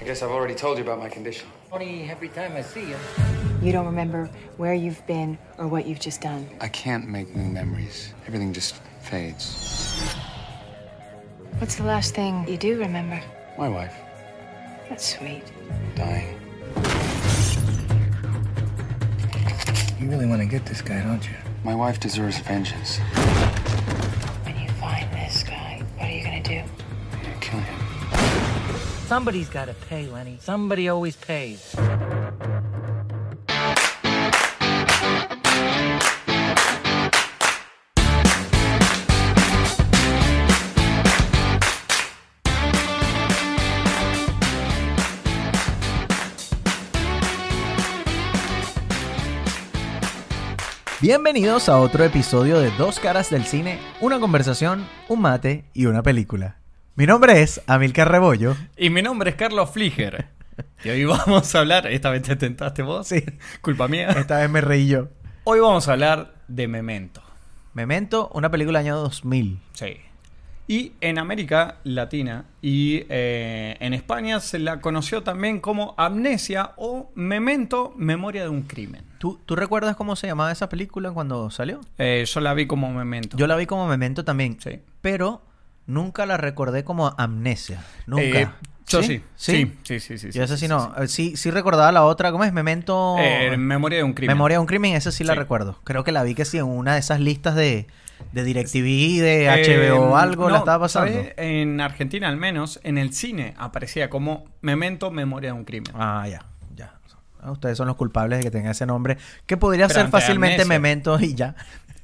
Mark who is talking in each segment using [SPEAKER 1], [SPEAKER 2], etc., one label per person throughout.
[SPEAKER 1] I guess I've already told you about my condition.
[SPEAKER 2] Funny every time I see you.
[SPEAKER 3] You don't remember where you've been or what you've just done.
[SPEAKER 1] I can't make new memories. Everything just fades.
[SPEAKER 3] What's the last thing you do remember?
[SPEAKER 1] My wife
[SPEAKER 3] That's sweet.
[SPEAKER 1] dying.
[SPEAKER 2] You really want to get this guy, don't you?
[SPEAKER 1] My wife deserves vengeance.
[SPEAKER 3] When you find this guy, what are you gonna do?
[SPEAKER 1] Kill him.
[SPEAKER 2] Somebody's got to pay, Lenny. Somebody always pays.
[SPEAKER 4] Bienvenidos a otro episodio de Dos Caras del Cine, una conversación, un mate y una película. Mi nombre es Amilcar Rebollo.
[SPEAKER 5] Y mi nombre es Carlos Fliger. Y hoy vamos a hablar, esta vez te tentaste vos,
[SPEAKER 4] Sí.
[SPEAKER 5] culpa mía.
[SPEAKER 4] Esta vez me reí yo.
[SPEAKER 5] Hoy vamos a hablar de Memento.
[SPEAKER 4] Memento, una película año 2000.
[SPEAKER 5] Sí. Y en América Latina y eh, en España se la conoció también como Amnesia o Memento, Memoria de un Crimen.
[SPEAKER 4] ¿Tú, tú recuerdas cómo se llamaba esa película cuando salió?
[SPEAKER 5] Eh, yo la vi como Memento.
[SPEAKER 4] Yo la vi como Memento también.
[SPEAKER 5] Sí.
[SPEAKER 4] Pero nunca la recordé como Amnesia. Nunca.
[SPEAKER 5] Eh, yo sí. Sí, sí, sí. sí,
[SPEAKER 4] Yo esa sí,
[SPEAKER 5] sí,
[SPEAKER 4] no. Eh, Sí, sí recordaba la otra. ¿Cómo es? Memento...
[SPEAKER 5] Eh, Memoria de un Crimen.
[SPEAKER 4] Memoria de un crimen, esa sí la
[SPEAKER 5] Sí.
[SPEAKER 4] recuerdo. Creo que la vi que sí en una de esas listas de, de DirecTV, de
[SPEAKER 5] Eh,
[SPEAKER 4] HBO o algo, la
[SPEAKER 5] no,
[SPEAKER 4] estaba pasando.
[SPEAKER 5] ¿sabés? En Argentina al menos, en el cine aparecía como Memento, Memoria de un Crimen.
[SPEAKER 4] Ah, ya, ya. Ah, Ustedes son los culpables de que tenga ese nombre, que podría
[SPEAKER 5] Pero
[SPEAKER 4] ser
[SPEAKER 5] ante
[SPEAKER 4] fácilmente
[SPEAKER 5] amnesia.
[SPEAKER 4] Memento y ya.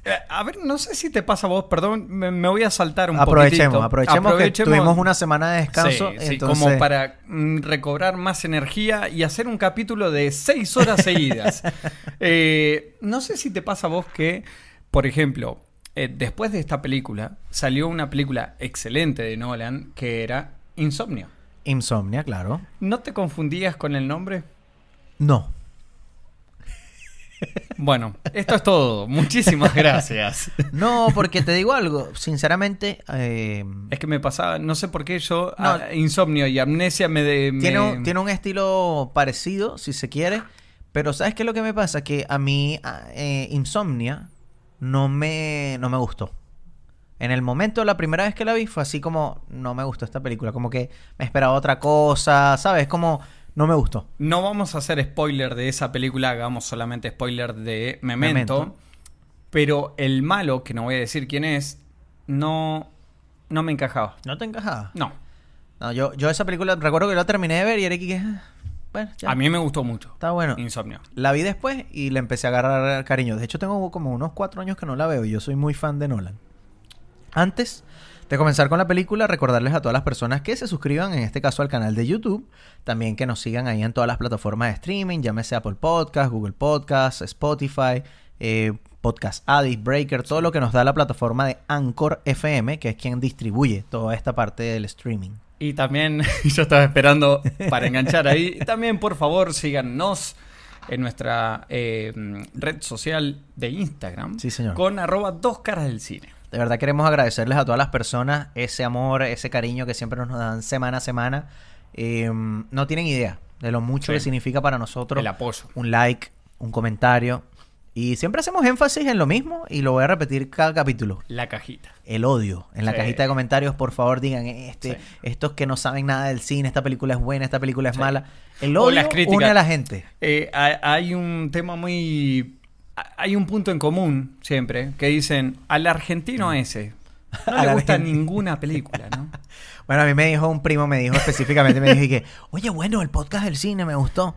[SPEAKER 5] Eh, A ver, no sé si te pasa a vos, perdón, me, me voy a saltar un
[SPEAKER 4] Aprovechemos,
[SPEAKER 5] poquitito.
[SPEAKER 4] aprovechemos, que tuvimos una semana de descanso.
[SPEAKER 5] Sí, sí,
[SPEAKER 4] entonces,
[SPEAKER 5] como para mm, recobrar más energía y hacer un capítulo de seis horas seguidas. Eh, no sé si te pasa a vos que, por ejemplo, eh, después de esta película salió una película excelente de Nolan que era Insomnio.
[SPEAKER 4] Insomnia, claro.
[SPEAKER 5] ¿No te confundías con el nombre?
[SPEAKER 4] No.
[SPEAKER 5] Bueno, esto es todo. Muchísimas gracias.
[SPEAKER 4] No, porque te digo algo, sinceramente, eh,
[SPEAKER 5] Es que me pasaba, no sé por qué yo,
[SPEAKER 4] No.
[SPEAKER 5] ah, insomnio y amnesia me... de- me-
[SPEAKER 4] Tiene, un- tiene un estilo parecido, si se quiere. Pero ¿sabes qué es lo que me pasa? Que a mí a- eh, Insomnia no me, no me gustó. En el momento, la primera vez que la vi fue así como, no me gustó esta película. Como que me esperaba otra cosa, ¿sabes? Como, no me gustó.
[SPEAKER 5] No vamos a hacer spoiler de esa película, hagamos solamente spoiler de Memento,
[SPEAKER 4] Memento.
[SPEAKER 5] Pero el malo, que no voy a decir quién es, no, no me encajaba.
[SPEAKER 4] ¿No te encajaba?
[SPEAKER 5] No,
[SPEAKER 4] No, yo, yo esa película, recuerdo que la terminé de ver y era que... ah, Bueno, ya.
[SPEAKER 5] a mí me gustó mucho.
[SPEAKER 4] Está bueno.
[SPEAKER 5] Insomnio.
[SPEAKER 4] La vi después y le empecé a agarrar cariño. De hecho, tengo como unos cuatro años que no la veo y yo soy muy fan de Nolan. Antes de comenzar con la película, recordarles a todas las personas que se suscriban, en este caso al canal de YouTube. También que nos sigan ahí en todas las plataformas de streaming, llámese Apple Podcast, Google Podcast, Spotify, eh, Podcast Addict, Breaker, todo lo que nos da la plataforma de Anchor FM, que es quien distribuye toda esta parte del streaming.
[SPEAKER 5] Y también, yo estaba esperando para enganchar ahí. Y también, por favor, síganos en nuestra eh, red social de Instagram.
[SPEAKER 4] Sí, señor.
[SPEAKER 5] Con arroba dos caras del cine.
[SPEAKER 4] De verdad queremos agradecerles a todas las personas ese amor, ese cariño que siempre nos dan semana a semana. Eh, no tienen idea de lo mucho
[SPEAKER 5] Sí.
[SPEAKER 4] que significa para nosotros
[SPEAKER 5] El apoyo.
[SPEAKER 4] un like, un comentario. Y siempre hacemos énfasis en lo mismo y lo voy a repetir cada capítulo.
[SPEAKER 5] La cajita.
[SPEAKER 4] El odio. En la
[SPEAKER 5] Sí.
[SPEAKER 4] cajita de comentarios, por favor, digan, este,
[SPEAKER 5] Sí.
[SPEAKER 4] estos que no saben nada del cine, esta película es buena, esta película es mala. El
[SPEAKER 5] O
[SPEAKER 4] odio
[SPEAKER 5] las críticas.
[SPEAKER 4] une a la gente.
[SPEAKER 5] Eh, ha- hay un tema muy... ha- Hay un punto en común siempre que dicen al argentino ese. No
[SPEAKER 4] Mm. Al
[SPEAKER 5] le gusta
[SPEAKER 4] argentino.
[SPEAKER 5] ninguna película, ¿no?
[SPEAKER 4] Bueno, a mí me dijo un primo, me dijo específicamente, me dijo y que, oye, bueno, el podcast del cine me gustó,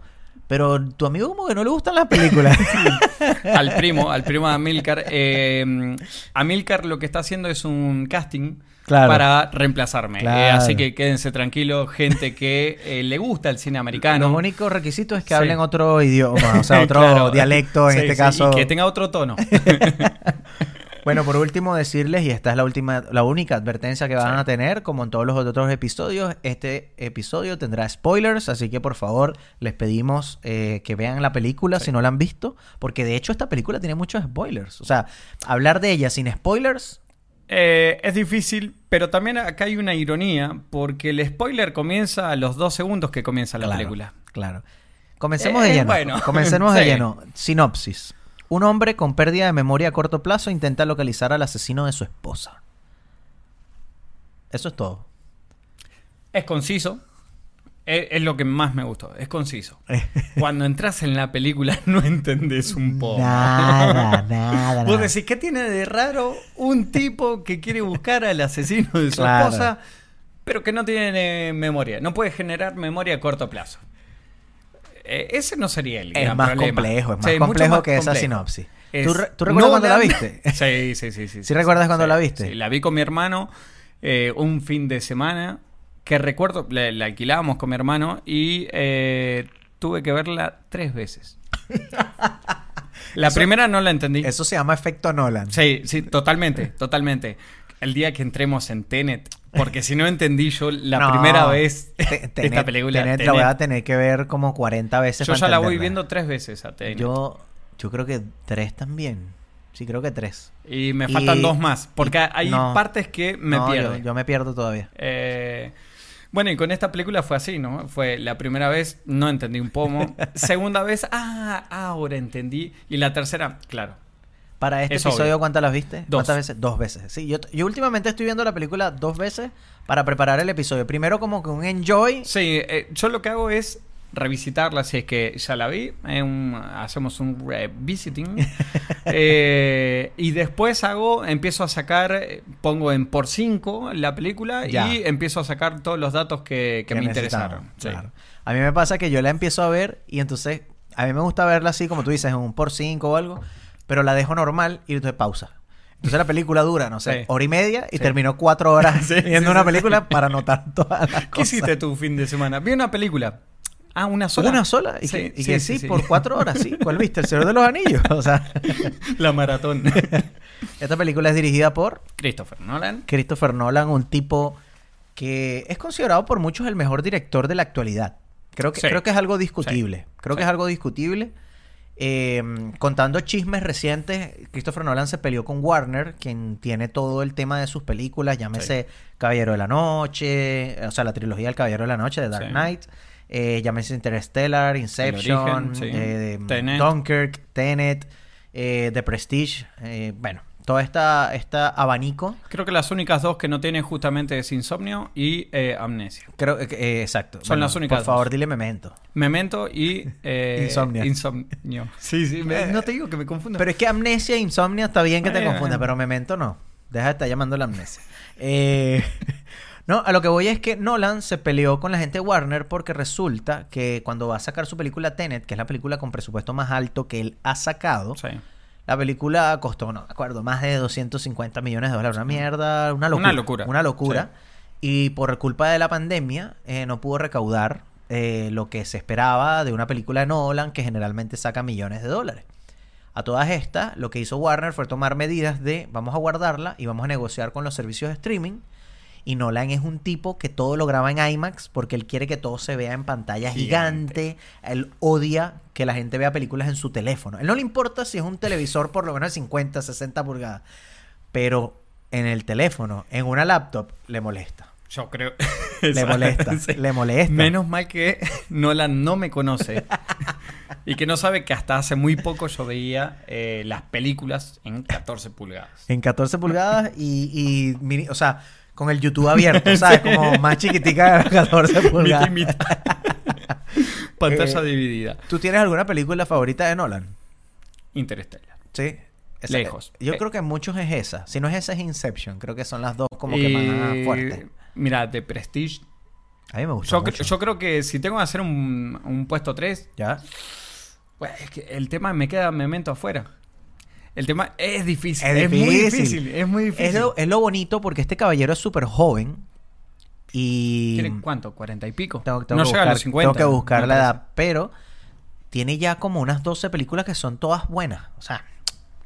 [SPEAKER 4] pero tu amigo como que no le gustan las películas.
[SPEAKER 5] Al primo, al primo de Amilcar. Eh, Amilcar lo que está haciendo es un casting
[SPEAKER 4] Claro.
[SPEAKER 5] para reemplazarme. Eh,
[SPEAKER 4] Claro.
[SPEAKER 5] así que quédense tranquilos, gente que eh, le gusta el cine
[SPEAKER 4] Los
[SPEAKER 5] americano.
[SPEAKER 4] únicos requisitos es que
[SPEAKER 5] Ah, Sí.
[SPEAKER 4] hablen otro idioma, o sea, otro
[SPEAKER 5] Claro.
[SPEAKER 4] dialecto en
[SPEAKER 5] Sí,
[SPEAKER 4] este
[SPEAKER 5] sí,
[SPEAKER 4] caso.
[SPEAKER 5] y que tenga otro tono.
[SPEAKER 4] Bueno, por último decirles, y esta es la última, la única advertencia que van a tener, como en todos los otros episodios, este episodio tendrá spoilers, así que por favor les pedimos eh, que vean la película si no la han visto, porque de hecho esta película tiene muchos spoilers. O sea, hablar de ella sin spoilers
[SPEAKER 5] Eh, es difícil, Pero también acá hay una ironía, porque el spoiler comienza a los dos segundos que comienza la
[SPEAKER 4] Claro,
[SPEAKER 5] película.
[SPEAKER 4] Claro. Comencemos de
[SPEAKER 5] Eh,
[SPEAKER 4] lleno.
[SPEAKER 5] bueno.
[SPEAKER 4] Comencemos de
[SPEAKER 5] Sí.
[SPEAKER 4] lleno. Sinopsis. Un hombre con pérdida de memoria a corto plazo intenta localizar al asesino de su esposa. Eso es todo.
[SPEAKER 5] Es conciso. Es, es lo que más me gustó. Es conciso. Cuando entras en la película no entendés un poco.
[SPEAKER 4] Nada, nada.
[SPEAKER 5] Oh. Vos
[SPEAKER 4] nada.
[SPEAKER 5] decís, ¿qué tiene de raro un tipo que quiere buscar al asesino de su
[SPEAKER 4] Claro.
[SPEAKER 5] esposa, pero que no tiene eh, memoria? No puede generar memoria a corto plazo. Eh, ese no sería el
[SPEAKER 4] Es
[SPEAKER 5] gran
[SPEAKER 4] más
[SPEAKER 5] problema.
[SPEAKER 4] complejo, es más
[SPEAKER 5] Sí, mucho
[SPEAKER 4] complejo que esa
[SPEAKER 5] complejo.
[SPEAKER 4] sinopsis.
[SPEAKER 5] Es
[SPEAKER 4] ¿Tú, re- tú recuerdas cuando la
[SPEAKER 5] Nolan-
[SPEAKER 4] viste?
[SPEAKER 5] Sí, sí, sí. ¿Sí,
[SPEAKER 4] ¿Sí recuerdas cuando la viste?
[SPEAKER 5] sí, la vi con mi hermano eh, un fin de semana, que recuerdo, la, la alquilábamos con mi hermano y eh, tuve que verla tres veces. La primera no la entendí.
[SPEAKER 4] Eso se llama efecto Nolan.
[SPEAKER 5] Sí, sí, totalmente, totalmente. El día que entremos en Tenet, porque si no entendí yo la
[SPEAKER 4] No,
[SPEAKER 5] primera vez
[SPEAKER 4] te-
[SPEAKER 5] esta
[SPEAKER 4] Tenet-
[SPEAKER 5] película,
[SPEAKER 4] Tenet la
[SPEAKER 5] Tenet,
[SPEAKER 4] voy a tener que ver como 40 veces.
[SPEAKER 5] yo
[SPEAKER 4] para
[SPEAKER 5] ya la voy
[SPEAKER 4] entenderla.
[SPEAKER 5] viendo tres veces a Tenet.
[SPEAKER 4] Yo, yo creo que tres también. Sí, creo que tres.
[SPEAKER 5] y me
[SPEAKER 4] y-
[SPEAKER 5] faltan dos más, porque
[SPEAKER 4] y-
[SPEAKER 5] hay
[SPEAKER 4] no.
[SPEAKER 5] partes que me
[SPEAKER 4] No, yo-
[SPEAKER 5] pierdo.
[SPEAKER 4] Yo, me pierdo todavía.
[SPEAKER 5] Eh, bueno, y con esta película fue así, ¿no? Fue la primera vez, no entendí un pomo. Segunda vez, ah, ahora entendí. Y la tercera, claro.
[SPEAKER 4] Para este
[SPEAKER 5] Es
[SPEAKER 4] episodio,
[SPEAKER 5] obvio.
[SPEAKER 4] ¿cuántas las viste?
[SPEAKER 5] Dos.
[SPEAKER 4] ¿Cuántas veces? Dos veces. Sí, yo, yo últimamente estoy viendo la película dos veces para preparar el episodio. Primero como que un enjoy.
[SPEAKER 5] Sí, eh, yo lo que hago es revisitarla, si es que ya la vi, eh, un- hacemos un revisiting. Eh, y después hago, empiezo a sacar, eh, pongo en por 5 la película
[SPEAKER 4] Ya.
[SPEAKER 5] y empiezo a sacar todos los datos que, que me
[SPEAKER 4] necesitamos,
[SPEAKER 5] interesaron. Sí.
[SPEAKER 4] claro. A mí me pasa que yo la empiezo a ver y entonces a mí me gusta verla así, como tú dices, en un por cinco o algo, pero la dejo normal y entonces pausa. Entonces la película dura, no sé,
[SPEAKER 5] Sí.
[SPEAKER 4] hora y media y terminó cuatro horas
[SPEAKER 5] Sí,
[SPEAKER 4] viendo
[SPEAKER 5] sí,
[SPEAKER 4] una
[SPEAKER 5] sí.
[SPEAKER 4] película para anotar todas las
[SPEAKER 5] ¿Qué
[SPEAKER 4] cosas.
[SPEAKER 5] hiciste tu fin de semana? Vi una película. Ah, una sola.
[SPEAKER 4] ¿Una sola? Y
[SPEAKER 5] Sí,
[SPEAKER 4] que y que sí,
[SPEAKER 5] sí, sí, sí.
[SPEAKER 4] por cuatro horas, sí. ¿Cuál viste? El Señor de los Anillos. O sea,
[SPEAKER 5] La maratón.
[SPEAKER 4] esta película es dirigida por
[SPEAKER 5] Christopher Nolan.
[SPEAKER 4] Christopher Nolan, un tipo que es considerado por muchos el mejor director de la actualidad. Creo que,
[SPEAKER 5] Sí.
[SPEAKER 4] creo que es algo discutible. Creo que
[SPEAKER 5] Sí.
[SPEAKER 4] es algo discutible. Eh, contando chismes recientes, Christopher Nolan se peleó con Warner, quien tiene todo el tema de sus películas, llámese Caballero de la Noche, o sea, la trilogía del Caballero de la Noche, de Dark
[SPEAKER 5] Sí.
[SPEAKER 4] Knight, eh, llámese Interstellar, Inception,
[SPEAKER 5] origen, sí.
[SPEAKER 4] eh, de-
[SPEAKER 5] Tenet.
[SPEAKER 4] Dunkirk, Tenet, eh, The Prestige, eh, bueno, todo esta, esta abanico.
[SPEAKER 5] Creo que las únicas dos que no tienen justamente es Insomnio y eh, Amnesia.
[SPEAKER 4] Creo que eh, exacto.
[SPEAKER 5] Son las únicas
[SPEAKER 4] Por favor,
[SPEAKER 5] dos.
[SPEAKER 4] dile memento.
[SPEAKER 5] Memento y eh,
[SPEAKER 4] Insomnia.
[SPEAKER 5] Insomnio. Eh, Sí, sí, me- no te digo que me confundo.
[SPEAKER 4] Pero es que amnesia e insomnia está bien que te
[SPEAKER 5] Eh,
[SPEAKER 4] confunda,
[SPEAKER 5] eh.
[SPEAKER 4] pero memento no. Deja de estar llamando la amnesia. Eh, no, a lo que voy es que Nolan se peleó con la gente de Warner porque resulta que cuando va a sacar su película Tenet, que es la película con presupuesto más alto que él ha sacado,
[SPEAKER 5] Sí.
[SPEAKER 4] la película costó, no me acuerdo, más de 250 millones de dólares. Una mierda, una locura.
[SPEAKER 5] Una locura.
[SPEAKER 4] Una locura. Y por culpa de la pandemia eh, no pudo recaudar eh, lo que se esperaba de una película de Nolan que generalmente saca millones de dólares. A todas estas, lo que hizo Warner fue tomar medidas de vamos a guardarla y vamos a negociar con los servicios de streaming. Y Nolan es un tipo que todo lo graba en IMAX porque él quiere que todo se vea en pantalla gigante.
[SPEAKER 5] Gigante.
[SPEAKER 4] Él odia que la gente vea películas en su teléfono. Él no le importa si es un televisor por lo menos de 50, 60 pulgadas. Pero en el teléfono, en una laptop, le molesta.
[SPEAKER 5] Yo creo.
[SPEAKER 4] Le molesta.
[SPEAKER 5] Sí.
[SPEAKER 4] Le molesta.
[SPEAKER 5] Menos mal que Nolan no me conoce y que no sabe que hasta hace muy poco yo veía eh, las películas en 14 pulgadas.
[SPEAKER 4] En 14 pulgadas y, y mini- o sea, con el YouTube abierto, ¿sabes? Como más chiquitica de 14 pulgadas.
[SPEAKER 5] Mitad y mitad. Pantalla dividida.
[SPEAKER 4] ¿Tú tienes alguna película favorita de Nolan?
[SPEAKER 5] Interstellar.
[SPEAKER 4] Sí.
[SPEAKER 5] Lejos.
[SPEAKER 4] Yo
[SPEAKER 5] Eh.
[SPEAKER 4] creo que muchos es esa. Si no es esa, es Inception. Creo que son las dos como que
[SPEAKER 5] Y,
[SPEAKER 4] más Pues fuertes.
[SPEAKER 5] Mira, de Prestige.
[SPEAKER 4] A mí me gusta
[SPEAKER 5] Yo, cre-
[SPEAKER 4] mucho.
[SPEAKER 5] yo creo que si tengo que hacer un, un puesto 3,
[SPEAKER 4] ¿Ya?
[SPEAKER 5] Pues, es que el tema me queda memento afuera. El tema es difícil.
[SPEAKER 4] Es
[SPEAKER 5] Es, muy
[SPEAKER 4] difícil.
[SPEAKER 5] difícil. Es muy difícil.
[SPEAKER 4] Es lo, es lo bonito porque este caballero es súper joven y...
[SPEAKER 5] ¿Tiene cuánto? ¿40 y pico?
[SPEAKER 4] Tengo, tengo
[SPEAKER 5] no
[SPEAKER 4] que
[SPEAKER 5] llega a
[SPEAKER 4] buscar,
[SPEAKER 5] los 50.
[SPEAKER 4] Tengo que buscar
[SPEAKER 5] me
[SPEAKER 4] la
[SPEAKER 5] parece.
[SPEAKER 4] edad, pero tiene ya como unas 12 películas que son todas buenas. O sea,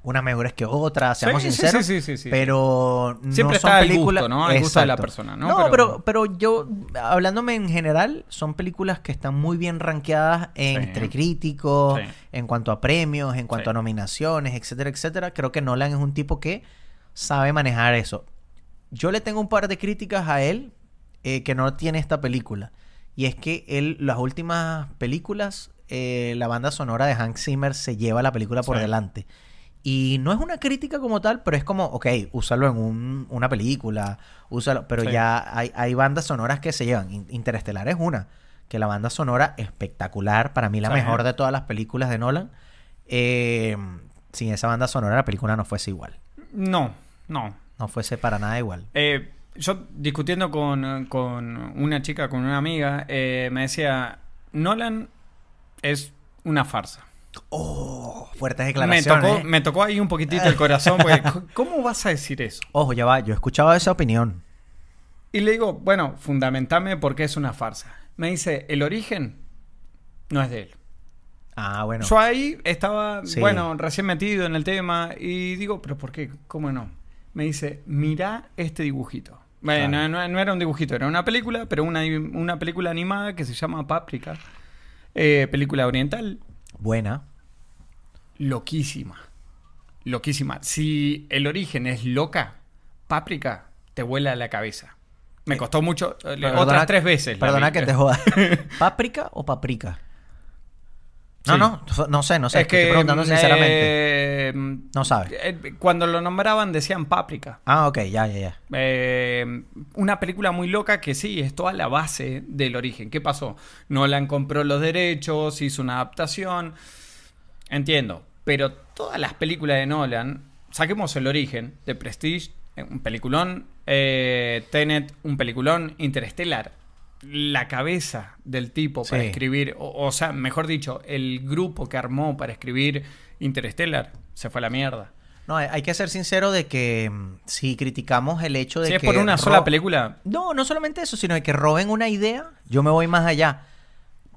[SPEAKER 4] unas mejores que otras,
[SPEAKER 5] Sí,
[SPEAKER 4] seamos
[SPEAKER 5] sí, sí,
[SPEAKER 4] sinceros.
[SPEAKER 5] sí, sí, sí, sí.
[SPEAKER 4] Pero no
[SPEAKER 5] Siempre
[SPEAKER 4] son
[SPEAKER 5] está al
[SPEAKER 4] películas.
[SPEAKER 5] gusto, ¿no? Al gusto de la
[SPEAKER 4] Exacto.
[SPEAKER 5] persona, ¿no?
[SPEAKER 4] No, pero,
[SPEAKER 5] Pero-
[SPEAKER 4] pero yo, hablándome en general, son películas que están muy bien rankeadas entre críticos,
[SPEAKER 5] Sí.
[SPEAKER 4] en cuanto a premios, en cuanto
[SPEAKER 5] Sí.
[SPEAKER 4] a nominaciones, etcétera, etcétera. Creo que Nolan es un tipo que sabe manejar eso. Yo le tengo un par de críticas a él eh, que no tiene esta película. Y es que él, las últimas películas, eh, la banda sonora de Hank Zimmer se lleva la película por
[SPEAKER 5] Sí.
[SPEAKER 4] delante. Y no es una crítica como tal, pero es como, ok, úsalo en un- una película, úsalo. Pero
[SPEAKER 5] Sí.
[SPEAKER 4] ya hay, hay bandas sonoras que se llevan. In- Interestelar es una. Que la banda sonora espectacular, para mí la
[SPEAKER 5] Sí.
[SPEAKER 4] mejor de todas las películas de Nolan. Eh, sin esa banda sonora, la película no fuese igual.
[SPEAKER 5] No, no.
[SPEAKER 4] No fuese para nada igual.
[SPEAKER 5] Eh, yo discutiendo con, con una chica, con una amiga, eh, me decía, Nolan es una farsa.
[SPEAKER 4] Oh, fuertes
[SPEAKER 5] Me
[SPEAKER 4] declaraciones.
[SPEAKER 5] tocó,
[SPEAKER 4] ¿eh?
[SPEAKER 5] me tocó ahí un poquitito el corazón, porque c- ¿cómo vas a decir eso?
[SPEAKER 4] Ojo, ya va, yo escuchaba esa opinión.
[SPEAKER 5] Y le digo, bueno, fundamentame por qué es una farsa. Me dice, el origen no es de él.
[SPEAKER 4] Ah, bueno.
[SPEAKER 5] Yo ahí estaba,
[SPEAKER 4] Sí.
[SPEAKER 5] bueno, recién metido en el tema y digo, pero ¿por qué? ¿Cómo no? Me dice, mirá este dibujito. Bueno,
[SPEAKER 4] Claro.
[SPEAKER 5] no, no era un dibujito, era una película, pero una, una película animada que se llama Paprika, eh, película oriental,
[SPEAKER 4] Buena.
[SPEAKER 5] loquísima. Loquísima. Si el origen es loca, Paprika te vuela la cabeza. Me costó mucho, eh, otras tres veces. la
[SPEAKER 4] Perdona
[SPEAKER 5] vi.
[SPEAKER 4] que te joda. ¿Páprica o paprika? No,
[SPEAKER 5] Sí.
[SPEAKER 4] no, no sé, no sé. te estoy preguntando
[SPEAKER 5] eh,
[SPEAKER 4] sinceramente. No sabe.
[SPEAKER 5] eh, cuando lo nombraban decían Paprika.
[SPEAKER 4] Ah, ok, ya, ya, ya.
[SPEAKER 5] Eh, una película muy loca que sí, es toda la base del origen. ¿Qué pasó? Nolan compró los derechos, hizo una adaptación. Entiendo. Pero todas las películas de Nolan, saquemos el origen de Prestige, eh, un peliculón, eh, Tenet, un peliculón, Interstellar. La cabeza del tipo para
[SPEAKER 4] Sí.
[SPEAKER 5] escribir, o, o sea, mejor dicho, el grupo que armó para escribir Interstellar se fue a la mierda.
[SPEAKER 4] No, hay- hay que ser sincero de que mm, si criticamos el hecho de
[SPEAKER 5] Si
[SPEAKER 4] que.
[SPEAKER 5] es por una
[SPEAKER 4] ro-
[SPEAKER 5] sola película,
[SPEAKER 4] No, no solamente eso, sino de que roben una idea, yo me voy más allá.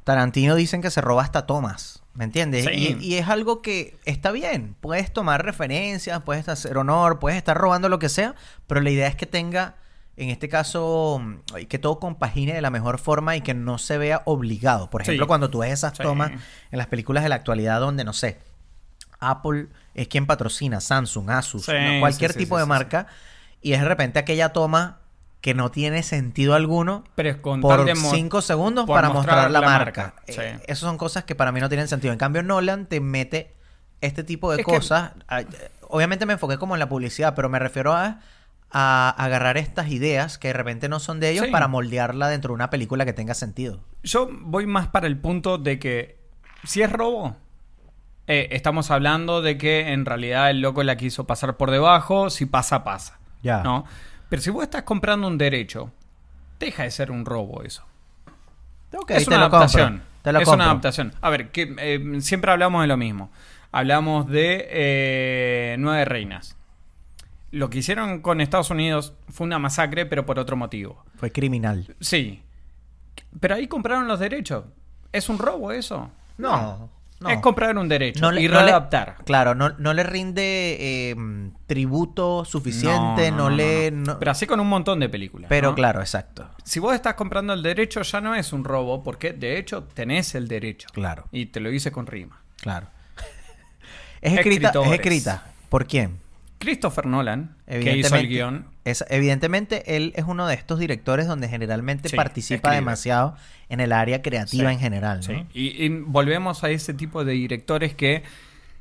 [SPEAKER 4] Tarantino dicen que se roba hasta tomas, ¿me entiendes?
[SPEAKER 5] Sí.
[SPEAKER 4] Y, y es algo que está bien, puedes tomar referencias, puedes hacer honor, puedes estar robando lo que sea, pero la idea es que tenga, en este caso, mm, que todo compagine de la mejor forma y que no se vea obligado. Por ejemplo,
[SPEAKER 5] Sí.
[SPEAKER 4] cuando tú ves esas
[SPEAKER 5] Sí.
[SPEAKER 4] tomas en las películas de la actualidad donde, no sé, Apple es quien patrocina, Samsung, Asus,
[SPEAKER 5] Sí,
[SPEAKER 4] ¿no? cualquier
[SPEAKER 5] sí, sí,
[SPEAKER 4] tipo
[SPEAKER 5] sí,
[SPEAKER 4] de
[SPEAKER 5] sí,
[SPEAKER 4] marca. Y es de repente aquella toma que no tiene sentido alguno
[SPEAKER 5] Pero es con tal
[SPEAKER 4] por
[SPEAKER 5] de mo-
[SPEAKER 4] cinco segundos
[SPEAKER 5] por
[SPEAKER 4] para mostrar, la, marca.
[SPEAKER 5] Sí.
[SPEAKER 4] Eh, esas son cosas que para mí no tienen sentido. En cambio, Nolan te mete este tipo de
[SPEAKER 5] Es que-
[SPEAKER 4] cosas. Ah, eh, Obviamente me enfoqué como en la publicidad, pero me refiero a, a agarrar estas ideas que de repente no son de ellos
[SPEAKER 5] Sí.
[SPEAKER 4] para moldearla dentro de una película que tenga sentido.
[SPEAKER 5] Yo voy más para el punto de que si es robo, eh, estamos hablando de que en realidad el loco la quiso pasar por debajo, si pasa, pasa.
[SPEAKER 4] Ya.
[SPEAKER 5] ¿No? Pero si vos estás comprando un derecho, deja de ser un robo eso.
[SPEAKER 4] Ok,
[SPEAKER 5] es
[SPEAKER 4] te
[SPEAKER 5] una
[SPEAKER 4] lo compro,
[SPEAKER 5] adaptación.
[SPEAKER 4] te lo
[SPEAKER 5] es
[SPEAKER 4] compro.
[SPEAKER 5] una adaptación. A ver, que, eh, siempre hablamos de lo mismo. Hablamos de eh, Nueve Reinas. Lo que hicieron con Estados Unidos fue una masacre, pero por otro motivo.
[SPEAKER 4] Fue criminal.
[SPEAKER 5] Sí. Pero ahí compraron los derechos. ¿Es un robo eso?
[SPEAKER 4] No, no.
[SPEAKER 5] Es comprar un derecho
[SPEAKER 4] No le-
[SPEAKER 5] y
[SPEAKER 4] no le-
[SPEAKER 5] readaptar.
[SPEAKER 4] claro, no, no le rinde eh, mm, tributo suficiente, no, le... no-
[SPEAKER 5] Pero así con un montón de películas.
[SPEAKER 4] pero
[SPEAKER 5] ¿no?
[SPEAKER 4] claro, exacto.
[SPEAKER 5] Si vos estás comprando el derecho, ya no es un robo, porque de hecho tenés el derecho.
[SPEAKER 4] Claro.
[SPEAKER 5] Y te lo hice con rima.
[SPEAKER 4] Claro. Es escrita, es
[SPEAKER 5] Escritores.
[SPEAKER 4] escrita. ¿Por quién?
[SPEAKER 5] Christopher Nolan, que hizo el guión.
[SPEAKER 4] es- evidentemente, él es uno de estos directores donde generalmente
[SPEAKER 5] Sí,
[SPEAKER 4] participa
[SPEAKER 5] escribe.
[SPEAKER 4] demasiado en el área creativa
[SPEAKER 5] Sí,
[SPEAKER 4] en general, ¿no?
[SPEAKER 5] Sí. Y, y volvemos a ese tipo de directores que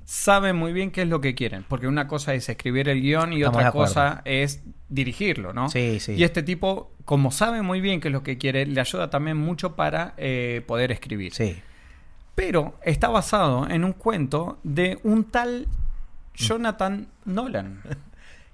[SPEAKER 5] saben muy bien qué es lo que quieren. Porque una cosa es escribir el guión y
[SPEAKER 4] Estamos de
[SPEAKER 5] otra
[SPEAKER 4] acuerdo.
[SPEAKER 5] cosa es dirigirlo, ¿no?
[SPEAKER 4] Sí, sí.
[SPEAKER 5] Y este tipo, como sabe muy bien qué es lo que quiere, le ayuda también mucho para eh, poder escribir.
[SPEAKER 4] Sí.
[SPEAKER 5] Pero está basado en un cuento de un tal Jonathan Nolan,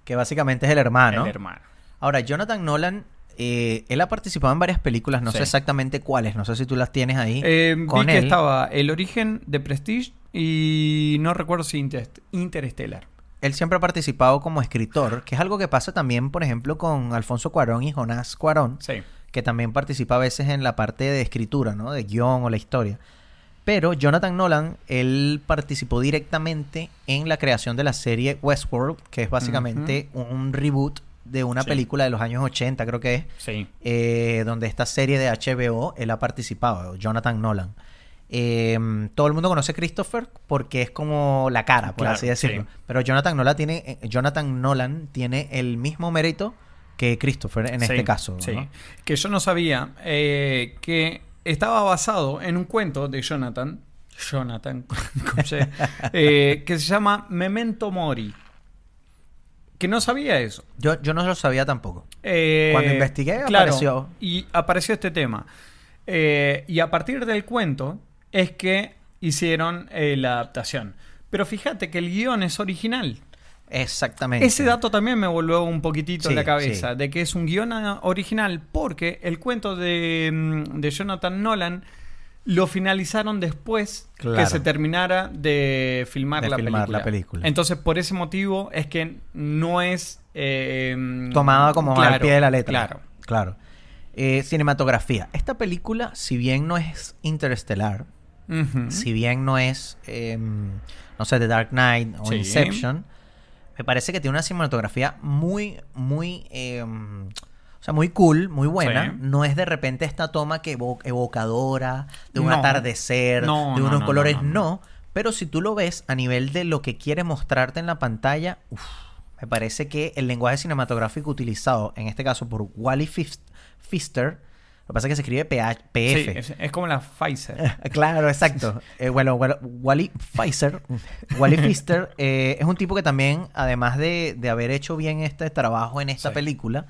[SPEAKER 4] Que básicamente es el hermano.
[SPEAKER 5] el hermano.
[SPEAKER 4] Ahora, Jonathan Nolan, eh, él ha participado en varias películas, no
[SPEAKER 5] Sí.
[SPEAKER 4] sé exactamente cuáles, no sé si tú las tienes ahí.
[SPEAKER 5] Eh, vi
[SPEAKER 4] con
[SPEAKER 5] que
[SPEAKER 4] él.
[SPEAKER 5] estaba El origen de Prestige y no recuerdo si Interest- Interstellar.
[SPEAKER 4] Él siempre ha participado como escritor, que es algo que pasa también, por ejemplo, con Alfonso Cuarón y Jonás Cuarón.
[SPEAKER 5] Sí.
[SPEAKER 4] que también participa a veces en la parte de escritura, ¿no? De guión o la historia. Pero Jonathan Nolan, él participó directamente en la creación de la serie Westworld, que es básicamente un reboot de una
[SPEAKER 5] Sí.
[SPEAKER 4] película de los años 80, creo que es,
[SPEAKER 5] Sí.
[SPEAKER 4] eh, donde esta serie de HBO él ha participado, Jonathan Nolan. Eh, todo el mundo conoce a Christopher porque es como la cara, por
[SPEAKER 5] Claro,
[SPEAKER 4] así decirlo.
[SPEAKER 5] sí.
[SPEAKER 4] Pero Jonathan Nolan tiene, eh, Jonathan Nolan tiene el mismo mérito que Christopher en
[SPEAKER 5] Sí,
[SPEAKER 4] este caso.
[SPEAKER 5] sí.
[SPEAKER 4] ¿no?
[SPEAKER 5] Que yo no sabía eh, que estaba basado en un cuento de Jonathan. Jonathan, como sea, eh, que se llama Memento Mori. Que no sabía eso.
[SPEAKER 4] Yo, yo no lo sabía tampoco.
[SPEAKER 5] Eh,
[SPEAKER 4] Cuando investigué, apareció.
[SPEAKER 5] Y apareció este tema. Eh, y a partir del cuento es que hicieron eh, la adaptación. Pero fíjate que el guión es original.
[SPEAKER 4] Exactamente.
[SPEAKER 5] Ese dato también me volvió un poquitito
[SPEAKER 4] Sí,
[SPEAKER 5] la cabeza,
[SPEAKER 4] sí.
[SPEAKER 5] de que es un guión ah, original, porque el cuento de, mm, de Jonathan Nolan lo finalizaron después que
[SPEAKER 4] Claro.
[SPEAKER 5] se terminara de filmar,
[SPEAKER 4] De
[SPEAKER 5] la,
[SPEAKER 4] filmar
[SPEAKER 5] película.
[SPEAKER 4] la película.
[SPEAKER 5] Entonces, por ese motivo es que no es... eh, mm,
[SPEAKER 4] Tomada como al
[SPEAKER 5] claro,
[SPEAKER 4] pie de la letra.
[SPEAKER 5] Claro.
[SPEAKER 4] Claro. Eh, cinematografía. Esta película, si bien no es interestelar,
[SPEAKER 5] Ujú.
[SPEAKER 4] si bien no es, em, no sé, The Dark Knight o
[SPEAKER 5] Sí.
[SPEAKER 4] Inception, me parece que tiene una cinematografía muy, muy, em, o sea, muy cool, muy buena.
[SPEAKER 5] Sí.
[SPEAKER 4] No es de repente esta toma que evo- evocadora de un
[SPEAKER 5] No.
[SPEAKER 4] atardecer,
[SPEAKER 5] No,
[SPEAKER 4] de
[SPEAKER 5] no,
[SPEAKER 4] unos
[SPEAKER 5] no,
[SPEAKER 4] colores,
[SPEAKER 5] no,
[SPEAKER 4] no,
[SPEAKER 5] no, no.
[SPEAKER 4] Pero si tú lo ves a nivel de lo que quiere mostrarte en la pantalla, uf, me parece que el lenguaje cinematográfico utilizado, en este caso por Wally Fis- Pfister, lo que pasa es que se escribe PH,
[SPEAKER 5] Sí,
[SPEAKER 4] PF.
[SPEAKER 5] es, es como la Pfizer.
[SPEAKER 4] Claro, exacto. Eh, bueno, bueno, Wally Pfizer, Wally Pfister, eh, es un tipo que también, además de, de haber hecho bien este trabajo en esta
[SPEAKER 5] Sí.
[SPEAKER 4] película,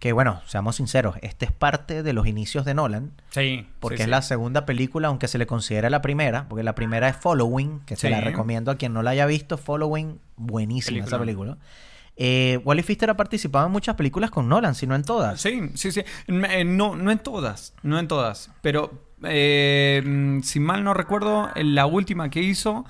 [SPEAKER 4] que bueno, seamos sinceros, este es parte de los inicios de Nolan,
[SPEAKER 5] Sí.
[SPEAKER 4] porque
[SPEAKER 5] sí,
[SPEAKER 4] es
[SPEAKER 5] sí.
[SPEAKER 4] la segunda película, aunque se le considera la primera, porque la primera es Following, que se
[SPEAKER 5] Sí.
[SPEAKER 4] la recomiendo a quien no la haya visto. Following, buenísima esa
[SPEAKER 5] Película.
[SPEAKER 4] película. Eh, Wally Pfister ha participado en muchas películas con Nolan, si no en todas.
[SPEAKER 5] Sí, sí, sí. N- eh, No, no en todas, no en todas. Pero eh, mm, si mal no recuerdo, eh, la última que hizo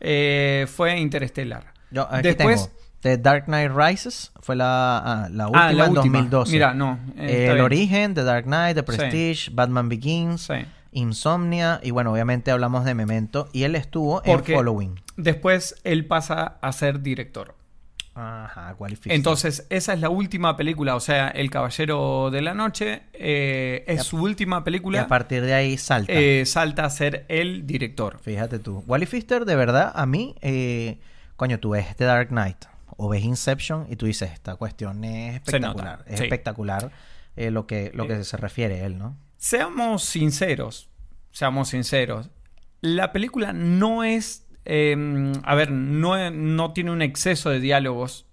[SPEAKER 5] eh, fue Interstellar.
[SPEAKER 4] Yo aquí
[SPEAKER 5] Después,
[SPEAKER 4] tengo. The Dark Knight Rises fue la, ah, la última
[SPEAKER 5] Ah, la
[SPEAKER 4] en
[SPEAKER 5] última.
[SPEAKER 4] 2012.
[SPEAKER 5] Mira, no, eh, está
[SPEAKER 4] el
[SPEAKER 5] bien.
[SPEAKER 4] Origen, The Dark Knight, The Prestige, Batman Begins,
[SPEAKER 5] Sí.
[SPEAKER 4] Insomnia y bueno, obviamente hablamos de Memento y él estuvo
[SPEAKER 5] Porque-
[SPEAKER 4] en Following.
[SPEAKER 5] después él pasa a ser director.
[SPEAKER 4] Ajá, cualificado.
[SPEAKER 5] Entonces, esa es la última película, o sea, El Caballero de la Noche eh, es su última
[SPEAKER 4] y
[SPEAKER 5] película.
[SPEAKER 4] a partir de ahí salta.
[SPEAKER 5] eh, salta a ser el director.
[SPEAKER 4] Fíjate tú. Wally Pfister, de verdad, a mí, eh, coño, tú ves The Dark Knight o ves Inception y tú dices, esta cuestión es
[SPEAKER 5] Se nota,
[SPEAKER 4] espectacular. Es
[SPEAKER 5] sí.
[SPEAKER 4] espectacular eh, lo que, lo que se refiere él, ¿no?
[SPEAKER 5] Seamos sinceros, seamos sinceros. La película no es, eh, a ver, no, no tiene un exceso de diálogos.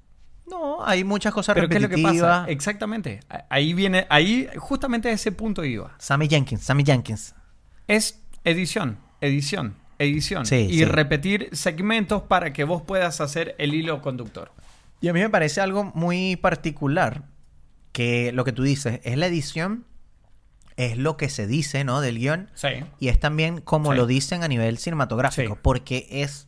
[SPEAKER 4] No, hay muchas cosas
[SPEAKER 5] Pero ¿qué es lo que
[SPEAKER 4] repetitivas.
[SPEAKER 5] pasa? Exactamente. A- Ahí viene, ahí justamente a ese punto iba.
[SPEAKER 4] Sammy Jenkins, Sammy Jenkins.
[SPEAKER 5] Es edición, edición, edición.
[SPEAKER 4] Sí,
[SPEAKER 5] y
[SPEAKER 4] sí.
[SPEAKER 5] repetir segmentos para que vos puedas hacer el hilo conductor.
[SPEAKER 4] Y a mí me parece algo muy particular que lo que tú dices es la edición, es lo que se dice, ¿no? Del guión.
[SPEAKER 5] Sí.
[SPEAKER 4] Y es también como
[SPEAKER 5] Sí.
[SPEAKER 4] lo dicen a nivel cinematográfico,
[SPEAKER 5] Sí.
[SPEAKER 4] porque es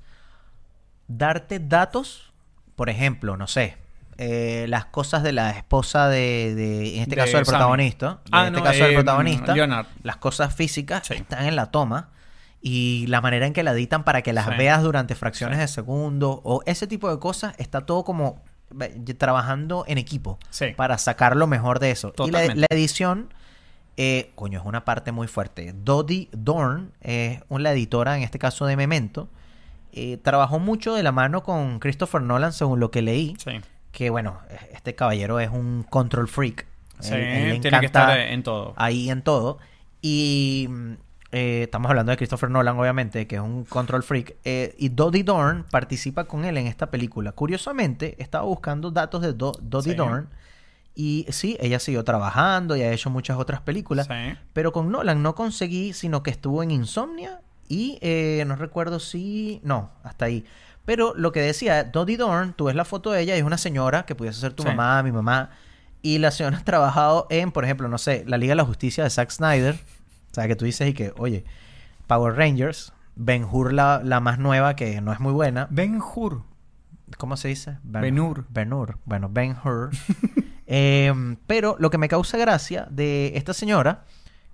[SPEAKER 4] darte datos, por ejemplo, no sé, eh, las cosas de la esposa de, de- en este
[SPEAKER 5] De
[SPEAKER 4] caso del
[SPEAKER 5] Sammy.
[SPEAKER 4] protagonista, en
[SPEAKER 5] Ah,
[SPEAKER 4] este
[SPEAKER 5] no,
[SPEAKER 4] caso del
[SPEAKER 5] eh,
[SPEAKER 4] protagonista,
[SPEAKER 5] Leonard.
[SPEAKER 4] las cosas físicas
[SPEAKER 5] Sí.
[SPEAKER 4] están en la toma y la manera en que la editan para que las
[SPEAKER 5] Sí.
[SPEAKER 4] veas durante fracciones de segundo o ese tipo de cosas está todo como eh, trabajando en equipo
[SPEAKER 5] Sí.
[SPEAKER 4] para sacar lo mejor de eso. Y la-
[SPEAKER 5] Totalmente.
[SPEAKER 4] la edición eh, coño, es una parte muy fuerte. Dodie Dorn es la editora, en este caso de Memento. eh, trabajó mucho de la mano con Christopher Nolan, según lo que leí.
[SPEAKER 5] Sí.
[SPEAKER 4] Que bueno, este caballero es un control freak.
[SPEAKER 5] Sí,
[SPEAKER 4] Él- él le
[SPEAKER 5] tiene que
[SPEAKER 4] encanta
[SPEAKER 5] estar en todo.
[SPEAKER 4] Ahí en todo. Y mm, eh, estamos hablando de Christopher Nolan, obviamente, que es un control freak. eh, y Dodie Dorn participa con él en esta película. Curiosamente, estaba buscando datos de Do- Dodie
[SPEAKER 5] Sí.
[SPEAKER 4] Dorn. Y sí, ella siguió trabajando y ha hecho muchas otras películas.
[SPEAKER 5] Sí.
[SPEAKER 4] Pero con Nolan no conseguí, sino que estuvo en Insomnia y eh, no recuerdo si... No, hasta ahí. Pero lo que decía, Dodie Dorn, tú ves la foto de ella, y es una señora que pudiese ser tu
[SPEAKER 5] Sí.
[SPEAKER 4] mamá, mi mamá. Y la señora ha trabajado en, por ejemplo, no sé, la Liga de la Justicia de Zack Snyder. O sea, que tú dices y que, oye, Power Rangers, Ben Hur la, la más nueva, que no es muy buena.
[SPEAKER 5] Ben Hur.
[SPEAKER 4] ¿Cómo se dice?
[SPEAKER 5] Ben-Hur.
[SPEAKER 4] Ben-Hur. Bueno, Ben-Hur. Eh, pero lo que me causa gracia de esta señora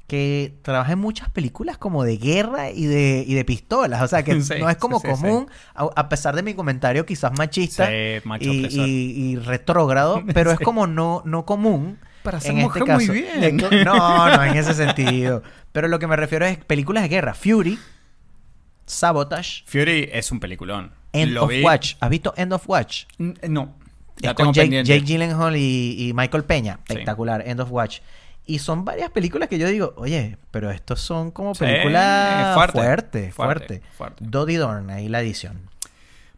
[SPEAKER 4] que trabaja en muchas películas como de guerra y de, y de pistolas. O sea, que
[SPEAKER 5] Sí,
[SPEAKER 4] no es como
[SPEAKER 5] sí, sí,
[SPEAKER 4] común, A, a pesar de mi comentario quizás machista
[SPEAKER 5] Sí, macho
[SPEAKER 4] y,
[SPEAKER 5] opresor.
[SPEAKER 4] y- y retrógrado, pero es como no, no común.
[SPEAKER 5] Para ser
[SPEAKER 4] en este
[SPEAKER 5] mujer muy
[SPEAKER 4] caso.
[SPEAKER 5] bien.
[SPEAKER 4] De- No, no, en ese sentido. Pero lo que me refiero es películas de guerra. Fury, Sabotage,
[SPEAKER 5] Fury es un peliculón.
[SPEAKER 4] End
[SPEAKER 5] Lo
[SPEAKER 4] of
[SPEAKER 5] vi-
[SPEAKER 4] Watch. ¿Has visto End of Watch?
[SPEAKER 5] N- eh, No. La
[SPEAKER 4] Es
[SPEAKER 5] tengo
[SPEAKER 4] con Jake,
[SPEAKER 5] pendiente.
[SPEAKER 4] Jake Gyllenhaal y, y Michael Peña.
[SPEAKER 5] Sí.
[SPEAKER 4] Espectacular. End of Watch. Y son varias películas que yo digo, oye, pero estos son como
[SPEAKER 5] Sí,
[SPEAKER 4] películas
[SPEAKER 5] es
[SPEAKER 4] fuerte, fuerte,
[SPEAKER 5] fuerte, fuerte, fuerte.
[SPEAKER 4] Dodie Dorn, ahí la edición.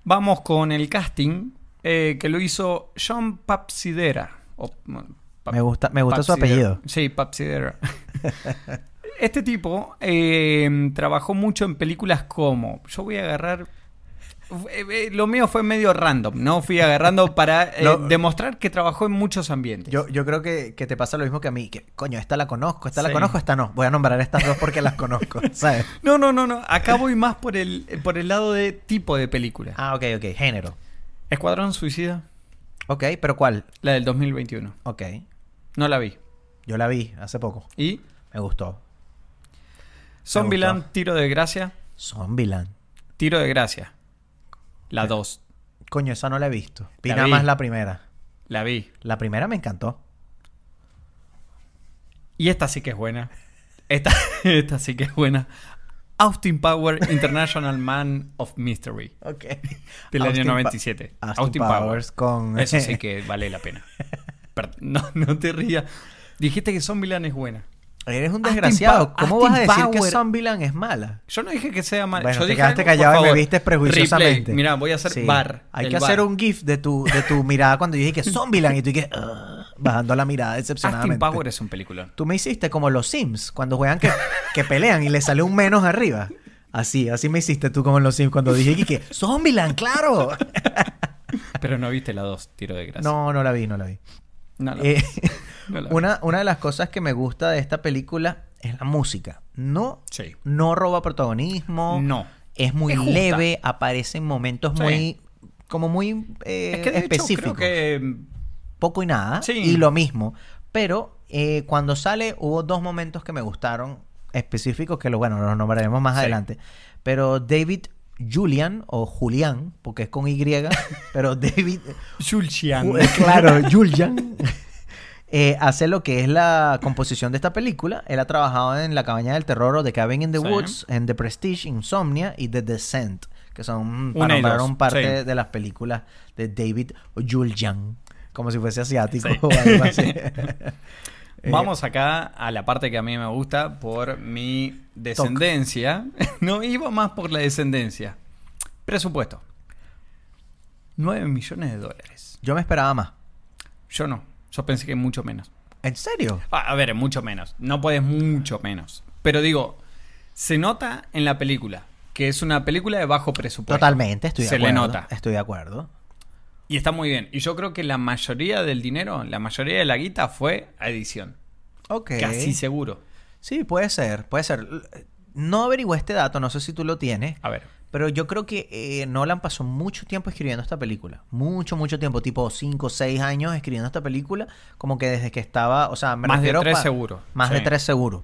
[SPEAKER 5] Vamos con el casting eh, que lo hizo John Papsidera. O, bueno, Pap-
[SPEAKER 4] Me gusta- me gusta su
[SPEAKER 5] Papsidera.
[SPEAKER 4] apellido.
[SPEAKER 5] Sí, Papsidera. este tipo eh, trabajó mucho en películas como. Yo voy a agarrar. eh, eh, Lo mío fue medio random, ¿no? Fui agarrando para eh,
[SPEAKER 4] Lo-
[SPEAKER 5] demostrar que trabajó en muchos ambientes.
[SPEAKER 4] Yo, yo creo que, que te pasa lo mismo que a mí, que coño, esta la conozco, esta la
[SPEAKER 5] Sí.
[SPEAKER 4] conozco, esta no. Voy a nombrar estas dos porque las conozco, ¿sabes?
[SPEAKER 5] No, no, no, no. Acá voy más por el, por el lado de tipo de película.
[SPEAKER 4] Ah, ok, ok, género.
[SPEAKER 5] Escuadrón Suicida,
[SPEAKER 4] Ok, pero ¿cuál?
[SPEAKER 5] la del 2021.
[SPEAKER 4] Ok,
[SPEAKER 5] No la vi.
[SPEAKER 4] yo la vi hace poco,
[SPEAKER 5] Y
[SPEAKER 4] me gustó.
[SPEAKER 5] Zombieland, Tiro de Gracia.
[SPEAKER 4] Zombieland.
[SPEAKER 5] Tiro de Gracia. La 2.
[SPEAKER 4] Coño, esa no la he visto. Vi
[SPEAKER 5] La
[SPEAKER 4] nada
[SPEAKER 5] vi.
[SPEAKER 4] más la primera.
[SPEAKER 5] La vi.
[SPEAKER 4] La primera me encantó.
[SPEAKER 5] Y esta sí que es buena. Esta, esta sí que es buena. Austin Power International Man of Mystery.
[SPEAKER 4] Ok.
[SPEAKER 5] Del
[SPEAKER 4] Austin
[SPEAKER 5] año
[SPEAKER 4] Pa-
[SPEAKER 5] 97.
[SPEAKER 4] Austin, Powers con...
[SPEAKER 5] Eso sí que vale la pena. Per- No, no te rías. Dijiste que Zombieland es buena.
[SPEAKER 4] Eres un
[SPEAKER 5] Austin
[SPEAKER 4] desgraciado.
[SPEAKER 5] Pa-
[SPEAKER 4] ¿Cómo
[SPEAKER 5] Austin
[SPEAKER 4] vas a decir que
[SPEAKER 5] Power.
[SPEAKER 4] Zombieland es mala?
[SPEAKER 5] Yo no dije que sea mal.
[SPEAKER 4] Bueno,
[SPEAKER 5] Yo
[SPEAKER 4] te
[SPEAKER 5] dije
[SPEAKER 4] quedaste
[SPEAKER 5] algo, por
[SPEAKER 4] callado y me
[SPEAKER 5] favor.
[SPEAKER 4] viste prejuiciosamente.
[SPEAKER 5] Replay. Mira, voy a hacer
[SPEAKER 4] Sí.
[SPEAKER 5] bar.
[SPEAKER 4] Hay
[SPEAKER 5] el
[SPEAKER 4] que
[SPEAKER 5] bar.
[SPEAKER 4] hacer un gif de tu, de tu mirada cuando yo dije que Zombieland y tú dije... bajando la mirada decepcionadamente.
[SPEAKER 5] Austin Power es un peliculón.
[SPEAKER 4] Tú me hiciste como los Sims, cuando juegan que, que pelean y le sale un menos arriba. Así, así me hiciste tú como en los Sims cuando dije que, que Zombieland, claro.
[SPEAKER 5] Pero no viste la 2, tiro de gracia.
[SPEAKER 4] No, no la vi, no la vi.
[SPEAKER 5] No la-
[SPEAKER 4] Eh,
[SPEAKER 5] no la-
[SPEAKER 4] una, una de las cosas que me gusta de esta película es la música. No,
[SPEAKER 5] Sí.
[SPEAKER 4] no roba protagonismo.
[SPEAKER 5] No.
[SPEAKER 4] Es muy
[SPEAKER 5] Es justa.
[SPEAKER 4] leve, aparece en momentos
[SPEAKER 5] Sí.
[SPEAKER 4] muy. como muy eh,
[SPEAKER 5] Es que de hecho,
[SPEAKER 4] específicos.
[SPEAKER 5] creo que mm,
[SPEAKER 4] Poco y nada.
[SPEAKER 5] Sí.
[SPEAKER 4] Y lo mismo. Pero eh, cuando sale, hubo dos momentos que me gustaron específicos, que lo, bueno, los nombraremos más
[SPEAKER 5] Sí.
[SPEAKER 4] adelante. Pero David Julian, o Julián, porque es con Y, pero David.
[SPEAKER 5] Jules Chiang.
[SPEAKER 4] Ju- eh, Claro, Julian. eh, hace lo que es la composición de esta película. Él ha trabajado en La Cabaña del Terror o The Cabin in the
[SPEAKER 5] Sí.
[SPEAKER 4] Woods, en The Prestige, Insomnia y The Descent, que son mm, para
[SPEAKER 5] Una y dos,
[SPEAKER 4] nombraron parte
[SPEAKER 5] sí.
[SPEAKER 4] de las películas de David Julian, como si fuese asiático o algo así. Eh,
[SPEAKER 5] Vamos acá a la parte que a mí me gusta por mi descendencia. No iba más por la descendencia. Presupuesto. 9 millones de dólares.
[SPEAKER 4] Yo me esperaba más.
[SPEAKER 5] Yo no. Yo pensé que mucho menos.
[SPEAKER 4] ¿En serio?
[SPEAKER 5] Ah, a ver, mucho menos. No puedes mucho menos. Pero digo, se nota en la película que es una película de bajo presupuesto.
[SPEAKER 4] Totalmente, estoy de
[SPEAKER 5] Se le
[SPEAKER 4] acuerdo.
[SPEAKER 5] nota.
[SPEAKER 4] Estoy de acuerdo.
[SPEAKER 5] Y está muy bien. Y yo creo que la mayoría del dinero, la mayoría de la guita fue a edición.
[SPEAKER 4] Ok.
[SPEAKER 5] Casi seguro.
[SPEAKER 4] Sí, puede ser, puede ser. L- No averigüé este dato, no sé si tú lo tienes.
[SPEAKER 5] A ver.
[SPEAKER 4] Pero yo creo que eh, Nolan pasó mucho tiempo escribiendo esta película. Mucho, mucho tiempo. Tipo 5 o 6 años escribiendo esta película. Como que desde que estaba. O sea, me
[SPEAKER 5] Más de
[SPEAKER 4] refiero
[SPEAKER 5] tres
[SPEAKER 4] pa-
[SPEAKER 5] seguro.
[SPEAKER 4] Más de
[SPEAKER 5] Sí.
[SPEAKER 4] tres seguro.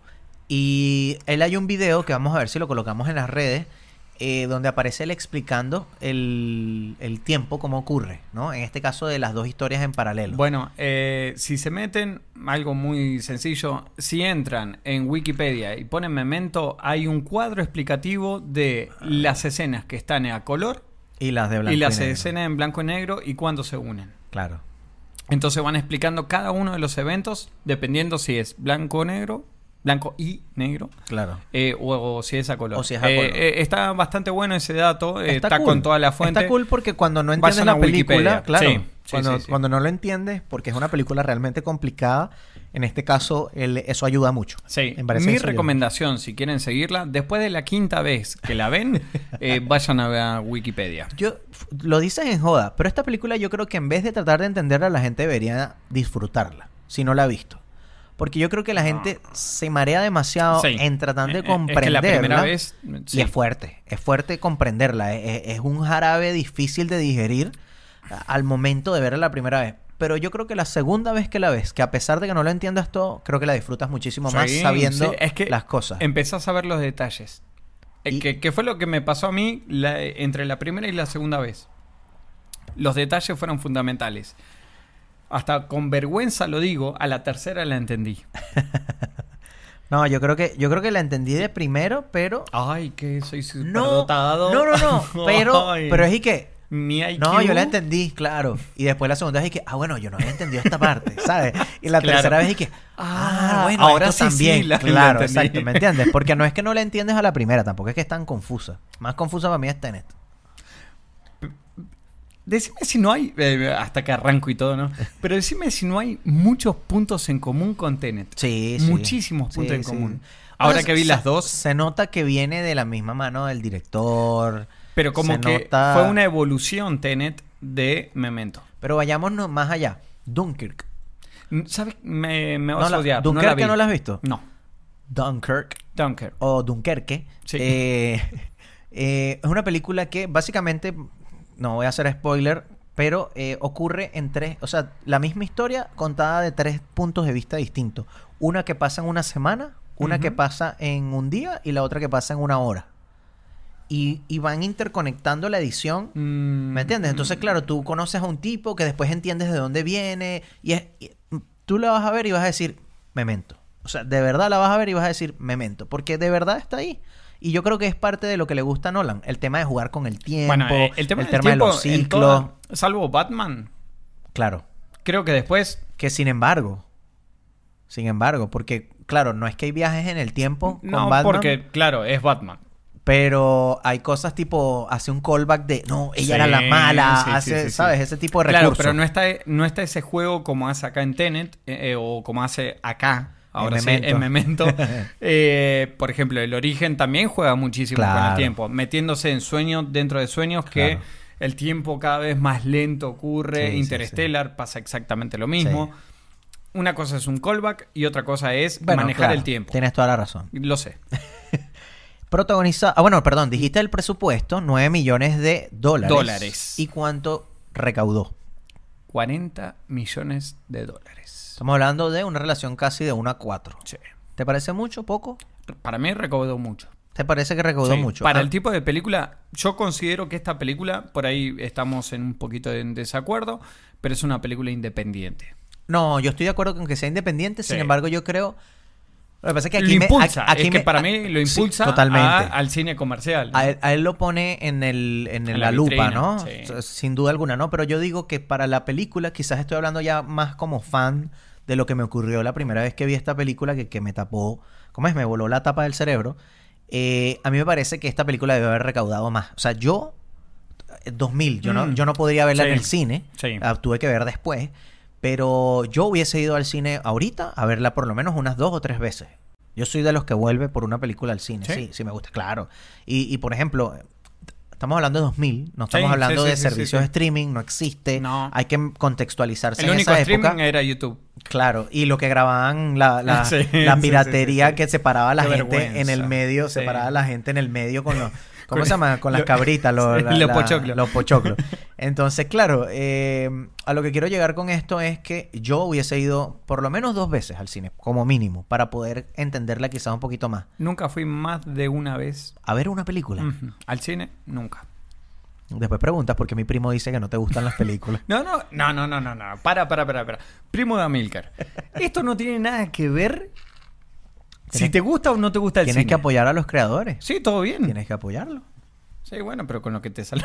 [SPEAKER 4] Y él hay un video que vamos a ver si lo colocamos en las redes. eh, donde aparece él explicando el, el tiempo, cómo ocurre, ¿no? En este caso de las dos historias en paralelo.
[SPEAKER 5] Bueno, eh, si se meten, algo muy sencillo, si entran en Wikipedia y ponen Memento, hay un cuadro explicativo de las escenas que están a color
[SPEAKER 4] y las de blanco.
[SPEAKER 5] y las
[SPEAKER 4] negro.
[SPEAKER 5] escenas en blanco y negro y cuándo se unen.
[SPEAKER 4] Claro.
[SPEAKER 5] Entonces van explicando cada uno de los eventos dependiendo si es blanco o negro, blanco y negro.
[SPEAKER 4] Claro.
[SPEAKER 5] eh, o, o si es a color.
[SPEAKER 4] O si es a
[SPEAKER 5] Eh,
[SPEAKER 4] color.
[SPEAKER 5] eh, está bastante bueno ese dato. eh, está
[SPEAKER 4] cool.
[SPEAKER 5] con toda la fuente.
[SPEAKER 4] Está cool porque cuando no
[SPEAKER 5] Vas
[SPEAKER 4] entiendes
[SPEAKER 5] a
[SPEAKER 4] la
[SPEAKER 5] una Wikipedia.
[SPEAKER 4] película, claro,
[SPEAKER 5] Sí, sí,
[SPEAKER 4] cuando,
[SPEAKER 5] sí, sí.
[SPEAKER 4] cuando no lo entiendes, porque es una película realmente complicada, en este caso el- eso ayuda mucho.
[SPEAKER 5] Sí,
[SPEAKER 4] Me parece que
[SPEAKER 5] mi
[SPEAKER 4] eso ayuda.
[SPEAKER 5] recomendación, si quieren seguirla, después de la quinta vez que la ven, eh, vayan a ver a Wikipedia.
[SPEAKER 4] Yo f- lo dices en joda, pero esta película yo creo que en vez de tratar de entenderla, la gente debería disfrutarla, si no la ha visto. Porque yo creo que la gente se marea demasiado
[SPEAKER 5] Ah. Sí.
[SPEAKER 4] en tratando
[SPEAKER 5] Eh,
[SPEAKER 4] de
[SPEAKER 5] eh, es que la
[SPEAKER 4] comprenderla.
[SPEAKER 5] primera vez, sí.
[SPEAKER 4] Y es fuerte, es fuerte comprenderla. Es, es- es un jarabe difícil de digerir a- al momento de verla la primera vez. Pero yo creo que la segunda vez que la ves, que a pesar de que no lo entiendas todo, creo que la disfrutas muchísimo más
[SPEAKER 5] Sí,
[SPEAKER 4] sabiendo
[SPEAKER 5] sí, es que em
[SPEAKER 4] las cosas.
[SPEAKER 5] Empezás a ver los detalles. Eh,
[SPEAKER 4] Y-
[SPEAKER 5] que, que fue lo que me pasó a mí la- entre la primera y la segunda vez. Los detalles fueron fundamentales. Hasta con vergüenza lo digo, a la tercera la entendí.
[SPEAKER 4] No, yo creo que yo creo que la entendí de primero, pero
[SPEAKER 5] Ay, que soy
[SPEAKER 4] no,
[SPEAKER 5] superdotado.
[SPEAKER 4] no, no, no, pero
[SPEAKER 5] Ay.
[SPEAKER 4] pero es y que
[SPEAKER 5] mi IQ.
[SPEAKER 4] No, yo la entendí, claro. Y después la segunda vez dije, ah, bueno, yo no había entendido esta parte, ¿sabes? Y la
[SPEAKER 5] Claro.
[SPEAKER 4] tercera vez dije, ah,
[SPEAKER 5] Ah,
[SPEAKER 4] bueno,
[SPEAKER 5] ahora
[SPEAKER 4] esto
[SPEAKER 5] sí,
[SPEAKER 4] también.
[SPEAKER 5] sí, la- la
[SPEAKER 4] claro,
[SPEAKER 5] entendí.
[SPEAKER 4] exacto, ¿me entiendes? Porque no es que no la entiendes a la primera, tampoco es que es tan confusa. Más confusa para mí es Tenet.
[SPEAKER 5] Decime si no hay. eh, hasta que arranco y todo, ¿no? Pero decime si no hay muchos puntos en común con Tenet.
[SPEAKER 4] Sí, sí.
[SPEAKER 5] Muchísimos puntos
[SPEAKER 4] Sí,
[SPEAKER 5] en
[SPEAKER 4] sí.
[SPEAKER 5] común.
[SPEAKER 4] O
[SPEAKER 5] Ahora
[SPEAKER 4] sea,
[SPEAKER 5] que vi
[SPEAKER 4] se-
[SPEAKER 5] las dos.
[SPEAKER 4] Se nota que viene de la misma mano del director.
[SPEAKER 5] Pero como
[SPEAKER 4] se
[SPEAKER 5] que
[SPEAKER 4] nota-
[SPEAKER 5] fue una evolución Tenet de Memento.
[SPEAKER 4] Pero vayámonos más allá. Dunkirk.
[SPEAKER 5] Mm, ¿Sabes? Me, me
[SPEAKER 4] No
[SPEAKER 5] vas
[SPEAKER 4] la-
[SPEAKER 5] a odiar.
[SPEAKER 4] Dunkerque
[SPEAKER 5] vi.
[SPEAKER 4] no la has visto.
[SPEAKER 5] No.
[SPEAKER 4] Dunkirk.
[SPEAKER 5] Dunker.
[SPEAKER 4] o Dunkerque.
[SPEAKER 5] Sí.
[SPEAKER 4] eh, eh, es una película que básicamente, no voy a hacer spoiler, pero eh, ocurre en tres, o sea, la misma historia contada de tres puntos de vista distintos. Una que pasa en una semana, una que
[SPEAKER 5] Ujú.
[SPEAKER 4] pasa en un día y la otra que pasa en una hora. Y, y van interconectando la edición
[SPEAKER 5] Mm,
[SPEAKER 4] ¿Me entiendes? Entonces, claro, tú conoces a un tipo que después entiendes de dónde viene y, es, y tú la vas a ver y vas a decir, memento. O sea, de verdad la vas a ver y vas a decir, memento. Porque de verdad está ahí. Y yo creo que es parte de lo que le gusta a Nolan. El tema de jugar con el tiempo.
[SPEAKER 5] Bueno, eh, el tema, del tiempo,
[SPEAKER 4] de los
[SPEAKER 5] en
[SPEAKER 4] ciclos.
[SPEAKER 5] toda- salvo Batman,
[SPEAKER 4] Claro.
[SPEAKER 5] creo que después.
[SPEAKER 4] Que sin embargo. Sin embargo, porque, claro, no es que hay viajes en el tiempo con
[SPEAKER 5] No,
[SPEAKER 4] Batman.
[SPEAKER 5] porque, claro, es Batman.
[SPEAKER 4] Pero hay cosas tipo, hace un callback de, no, ella
[SPEAKER 5] Sí,
[SPEAKER 4] era la mala,
[SPEAKER 5] sí, sí,
[SPEAKER 4] hace,
[SPEAKER 5] sí, sí.
[SPEAKER 4] ¿sabes? Ese tipo de
[SPEAKER 5] Claro,
[SPEAKER 4] recursos.
[SPEAKER 5] pero no está, no está ese juego como hace acá en Tenet eh, eh, o como hace acá. Ahora
[SPEAKER 4] En
[SPEAKER 5] sí, en
[SPEAKER 4] Memento.
[SPEAKER 5] Memento. Eh, por ejemplo, el origen también juega muchísimo con
[SPEAKER 4] Claro.
[SPEAKER 5] el tiempo, metiéndose en sueños dentro de sueños que
[SPEAKER 4] Claro.
[SPEAKER 5] el tiempo cada vez más lento ocurre.
[SPEAKER 4] Sí, sí,
[SPEAKER 5] Interstellar pasa exactamente lo mismo. Una cosa es un callback y otra cosa es
[SPEAKER 4] Bueno,
[SPEAKER 5] manejar
[SPEAKER 4] claro,
[SPEAKER 5] el tiempo.
[SPEAKER 4] Tienes toda la razón.
[SPEAKER 5] Lo sé.
[SPEAKER 4] Protagonizada. Ah, bueno, perdón, dijiste el presupuesto, 9 millones de dólares.
[SPEAKER 5] Dólares.
[SPEAKER 4] ¿Y cuánto recaudó?
[SPEAKER 5] 40 millones de dólares.
[SPEAKER 4] Estamos hablando de una relación casi de 1 a 4.
[SPEAKER 5] Sí.
[SPEAKER 4] ¿Te parece mucho, poco?
[SPEAKER 5] Para mí recaudó mucho.
[SPEAKER 4] ¿Te parece que recaudó
[SPEAKER 5] Sí,
[SPEAKER 4] mucho?
[SPEAKER 5] Para
[SPEAKER 4] Ah,
[SPEAKER 5] el tipo de película, yo considero que esta película, por ahí estamos en un poquito en desacuerdo, pero es una película independiente.
[SPEAKER 4] No, yo estoy de acuerdo con que sea independiente, sin
[SPEAKER 5] Sí.
[SPEAKER 4] embargo, yo creo. Lo que pasa es que aquí
[SPEAKER 5] lo
[SPEAKER 4] me-
[SPEAKER 5] impulsa,
[SPEAKER 4] aquí- aquí
[SPEAKER 5] es que
[SPEAKER 4] me-
[SPEAKER 5] para mí lo
[SPEAKER 4] Sí,
[SPEAKER 5] impulsa
[SPEAKER 4] totalmente.
[SPEAKER 5] a- al cine comercial.
[SPEAKER 4] A él, a él lo pone en, el, en, el-
[SPEAKER 5] En
[SPEAKER 4] la,
[SPEAKER 5] la
[SPEAKER 4] lupa,
[SPEAKER 5] vitrina,
[SPEAKER 4] ¿no?
[SPEAKER 5] sí.
[SPEAKER 4] S- Sin duda alguna, ¿no? Pero yo digo que para la película, quizás estoy hablando ya más como fan de lo que me ocurrió la primera vez que vi esta película, que, que me tapó, ¿cómo es? Me voló la tapa del cerebro. Eh, a mí me parece que esta película debe haber recaudado más. O sea, yo, eh, 2000, yo, no,
[SPEAKER 5] Mm.
[SPEAKER 4] yo no podría verla
[SPEAKER 5] Sí.
[SPEAKER 4] en el cine,
[SPEAKER 5] Sí.
[SPEAKER 4] la tuve que ver después, pero yo hubiese ido al cine ahorita a verla por lo menos unas dos o tres veces. Yo soy de los que vuelve por una película al cine. Sí,
[SPEAKER 5] ¿Sí?
[SPEAKER 4] sí, me gusta, claro. Y, y, por ejemplo, estamos hablando de 2000, no estamos
[SPEAKER 5] Sí,
[SPEAKER 4] hablando
[SPEAKER 5] sí,
[SPEAKER 4] de
[SPEAKER 5] sí, sí,
[SPEAKER 4] servicios
[SPEAKER 5] sí.
[SPEAKER 4] de streaming, no existe.
[SPEAKER 5] No.
[SPEAKER 4] Hay que contextualizarse
[SPEAKER 5] el
[SPEAKER 4] en
[SPEAKER 5] único
[SPEAKER 4] esa
[SPEAKER 5] streaming
[SPEAKER 4] época.
[SPEAKER 5] era YouTube.
[SPEAKER 4] Claro, y lo que grababan, la, la-
[SPEAKER 5] Sí,
[SPEAKER 4] la
[SPEAKER 5] sí,
[SPEAKER 4] piratería
[SPEAKER 5] sí, sí, sí.
[SPEAKER 4] que separaba a la
[SPEAKER 5] Qué
[SPEAKER 4] gente en
[SPEAKER 5] vergüenza.
[SPEAKER 4] el medio,
[SPEAKER 5] Sí.
[SPEAKER 4] separaba a la gente en el medio con los... ¿Cómo
[SPEAKER 5] Con-
[SPEAKER 4] se llama? Con las
[SPEAKER 5] lo-
[SPEAKER 4] cabritas, los,
[SPEAKER 5] sí,
[SPEAKER 4] la-
[SPEAKER 5] los
[SPEAKER 4] la-
[SPEAKER 5] pochoclos.
[SPEAKER 4] los pochoclos. Entonces, claro, eh, a lo que quiero llegar con esto es que yo hubiese ido por lo menos dos veces al cine, como mínimo, para poder entenderla quizás un poquito más.
[SPEAKER 5] Nunca fui más de una vez
[SPEAKER 4] A ver una película.
[SPEAKER 5] ujú, al cine, nunca.
[SPEAKER 4] Después preguntas porque mi primo dice que no te gustan las películas.
[SPEAKER 5] No, no, no, no, no, no, no. Para, para, para, para. Primo de Amilcar. Esto no tiene nada que ver si
[SPEAKER 4] Tienes-
[SPEAKER 5] te gusta o no te gusta el
[SPEAKER 4] Tienes
[SPEAKER 5] cine.
[SPEAKER 4] que apoyar a los creadores.
[SPEAKER 5] Sí, todo bien.
[SPEAKER 4] Tienes que apoyarlo.
[SPEAKER 5] Sí, bueno, pero con lo que te salen.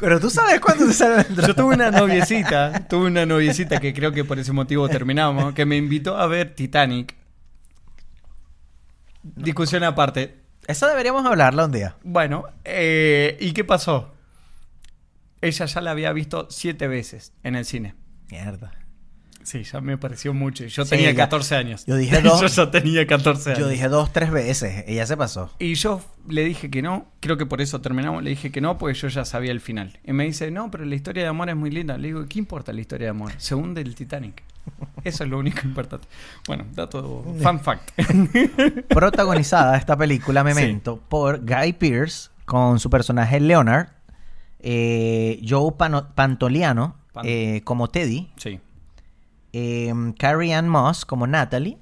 [SPEAKER 4] Pero tú sabes cuándo te sale
[SPEAKER 5] Yo tuve una noviecita, tuve una noviecita que creo que por ese motivo terminamos, que me invitó a ver Titanic. Discusión aparte.
[SPEAKER 4] Esa deberíamos hablarla un día.
[SPEAKER 5] Bueno, eh, ¿y qué pasó? Ella ya la había visto siete veces en el cine.
[SPEAKER 4] Mierda.
[SPEAKER 5] Sí, ya me pareció mucho. Yo
[SPEAKER 4] Sí,
[SPEAKER 5] tenía
[SPEAKER 4] ya.
[SPEAKER 5] 14 años.
[SPEAKER 4] Yo dije dos.
[SPEAKER 5] Yo ya tenía 14 años.
[SPEAKER 4] Yo dije dos, tres veces. Ella se pasó.
[SPEAKER 5] Y yo le dije que no, creo que por eso terminamos, le dije que no, porque yo ya sabía el final. Y me dice, no, pero la historia de amor es muy linda. Le digo, ¿qué importa la historia de amor? Se hunde el Titanic. Eso es lo único importante. Bueno, dato, fan fact.
[SPEAKER 4] Protagonizada esta película Memento por Guy Pearce con su personaje Leonard, eh, Joe Pano- Pantoliano
[SPEAKER 5] Pan-
[SPEAKER 4] eh, como Teddy,
[SPEAKER 5] sí.
[SPEAKER 4] eh, Carrie Ann Moss como Natalie.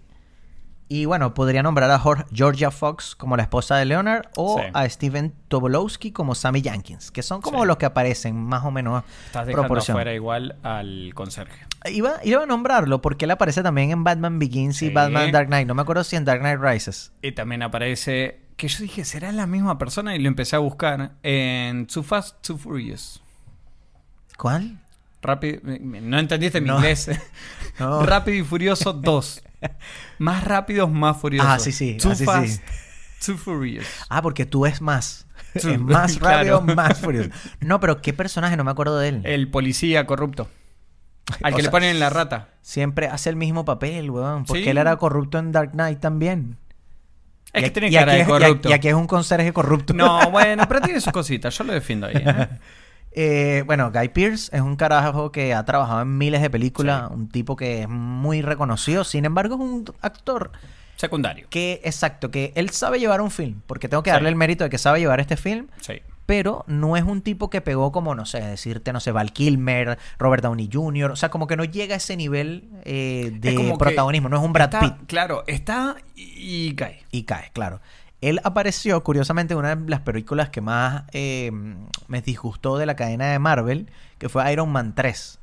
[SPEAKER 4] Y bueno, podría nombrar a Jor- Georgia Fox como la esposa de Leonard o
[SPEAKER 5] Sí.
[SPEAKER 4] a Steven Tobolowsky como Sammy Jenkins, que son como
[SPEAKER 5] Sí.
[SPEAKER 4] los que aparecen más o menos
[SPEAKER 5] Estás dejando
[SPEAKER 4] proporción.
[SPEAKER 5] afuera igual al conserje.
[SPEAKER 4] Iba, iba a nombrarlo porque él aparece también en Batman Begins y
[SPEAKER 5] Sí.
[SPEAKER 4] Batman Dark Knight. No me acuerdo si en Dark Knight Rises.
[SPEAKER 5] Y también aparece que yo dije, ¿será la misma persona? Y lo empecé a buscar en Too Fast, Too Furious.
[SPEAKER 4] ¿Cuál?
[SPEAKER 5] Rápido, eh, no entendiste mi
[SPEAKER 4] No.
[SPEAKER 5] inglés.
[SPEAKER 4] No.
[SPEAKER 5] Rápido y Furioso 2. más rápidos, más furiosos.
[SPEAKER 4] Ah, sí, sí,
[SPEAKER 5] Too
[SPEAKER 4] ah, sí,
[SPEAKER 5] Fast,
[SPEAKER 4] sí.
[SPEAKER 5] Too Furious.
[SPEAKER 4] Ah, porque tú es más.
[SPEAKER 5] Tú,
[SPEAKER 4] es más
[SPEAKER 5] claro. Eh.
[SPEAKER 4] rápido, más furioso. No, pero ¿qué personaje? No me acuerdo de él.
[SPEAKER 5] El policía corrupto. Al
[SPEAKER 4] O
[SPEAKER 5] que le
[SPEAKER 4] sea,
[SPEAKER 5] ponen en la rata.
[SPEAKER 4] Siempre hace el mismo papel, weón. Porque
[SPEAKER 5] Sí.
[SPEAKER 4] él era corrupto en Dark Knight también. Y
[SPEAKER 5] Es que
[SPEAKER 4] aquí-
[SPEAKER 5] tiene
[SPEAKER 4] y aquí
[SPEAKER 5] cara de
[SPEAKER 4] es- y a-
[SPEAKER 5] corrupto.
[SPEAKER 4] Y aquí es un conserje corrupto.
[SPEAKER 5] No, bueno, pero tiene sus cositas. Yo lo defiendo ahí. ¿eh?
[SPEAKER 4] Eh, bueno, Guy Pearce es un carajo que ha trabajado en miles de películas, un tipo que es muy reconocido, sin embargo es un actor
[SPEAKER 5] Secundario.
[SPEAKER 4] que, exacto, que él sabe llevar un film, porque tengo que
[SPEAKER 5] Sí.
[SPEAKER 4] darle el mérito de que sabe llevar este film,
[SPEAKER 5] Sí.
[SPEAKER 4] pero no es un tipo que pegó como, no sé, decirte, no sé, Val Kilmer, Robert Downey Jr., o sea, como que no llega a ese nivel eh,
[SPEAKER 5] Es
[SPEAKER 4] de
[SPEAKER 5] como que
[SPEAKER 4] protagonismo, no es un Brad
[SPEAKER 5] está-
[SPEAKER 4] Pitt
[SPEAKER 5] Claro, está y, y cae.
[SPEAKER 4] y cae, claro. Él apareció, curiosamente, en una de las películas que más eh, me disgustó de la cadena de Marvel, que fue Iron Man 3.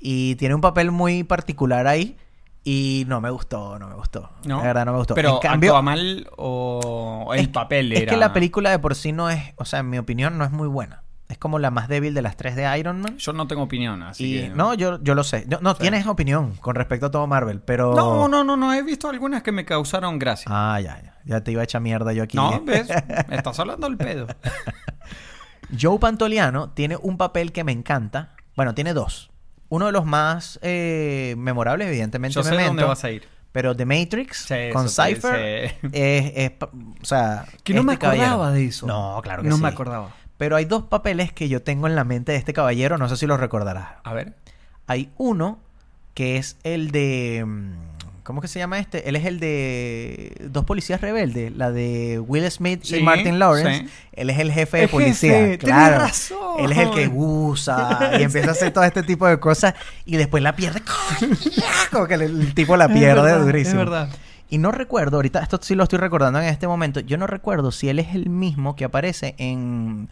[SPEAKER 4] Y tiene un papel muy particular ahí. Y no me gustó, no me gustó.
[SPEAKER 5] ¿No?
[SPEAKER 4] La verdad, no me gustó.
[SPEAKER 5] Pero
[SPEAKER 4] en cambio,
[SPEAKER 5] actuaba mal o el
[SPEAKER 4] es-
[SPEAKER 5] papel
[SPEAKER 4] es
[SPEAKER 5] era.
[SPEAKER 4] que la película de por sí no es, o sea, en mi opinión, no es muy buena. Es como la más débil de las tres de Iron Man.
[SPEAKER 5] Yo no tengo opinión, así
[SPEAKER 4] y
[SPEAKER 5] que-
[SPEAKER 4] no, yo, yo lo sé. Yo- no, tienes opinión con respecto a todo Marvel, pero.
[SPEAKER 5] no, no, no, no, He visto algunas que me causaron gracia.
[SPEAKER 4] Ah, ya, ya. Ya te iba a echar mierda yo aquí.
[SPEAKER 5] no, ves, me estás hablando al pedo.
[SPEAKER 4] Joe Pantoliano tiene un papel que me encanta. Bueno, tiene dos. Uno de los más eh, memorables, evidentemente.
[SPEAKER 5] Yo sé
[SPEAKER 4] Memento,
[SPEAKER 5] dónde vas a ir.
[SPEAKER 4] Pero The Matrix
[SPEAKER 5] Sí, eso
[SPEAKER 4] con
[SPEAKER 5] te-
[SPEAKER 4] Cypher
[SPEAKER 5] sí.
[SPEAKER 4] es, es pa- O sea.
[SPEAKER 5] Que no me
[SPEAKER 4] este caballero.
[SPEAKER 5] acordaba de eso.
[SPEAKER 4] No, claro que
[SPEAKER 5] No
[SPEAKER 4] sí.
[SPEAKER 5] me acordaba.
[SPEAKER 4] Pero hay dos papeles que yo tengo en la mente de este caballero, no sé si los recordarás.
[SPEAKER 5] A ver.
[SPEAKER 4] Hay uno que es el de. mm, ¿Cómo que se llama este? Él es el de dos policías rebeldes, la de Will Smith
[SPEAKER 5] Sí,
[SPEAKER 4] y Martin Lawrence.
[SPEAKER 5] sí.
[SPEAKER 4] Él es el jefe de
[SPEAKER 5] El jefe,
[SPEAKER 4] policía.
[SPEAKER 5] tenés
[SPEAKER 4] claro.
[SPEAKER 5] razón.
[SPEAKER 4] Él es el que usa y empieza a hacer todo este tipo de cosas y después la pierde. Como que el, el tipo la
[SPEAKER 5] Es
[SPEAKER 4] pierde
[SPEAKER 5] verdad,
[SPEAKER 4] durísimo.
[SPEAKER 5] Es verdad.
[SPEAKER 4] Y no recuerdo, ahorita esto sí lo estoy recordando en este momento, yo no recuerdo si él es el mismo que aparece en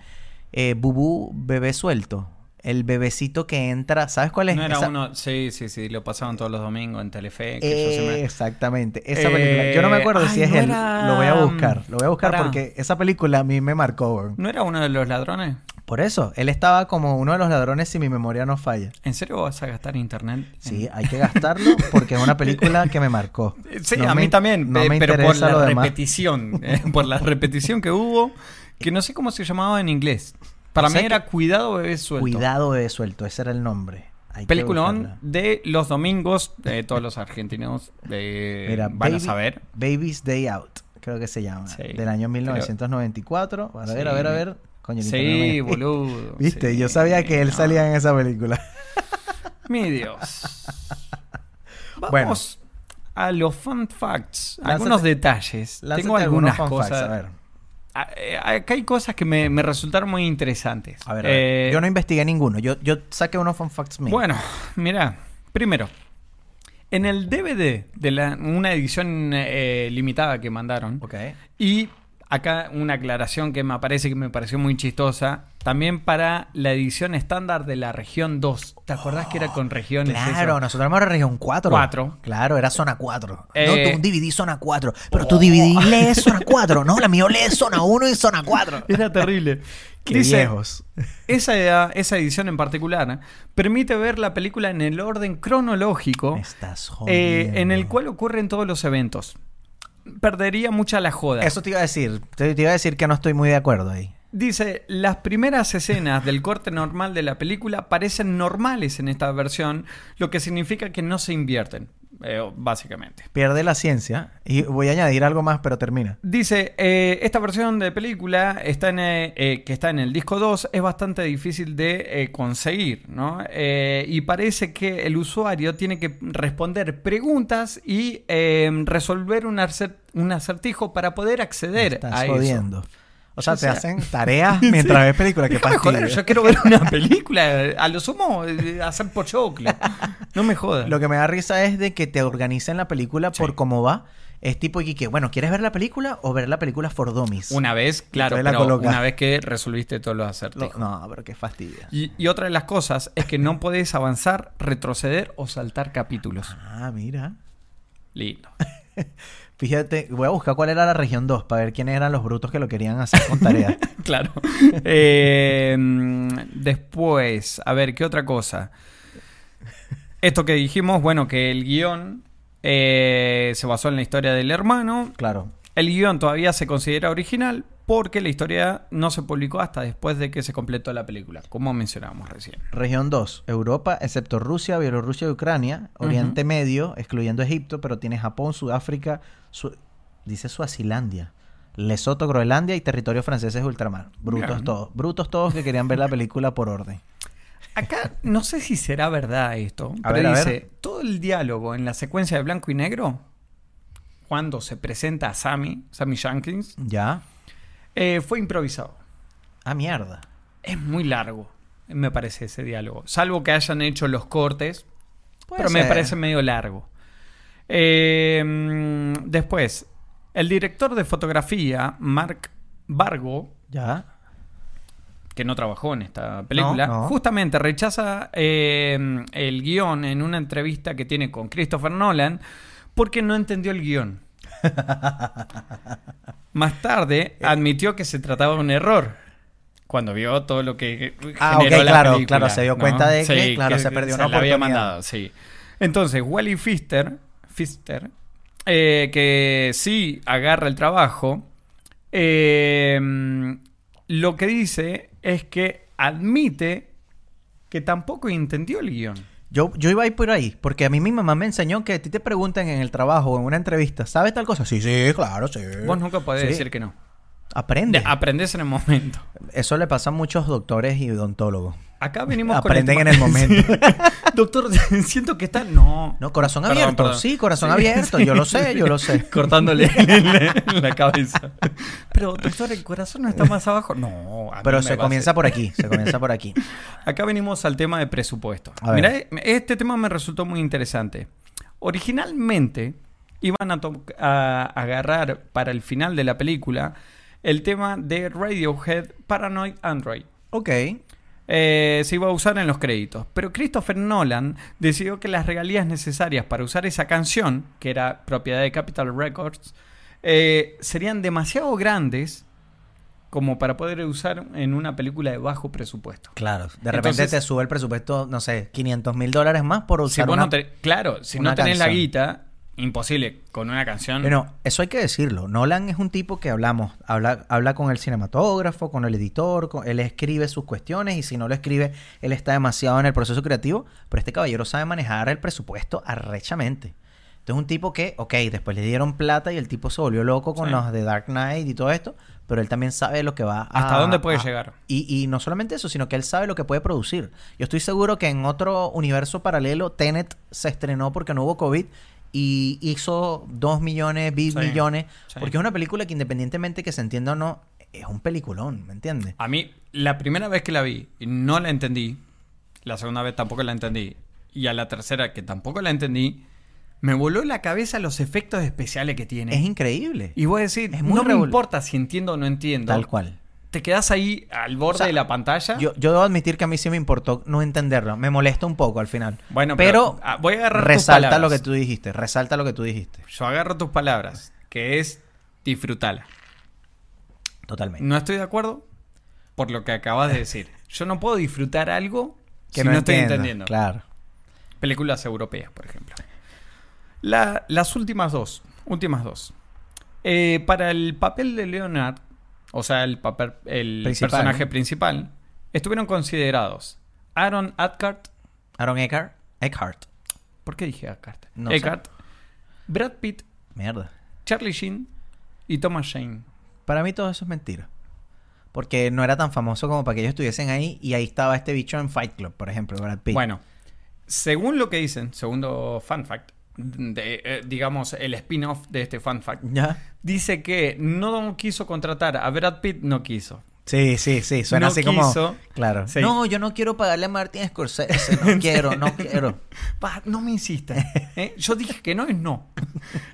[SPEAKER 4] eh, Bubú Bebé Suelto. El bebecito que entra, ¿sabes cuál es?
[SPEAKER 5] No era
[SPEAKER 4] Esa-
[SPEAKER 5] uno. Sí, sí, sí. Lo pasaban todos los domingos en Telefe. Que yo
[SPEAKER 4] Eh,
[SPEAKER 5] siempre-
[SPEAKER 4] Exactamente, esa
[SPEAKER 5] Eh,
[SPEAKER 4] película. Yo no me acuerdo si
[SPEAKER 5] ay,
[SPEAKER 4] es
[SPEAKER 5] no
[SPEAKER 4] él.
[SPEAKER 5] era-
[SPEAKER 4] Lo voy a buscar, lo voy a buscar
[SPEAKER 5] Pará.
[SPEAKER 4] porque esa película a mí me marcó. weón.
[SPEAKER 5] ¿No era uno de los ladrones?
[SPEAKER 4] Por eso, él estaba como uno de los ladrones si mi memoria no falla.
[SPEAKER 5] ¿En serio vas a gastar internet? en-
[SPEAKER 4] Sí, hay que gastarlo porque es una película que me marcó.
[SPEAKER 5] Mm. Sí,
[SPEAKER 4] No
[SPEAKER 5] a
[SPEAKER 4] me-
[SPEAKER 5] mí también,
[SPEAKER 4] no
[SPEAKER 5] pe-
[SPEAKER 4] me
[SPEAKER 5] pero por
[SPEAKER 4] interesa
[SPEAKER 5] la
[SPEAKER 4] lo demás.
[SPEAKER 5] repetición, eh, por la repetición que hubo, que no sé cómo se llamaba en inglés. Para
[SPEAKER 4] O sea
[SPEAKER 5] mí era Cuidado bebé suelto.
[SPEAKER 4] Cuidado Bebé Suelto, ese era el nombre. Hay que
[SPEAKER 5] Peliculón
[SPEAKER 4] buscarla.
[SPEAKER 5] de los domingos, de todos los argentinos de,
[SPEAKER 4] Mira,
[SPEAKER 5] van a
[SPEAKER 4] Baby-
[SPEAKER 5] saber.
[SPEAKER 4] Baby's Day Out, creo que se llama.
[SPEAKER 5] Sí,
[SPEAKER 4] del año
[SPEAKER 5] creo-
[SPEAKER 4] 1994. A ver,
[SPEAKER 5] Sí.
[SPEAKER 4] a ver, a ver. Coño, el
[SPEAKER 5] Sí,
[SPEAKER 4] internet no me-
[SPEAKER 5] boludo.
[SPEAKER 4] Viste,
[SPEAKER 5] sí,
[SPEAKER 4] yo sabía que él
[SPEAKER 5] no.
[SPEAKER 4] salía en esa película.
[SPEAKER 5] Mi Dios. Vamos
[SPEAKER 4] Bueno.
[SPEAKER 5] a los fun facts,
[SPEAKER 4] Lánzate-
[SPEAKER 5] algunos detalles.
[SPEAKER 4] Lánzate
[SPEAKER 5] Tengo
[SPEAKER 4] algunos
[SPEAKER 5] algunas
[SPEAKER 4] fun
[SPEAKER 5] cosas.
[SPEAKER 4] facts, a ver,
[SPEAKER 5] A- eh, Acá hay cosas que me, me resultaron muy interesantes.
[SPEAKER 4] a ver, a ver.
[SPEAKER 5] Eh,
[SPEAKER 4] Yo no investigué ninguno. Yo, yo saqué unos fun facts míos.
[SPEAKER 5] Bueno, mira, primero, en el DVD de la, una edición eh, limitada que mandaron,
[SPEAKER 4] Ok.
[SPEAKER 5] y acá una aclaración que me aparece que me pareció muy chistosa, también para la edición estándar de la región 2. ¿Te acordás que era con regiones?
[SPEAKER 4] Claro,
[SPEAKER 5] eso?
[SPEAKER 4] nosotros éramos región 4.
[SPEAKER 5] Cuatro.
[SPEAKER 4] Claro, era zona 4.
[SPEAKER 5] Eh, oh.
[SPEAKER 4] no, tú un DVD zona 4. Pero tu DVD lee zona 4. No, la mía lee zona 1 y zona 4.
[SPEAKER 5] Era terrible.
[SPEAKER 4] Qué
[SPEAKER 5] Dice,
[SPEAKER 4] viejos.
[SPEAKER 5] Esa, esa edición en particular ¿eh? permite ver la película en el orden cronológico
[SPEAKER 4] Me estás
[SPEAKER 5] eh, en el
[SPEAKER 4] jodiendo.
[SPEAKER 5] cual ocurren todos los eventos. Perdería mucha la joda.
[SPEAKER 4] Eso te iba a decir. Te, te iba a decir que no estoy muy de acuerdo ahí.
[SPEAKER 5] Dice, las primeras escenas del corte normal de la película parecen normales en esta versión, lo que significa que no se invierten, eh, básicamente.
[SPEAKER 4] Pierde la ciencia. Y voy a añadir algo más, pero termina.
[SPEAKER 5] Dice, eh, esta versión de película está en, eh, eh, que está en el disco 2 es bastante difícil de eh, conseguir, ¿no? Eh, y parece que el usuario tiene que responder preguntas y eh, resolver un, acer- un acertijo para poder
[SPEAKER 4] Me
[SPEAKER 5] acceder a
[SPEAKER 4] estás
[SPEAKER 5] eso.
[SPEAKER 4] jodiendo. O sea,
[SPEAKER 5] Yo
[SPEAKER 4] te
[SPEAKER 5] sé.
[SPEAKER 4] hacen tareas mientras ves películas. Qué
[SPEAKER 5] Déjame joder,
[SPEAKER 4] fastidio.
[SPEAKER 5] yo quiero ver una película, a lo sumo eh, hacer pochoclo. No me jodas.
[SPEAKER 4] Lo que me da risa es de que te organicen la película por cómo va. Es tipo y que, bueno, ¿quieres ver la película o ver la película for dummies?
[SPEAKER 5] Una vez, claro,
[SPEAKER 4] Entonces la
[SPEAKER 5] pero
[SPEAKER 4] coloca.
[SPEAKER 5] una vez que resolviste todos los
[SPEAKER 4] Lo-
[SPEAKER 5] acertijos.
[SPEAKER 4] no, pero qué fastidio.
[SPEAKER 5] Y, y otra de las cosas es que no podés avanzar, retroceder o saltar capítulos.
[SPEAKER 4] Ah, mira.
[SPEAKER 5] Lindo.
[SPEAKER 4] Fíjate, voy a buscar cuál era la región 2 para ver quiénes eran los brutos que lo querían hacer con tareas.
[SPEAKER 5] Claro. Eh, después, a ver, ¿qué otra cosa? Esto que dijimos, bueno, que el guión eh, se basó en la historia del hermano.
[SPEAKER 4] claro.
[SPEAKER 5] El guión todavía se considera original porque la historia no se publicó hasta después de que se completó la película, como mencionábamos recién.
[SPEAKER 4] Región 2, Europa, excepto Rusia, Bielorrusia y Ucrania, Oriente Medio, excluyendo Egipto, pero tiene Japón, Sudáfrica, Su- dice Suazilandia, Lesoto, Groenlandia y territorios franceses de ultramar. Brutos
[SPEAKER 5] Bien.
[SPEAKER 4] todos, brutos todos que querían ver la película por orden.
[SPEAKER 5] Acá no sé si será verdad esto,
[SPEAKER 4] A
[SPEAKER 5] pero
[SPEAKER 4] ver, a
[SPEAKER 5] dice,
[SPEAKER 4] ver.
[SPEAKER 5] todo el diálogo en la secuencia de blanco y negro, cuando se presenta a Sammy, Sammy Jenkins,
[SPEAKER 4] ¿Ya?
[SPEAKER 5] eh, fue improvisado.
[SPEAKER 4] Ah, mierda.
[SPEAKER 5] Es muy largo, me parece ese diálogo. Salvo que hayan hecho los cortes,
[SPEAKER 4] Puede
[SPEAKER 5] pero me
[SPEAKER 4] ser.
[SPEAKER 5] parece medio largo. Eh, mm, después, el director de fotografía, Mark Vargo,
[SPEAKER 4] ¿Ya?
[SPEAKER 5] que no trabajó en esta película,
[SPEAKER 4] No, no.
[SPEAKER 5] justamente rechaza eh, el guión en una entrevista que tiene con Christopher Nolan porque no entendió el guión. Más tarde admitió que se trataba de un error. Cuando vio todo lo que
[SPEAKER 4] Ah,
[SPEAKER 5] generó
[SPEAKER 4] ok,
[SPEAKER 5] la
[SPEAKER 4] claro,
[SPEAKER 5] película,
[SPEAKER 4] claro, se dio cuenta de que, claro, se perdió una
[SPEAKER 5] la había
[SPEAKER 4] oportunidad.
[SPEAKER 5] mandado, sí. Entonces, Wally Fister, Fister eh, que sí agarra el trabajo, eh, lo que dice es que admite que tampoco entendió el guión.
[SPEAKER 4] Yo, yo iba a ir por ahí, porque a mí mi mamá me enseñó que a ti te preguntan en el trabajo o en una entrevista, ¿sabes tal cosa? Sí, sí, claro, sí.
[SPEAKER 5] Vos nunca podés
[SPEAKER 4] Sí.
[SPEAKER 5] decir que no.
[SPEAKER 4] Aprende.
[SPEAKER 5] Aprendés en el momento.
[SPEAKER 4] Eso le pasa a muchos doctores y odontólogos.
[SPEAKER 5] Acá venimos
[SPEAKER 4] Aprenden
[SPEAKER 5] con
[SPEAKER 4] en el momento.
[SPEAKER 5] Doctor, siento que está. No.
[SPEAKER 4] No, corazón
[SPEAKER 5] Perdón,
[SPEAKER 4] abierto.
[SPEAKER 5] perdón.
[SPEAKER 4] Sí, corazón abierto. Yo lo sé, yo lo sé.
[SPEAKER 5] Cortándole la cabeza. Pero, doctor, el corazón no está más abajo. No, a mí
[SPEAKER 4] Pero
[SPEAKER 5] me
[SPEAKER 4] se
[SPEAKER 5] va a
[SPEAKER 4] comienza
[SPEAKER 5] hacer-
[SPEAKER 4] por aquí, se comienza por aquí.
[SPEAKER 5] Acá venimos al tema de presupuesto.
[SPEAKER 4] A ver.
[SPEAKER 5] Mirá, este tema me resultó muy interesante. Originalmente iban a, to- a agarrar para el final de la película el tema de Radiohead Paranoid Android.
[SPEAKER 4] Ok.
[SPEAKER 5] Eh, se iba a usar en los créditos, pero Christopher Nolan decidió que las regalías necesarias para usar esa canción, que era propiedad de Capitol Records, eh, serían demasiado grandes como para poder usar en una película de bajo presupuesto.
[SPEAKER 4] Claro. De repente
[SPEAKER 5] Entonces-
[SPEAKER 4] te sube el presupuesto, no sé, 500 mil dólares más por
[SPEAKER 5] Si
[SPEAKER 4] usar
[SPEAKER 5] vos
[SPEAKER 4] una...
[SPEAKER 5] no te- claro, si
[SPEAKER 4] una
[SPEAKER 5] no tenés la
[SPEAKER 4] canción.
[SPEAKER 5] guita, imposible con una canción.
[SPEAKER 4] Bueno, eso hay que decirlo. Nolan es un tipo que hablamos, habla, habla con el cinematógrafo, con el editor, con- él escribe sus cuestiones y si no lo escribe, él está demasiado en el proceso creativo, pero este caballero sabe manejar el presupuesto arrechamente. Entonces un tipo que, ok, después le dieron plata y el tipo se volvió loco con
[SPEAKER 5] Sí.
[SPEAKER 4] los de Dark Knight y todo esto, pero él también sabe lo que va a...
[SPEAKER 5] ¿Hasta dónde puede
[SPEAKER 4] a-
[SPEAKER 5] llegar?
[SPEAKER 4] Y, y no solamente eso, sino que él sabe lo que puede producir. Yo estoy seguro que en otro universo paralelo, Tenet se estrenó porque no hubo COVID y hizo 2 millones, vi
[SPEAKER 5] Sí,
[SPEAKER 4] millones.
[SPEAKER 5] sí.
[SPEAKER 4] Porque es una película que independientemente que se entienda o no, es un peliculón, ¿me entiendes?
[SPEAKER 5] A mí, la primera vez que la vi, no la entendí. La segunda vez tampoco la entendí. Y a la tercera, que tampoco la entendí, me voló la cabeza los efectos especiales que tiene.
[SPEAKER 4] Es increíble.
[SPEAKER 5] y voy a decir,
[SPEAKER 4] es muy
[SPEAKER 5] no me
[SPEAKER 4] revol-
[SPEAKER 5] importa si entiendo o no entiendo.
[SPEAKER 4] Tal cual.
[SPEAKER 5] Te quedas ahí al borde
[SPEAKER 4] O sea,
[SPEAKER 5] de la pantalla.
[SPEAKER 4] Yo, yo debo admitir que a mí sí me importó no entenderlo. Me molesta un poco al final.
[SPEAKER 5] Bueno, pero, ah, voy a agarrar tus
[SPEAKER 4] resalta
[SPEAKER 5] palabras.
[SPEAKER 4] lo que tú dijiste. Resalta lo que tú dijiste.
[SPEAKER 5] Yo agarro tus palabras, que es disfrutala.
[SPEAKER 4] Totalmente.
[SPEAKER 5] No estoy de acuerdo por lo que acabas de decir. Yo no puedo disfrutar algo que no, estoy
[SPEAKER 4] entiendo,
[SPEAKER 5] entendiendo.
[SPEAKER 4] Claro.
[SPEAKER 5] Películas europeas, por ejemplo. La- las últimas dos. Últimas dos. Eh, para el papel de Leonard, o sea, el, papel, el
[SPEAKER 4] Principal,
[SPEAKER 5] personaje
[SPEAKER 4] ¿no?
[SPEAKER 5] principal, estuvieron considerados Aaron Eckhart.
[SPEAKER 4] Aaron Eckhart. Eckhart.
[SPEAKER 5] ¿Por qué dije Eckhart?
[SPEAKER 4] No sé.
[SPEAKER 5] Eckhart. Brad Pitt,
[SPEAKER 4] Mierda.
[SPEAKER 5] Charlie Sheen y Thomas Shane.
[SPEAKER 4] Para mí todo eso es mentira. Porque no era tan famoso como para que ellos estuviesen ahí y ahí estaba este bicho en Fight Club, por ejemplo, Brad Pitt.
[SPEAKER 5] Bueno, según lo que dicen, segundo fan fact, de, eh, digamos el spin-off de este fan fact,
[SPEAKER 4] ¿Ya?
[SPEAKER 5] dice que no quiso contratar a Brad Pitt, no quiso.
[SPEAKER 4] Sí, sí, sí, suena
[SPEAKER 5] No
[SPEAKER 4] así
[SPEAKER 5] quiso.
[SPEAKER 4] como... Claro.
[SPEAKER 5] Sí.
[SPEAKER 4] No, yo no quiero pagarle a Martin Scorsese, no quiero, no quiero.
[SPEAKER 5] Pa, no me insistas. ¿eh? Yo dije que no es no.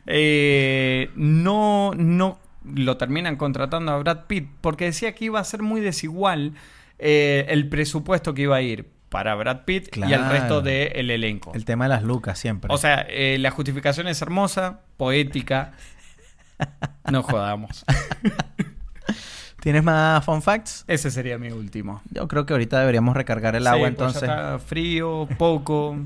[SPEAKER 5] Eh, no, no lo terminan contratando a Brad Pitt porque decía que iba a ser muy desigual eh, el presupuesto que iba a ir. para Brad Pitt y
[SPEAKER 4] Claro.
[SPEAKER 5] al resto del elenco.
[SPEAKER 4] El tema de las lucas siempre.
[SPEAKER 5] O sea, eh, la justificación es hermosa, poética. No jodamos.
[SPEAKER 4] ¿Tienes más fun facts?
[SPEAKER 5] Ese sería mi último.
[SPEAKER 4] Yo creo que ahorita deberíamos recargar el agua
[SPEAKER 5] Sí, pues ya
[SPEAKER 4] entonces.
[SPEAKER 5] está frío, poco.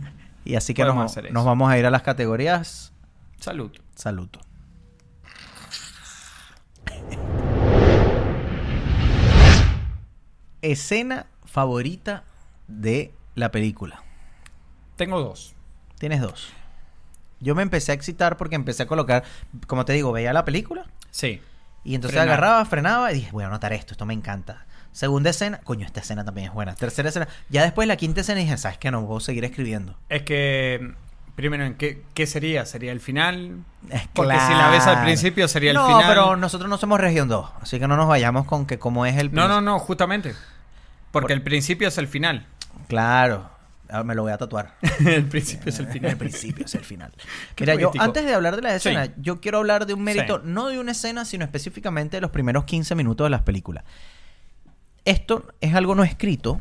[SPEAKER 4] Y así que
[SPEAKER 5] Podemos
[SPEAKER 4] nos,
[SPEAKER 5] hacer eso.
[SPEAKER 4] nos vamos a ir a las categorías.
[SPEAKER 5] Salud.
[SPEAKER 4] Saluto. Escena favorita de la película.
[SPEAKER 5] Tengo dos.
[SPEAKER 4] Tienes dos. Yo me empecé a excitar porque empecé a colocar, como te digo, veía la película
[SPEAKER 5] Sí.
[SPEAKER 4] y entonces
[SPEAKER 5] Frenaba.
[SPEAKER 4] agarraba, frenaba y dije, voy a anotar esto, esto me encanta. Segunda escena, coño, esta escena también es buena. Tercera escena, ya después de la quinta escena dije, sabes que no, voy a seguir escribiendo.
[SPEAKER 5] Es que, primero, ¿en qué, qué sería? ¿Sería el final?
[SPEAKER 4] Es
[SPEAKER 5] Porque si la ves al principio sería el final.
[SPEAKER 4] No, pero nosotros no somos región 2, así que no nos vayamos con que como es el
[SPEAKER 5] No,
[SPEAKER 4] prin-
[SPEAKER 5] no, no, justamente.
[SPEAKER 4] Por-
[SPEAKER 5] Porque el principio es el final.
[SPEAKER 4] Claro. Ahora me lo voy a tatuar.
[SPEAKER 5] el principio es el
[SPEAKER 4] El
[SPEAKER 5] final.
[SPEAKER 4] principio es el final.
[SPEAKER 5] Qué
[SPEAKER 4] Mira, yo
[SPEAKER 5] poético.
[SPEAKER 4] antes de hablar de la escena,
[SPEAKER 5] Sí.
[SPEAKER 4] yo quiero hablar de un mérito,
[SPEAKER 5] Sí.
[SPEAKER 4] no de una escena, sino específicamente de los primeros 15 minutos de las películas. Esto es algo no escrito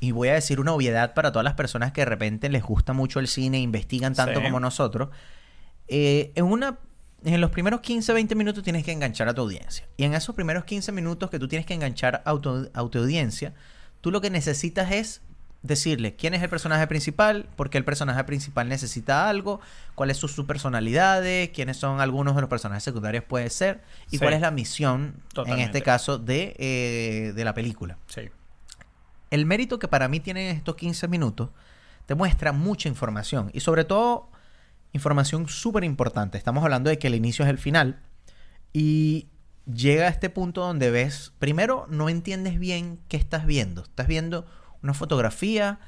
[SPEAKER 4] y voy a decir una obviedad para todas las personas que de repente les gusta mucho el cine, investigan tanto
[SPEAKER 5] Sí.
[SPEAKER 4] como nosotros. Eh, en una en los primeros 15, 20 minutos tienes que enganchar a tu audiencia. Y en esos primeros 15 minutos que tú tienes que enganchar a tu, a tu audiencia, tú lo que necesitas es decirle quién es el personaje principal, por qué el personaje principal necesita algo, cuáles son sus personalidades, quiénes son algunos de los personajes secundarios puede ser, y
[SPEAKER 5] Sí.
[SPEAKER 4] cuál es la misión, en este
[SPEAKER 5] Totalmente.
[SPEAKER 4] caso, de, eh, de la película.
[SPEAKER 5] Sí.
[SPEAKER 4] El mérito que para mí tienen estos 15 minutos te muestra mucha información y sobre todo información súper importante. Estamos hablando de que el inicio es el final y llega a este punto donde ves, primero no entiendes bien qué estás viendo. Estás viendo una fotografía,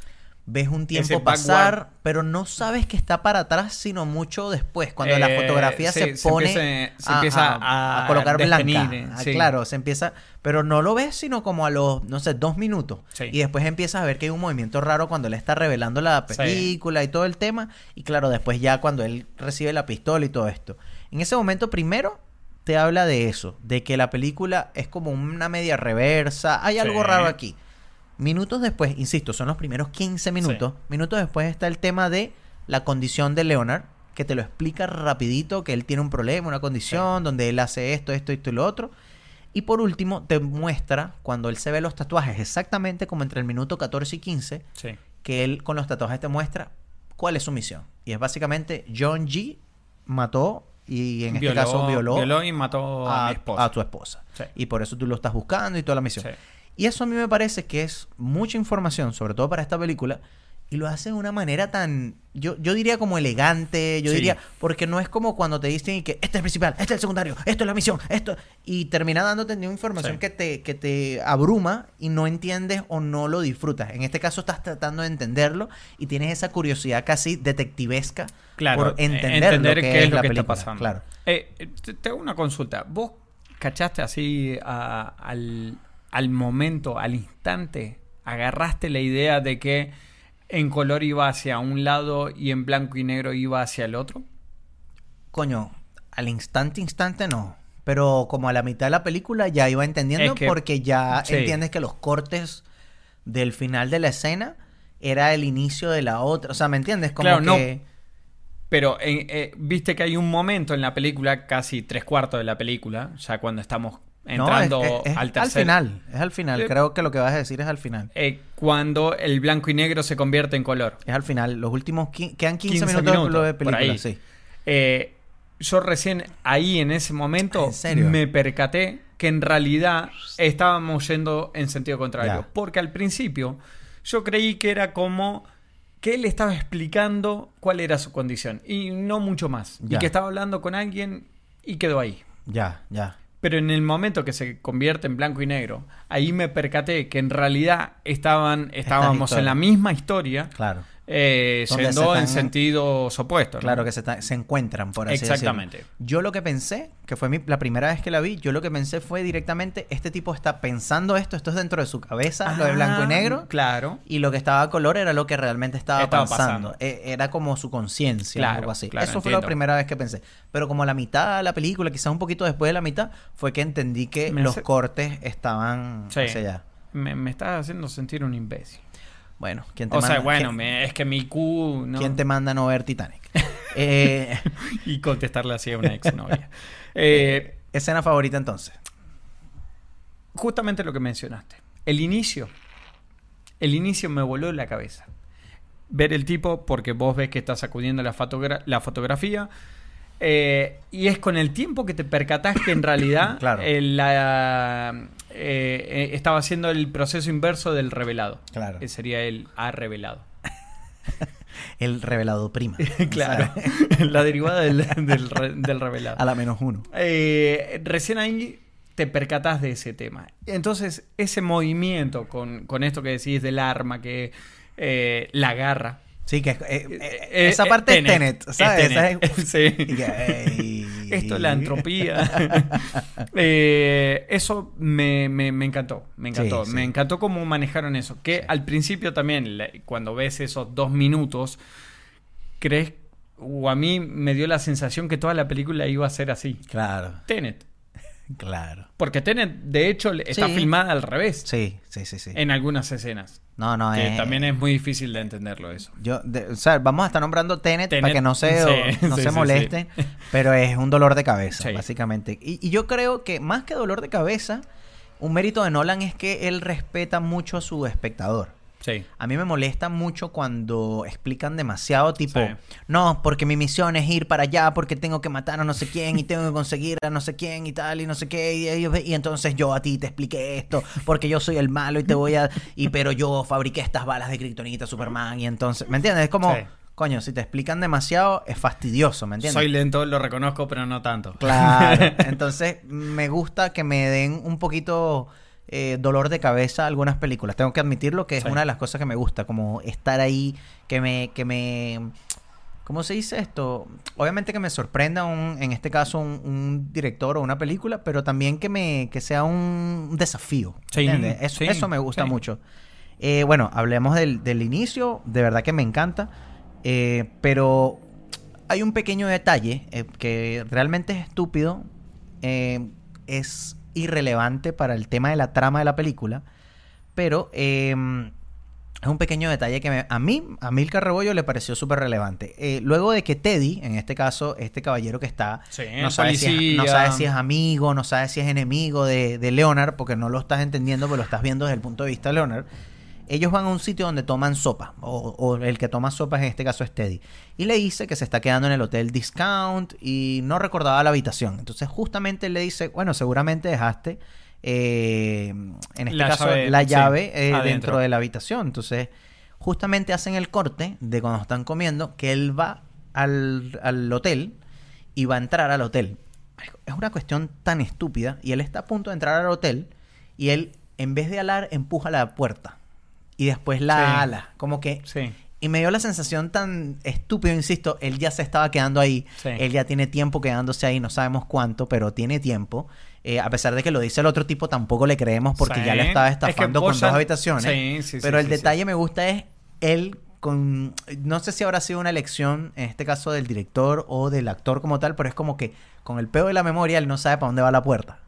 [SPEAKER 4] ves un tiempo
[SPEAKER 5] backward.
[SPEAKER 4] pasar, pero no sabes que está para atrás sino mucho después, cuando la
[SPEAKER 5] Eh,
[SPEAKER 4] fotografía
[SPEAKER 5] sí,
[SPEAKER 4] se
[SPEAKER 5] se
[SPEAKER 4] pone
[SPEAKER 5] empieza- se empieza a
[SPEAKER 4] colocar blanca.
[SPEAKER 5] desvenir,
[SPEAKER 4] Ah,
[SPEAKER 5] sí.
[SPEAKER 4] Claro, se empieza, pero no lo ves sino como a los, no sé, dos minutos.
[SPEAKER 5] Sí.
[SPEAKER 4] Y después empiezas a ver que hay un movimiento raro cuando él está revelando la
[SPEAKER 5] Sí.
[SPEAKER 4] película y todo el tema. Y claro, después ya cuando él recibe la pistola y todo esto. En ese momento, primero, te habla de eso, de que la película es como una media reversa, hay algo
[SPEAKER 5] Sí.
[SPEAKER 4] raro aquí. Minutos después, insisto, son los primeros 15 minutos. Minutos después está el tema de la condición de Leonard, que te lo explica rapidito, que él tiene un problema, una condición, donde él hace esto, esto, esto y lo otro. Y por último, te muestra cuando él se ve los tatuajes, exactamente como entre el minuto 14 y 15,
[SPEAKER 5] Sí.
[SPEAKER 4] que él con los tatuajes te muestra cuál es su misión. Y es básicamente John G. mató y en este caso violó,
[SPEAKER 5] y mató a,
[SPEAKER 4] a,
[SPEAKER 5] mi esposa.
[SPEAKER 4] a tu esposa.
[SPEAKER 5] Sí.
[SPEAKER 4] Y por eso tú lo estás buscando y toda la misión.
[SPEAKER 5] Sí.
[SPEAKER 4] Y eso a mí me parece que es mucha información, sobre todo para esta película, y lo hace de una manera tan, yo, yo diría como elegante, yo
[SPEAKER 5] Sí.
[SPEAKER 4] diría, porque no es como cuando te dicen que este es el principal, este es el secundario, esto es la misión, esto, y termina dándote una información
[SPEAKER 5] Sí.
[SPEAKER 4] que, te, que te abruma y no entiendes o no lo disfrutas. En este caso estás tratando de entenderlo y tienes esa curiosidad casi detectivesca
[SPEAKER 5] Claro,
[SPEAKER 4] por
[SPEAKER 5] eh,
[SPEAKER 4] entender, lo que es, la película. Claro.
[SPEAKER 5] Eh, eh, te, te hago una consulta. ¿Vos cachaste así a- al, al momento, al instante? ¿Agarraste la idea de que en color iba hacia un lado y en blanco y negro iba hacia el otro?
[SPEAKER 4] Coño, al instante, instante no. Pero como a la mitad de la película ya iba entendiendo
[SPEAKER 5] Es que-
[SPEAKER 4] porque ya
[SPEAKER 5] sí.
[SPEAKER 4] entiendes que los cortes del final de la escena era el inicio de la otra. O sea, ¿me entiendes? Como
[SPEAKER 5] Claro, no.
[SPEAKER 4] que...
[SPEAKER 5] Pero eh, eh, viste que hay un momento en la película, casi tres cuartos de la película, ya cuando estamos
[SPEAKER 4] No, es-
[SPEAKER 5] entrando
[SPEAKER 4] es- es
[SPEAKER 5] al tercer...
[SPEAKER 4] final, es al final.
[SPEAKER 5] Eh,
[SPEAKER 4] Creo que lo que vas a decir es al final.
[SPEAKER 5] eh, cuando el blanco y negro se convierte en color.
[SPEAKER 4] Es al final. Los últimos... quin- Quedan 15,
[SPEAKER 5] 15
[SPEAKER 4] minutos, de-
[SPEAKER 5] minutos,
[SPEAKER 4] de
[SPEAKER 5] por
[SPEAKER 4] película,
[SPEAKER 5] ahí.
[SPEAKER 4] sí.
[SPEAKER 5] Eh, yo recién ahí en ese momento
[SPEAKER 4] ¿En serio?
[SPEAKER 5] me percaté que en realidad estábamos yendo en sentido contrario.
[SPEAKER 4] Ya.
[SPEAKER 5] Porque al principio yo creí que era como que él estaba explicando cuál era su condición y no mucho más.
[SPEAKER 4] Ya.
[SPEAKER 5] Y que estaba hablando con alguien y quedó ahí.
[SPEAKER 4] Ya, ya.
[SPEAKER 5] Pero en el momento que se convierte en blanco y negro, ahí me percaté que en realidad estaban, estábamos en la
[SPEAKER 4] historias.
[SPEAKER 5] misma historia,
[SPEAKER 4] Claro.
[SPEAKER 5] eh,
[SPEAKER 4] Donde
[SPEAKER 5] yendo
[SPEAKER 4] se
[SPEAKER 5] en
[SPEAKER 4] están-
[SPEAKER 5] sentidos opuestos. ¿no?
[SPEAKER 4] Claro que se, está- se encuentran, por así decirlo.
[SPEAKER 5] Exactamente.
[SPEAKER 4] Yo lo que pensé, que fue mi- la primera vez que la vi, yo lo que pensé fue directamente, este tipo está pensando esto, esto es dentro de su cabeza, lo de blanco y
[SPEAKER 5] Ah,
[SPEAKER 4] negro,
[SPEAKER 5] Claro.
[SPEAKER 4] y lo que estaba a color era lo que realmente estaba,
[SPEAKER 5] Estaba
[SPEAKER 4] pasando.
[SPEAKER 5] pasando.
[SPEAKER 4] E- era como su conciencia,
[SPEAKER 5] Claro,
[SPEAKER 4] algo así.
[SPEAKER 5] claro,
[SPEAKER 4] Eso fue la
[SPEAKER 5] entiendo.
[SPEAKER 4] primera vez que pensé. Pero como a la mitad de la película, quizás un poquito después de la mitad, fue que entendí que
[SPEAKER 5] Me
[SPEAKER 4] los
[SPEAKER 5] hace-
[SPEAKER 4] cortes estaban
[SPEAKER 5] Sí.
[SPEAKER 4] hacia allá.
[SPEAKER 5] Me, me estás haciendo sentir un imbécil.
[SPEAKER 4] Bueno, ¿quién te
[SPEAKER 5] O
[SPEAKER 4] manda?
[SPEAKER 5] sea, bueno,
[SPEAKER 4] ¿quién-
[SPEAKER 5] me- es que mi Q. No...
[SPEAKER 4] ¿Quién te manda a no ver Titanic? Eh,
[SPEAKER 5] Y contestarle así a una exnovia. eh,
[SPEAKER 4] escena favorita entonces.
[SPEAKER 5] justamente lo que mencionaste. El inicio. El inicio me voló la cabeza. Ver el tipo, porque vos ves que está sacudiendo la, fotogra- la fotografía. eh, y es con el tiempo que te percatás que en realidad
[SPEAKER 4] Claro.
[SPEAKER 5] eh, la- eh, eh, estaba haciendo el proceso inverso del revelado.
[SPEAKER 4] Claro.
[SPEAKER 5] Que sería el ha revelado.
[SPEAKER 4] El revelado prima.
[SPEAKER 5] claro.
[SPEAKER 4] O sea,
[SPEAKER 5] la derivada del, del re- del revelado.
[SPEAKER 4] a la menos uno.
[SPEAKER 5] Eh, recién ahí te percatás de ese tema. Entonces, ese movimiento con, con esto que decís del arma, que eh, la garra.
[SPEAKER 4] Sí, que es- eh, eh,
[SPEAKER 5] Eh,
[SPEAKER 4] esa
[SPEAKER 5] eh,
[SPEAKER 4] parte es
[SPEAKER 5] Tenet.
[SPEAKER 4] Tenet, ¿sabes?
[SPEAKER 5] Es Tenet.
[SPEAKER 4] Esa es-
[SPEAKER 5] Sí.
[SPEAKER 4] Y que, ey.
[SPEAKER 5] Esto es la entropía. Eh, eso me, me- me encantó. Me encantó.
[SPEAKER 4] Sí, sí.
[SPEAKER 5] Me encantó cómo manejaron eso. Que al principio también, la- cuando ves esos dos minutos, crees. O a mí me dio la sensación que toda la película iba a ser así.
[SPEAKER 4] Claro,
[SPEAKER 5] Tenet.
[SPEAKER 4] claro.
[SPEAKER 5] Porque Tenet, de hecho, le- está
[SPEAKER 4] Sí.
[SPEAKER 5] filmada al revés
[SPEAKER 4] Sí, sí, sí, sí.
[SPEAKER 5] en algunas escenas.
[SPEAKER 4] No, no,
[SPEAKER 5] que
[SPEAKER 4] eh,
[SPEAKER 5] también es muy difícil de entenderlo eso.
[SPEAKER 4] Yo, de- o sea, vamos a estar nombrando Tenet,
[SPEAKER 5] Tenet,
[SPEAKER 4] para que no se,
[SPEAKER 5] sí,
[SPEAKER 4] o- no
[SPEAKER 5] sí,
[SPEAKER 4] se
[SPEAKER 5] sí,
[SPEAKER 4] molesten, pero es un dolor de cabeza,
[SPEAKER 5] Sí.
[SPEAKER 4] básicamente. Y, y yo creo que más que dolor de cabeza, un mérito de Nolan es que él respeta mucho a su espectador.
[SPEAKER 5] Sí.
[SPEAKER 4] A mí me molesta mucho cuando explican demasiado, tipo,
[SPEAKER 5] Sí.
[SPEAKER 4] no, porque mi misión es ir para allá, porque tengo que matar a no sé quién y tengo que conseguir a no sé quién y tal y no sé qué. Y, y- y entonces yo a ti te expliqué esto, porque yo soy el malo y te voy a. Y pero yo fabriqué estas balas de Kryptonita Superman y entonces. ¿Me entiendes? Es como,
[SPEAKER 5] Sí.
[SPEAKER 4] coño, si te explican demasiado, es fastidioso, ¿me entiendes?
[SPEAKER 5] Soy lento, lo reconozco, pero no tanto.
[SPEAKER 4] Claro. Entonces, me gusta que me den un poquito eh, dolor de cabeza algunas películas. Tengo que admitirlo que es
[SPEAKER 5] Sí.
[SPEAKER 4] una de las cosas que me gusta, como estar ahí, que me, que me. ¿Cómo se dice esto? Obviamente que me sorprenda un, en este caso, un, un director o una película, pero también que me, que sea un desafío.
[SPEAKER 5] Sí,
[SPEAKER 4] ¿entiendes? Eso,
[SPEAKER 5] sí,
[SPEAKER 4] eso me gusta
[SPEAKER 5] sí.
[SPEAKER 4] mucho. Eh, bueno, hablemos del, del inicio, de verdad que me encanta, eh, pero hay un pequeño detalle eh, que realmente es estúpido, eh, es irrelevante para el tema de la trama de la película, pero eh, es un pequeño detalle que me- a mí, a Milka Rebollo le pareció súper relevante. Eh, luego de que Teddy, en este caso, este caballero que está,
[SPEAKER 5] Sí,
[SPEAKER 4] no, sabe si es, no
[SPEAKER 5] policía.
[SPEAKER 4] sabe si es amigo, no sabe si es enemigo de, de Leonard, porque no lo estás entendiendo, pero lo estás viendo desde el punto de vista de Leonard. Ellos van a un sitio donde toman sopa, o, o el que toma sopa en este caso es Teddy. Y le dice que se está quedando en el hotel Discount y no recordaba la habitación. Entonces justamente él le dice, bueno, seguramente dejaste, eh, en este
[SPEAKER 5] La
[SPEAKER 4] caso,
[SPEAKER 5] llave,
[SPEAKER 4] la
[SPEAKER 5] sí,
[SPEAKER 4] llave eh, dentro
[SPEAKER 5] adentro.
[SPEAKER 4] de la habitación. Entonces justamente hacen el corte de cuando están comiendo, que él va al, al hotel y va a entrar al hotel. Marico, Es una cuestión tan estúpida. Y él está a punto de entrar al hotel y él, en vez de alar, empuja la puerta. Y después la
[SPEAKER 5] Sí.
[SPEAKER 4] ala. Como que...
[SPEAKER 5] Sí.
[SPEAKER 4] Y me dio la sensación tan estúpida, insisto, él ya se estaba quedando ahí,
[SPEAKER 5] Sí.
[SPEAKER 4] él ya tiene tiempo quedándose ahí, no sabemos cuánto, pero tiene tiempo. Eh, a pesar de que lo dice el otro tipo, tampoco le creemos porque
[SPEAKER 5] Sí.
[SPEAKER 4] ya le estaba
[SPEAKER 5] Es que
[SPEAKER 4] estafando
[SPEAKER 5] vos
[SPEAKER 4] con
[SPEAKER 5] ya-
[SPEAKER 4] dos habitaciones.
[SPEAKER 5] Sí, sí, sí,
[SPEAKER 4] pero el
[SPEAKER 5] sí, sí.
[SPEAKER 4] detalle me gusta es él con... No sé si habrá sido una elección, en este caso del director o del actor como tal, pero es como que con el pedo de la memoria él no sabe para dónde va la puerta.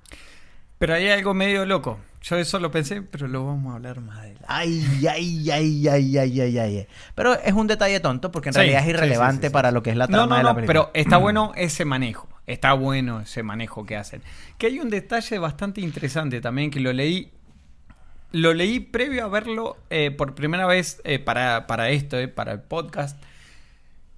[SPEAKER 5] Pero hay algo medio loco. Yo eso lo pensé, pero lo vamos a hablar más adelante.
[SPEAKER 4] Ay, ay, ay, ay, ay, ay, ay. Pero es un detalle tonto porque en
[SPEAKER 5] Sí,
[SPEAKER 4] realidad es
[SPEAKER 5] sí, sí,
[SPEAKER 4] irrelevante
[SPEAKER 5] sí, sí.
[SPEAKER 4] para lo que es la trama
[SPEAKER 5] No, no,
[SPEAKER 4] de la
[SPEAKER 5] no,
[SPEAKER 4] película.
[SPEAKER 5] pero está bueno ese manejo. Está bueno ese manejo que hacen. Que hay un detalle bastante interesante también que lo leí. Lo leí previo a verlo eh, por primera vez eh, para, para esto, eh, para el podcast.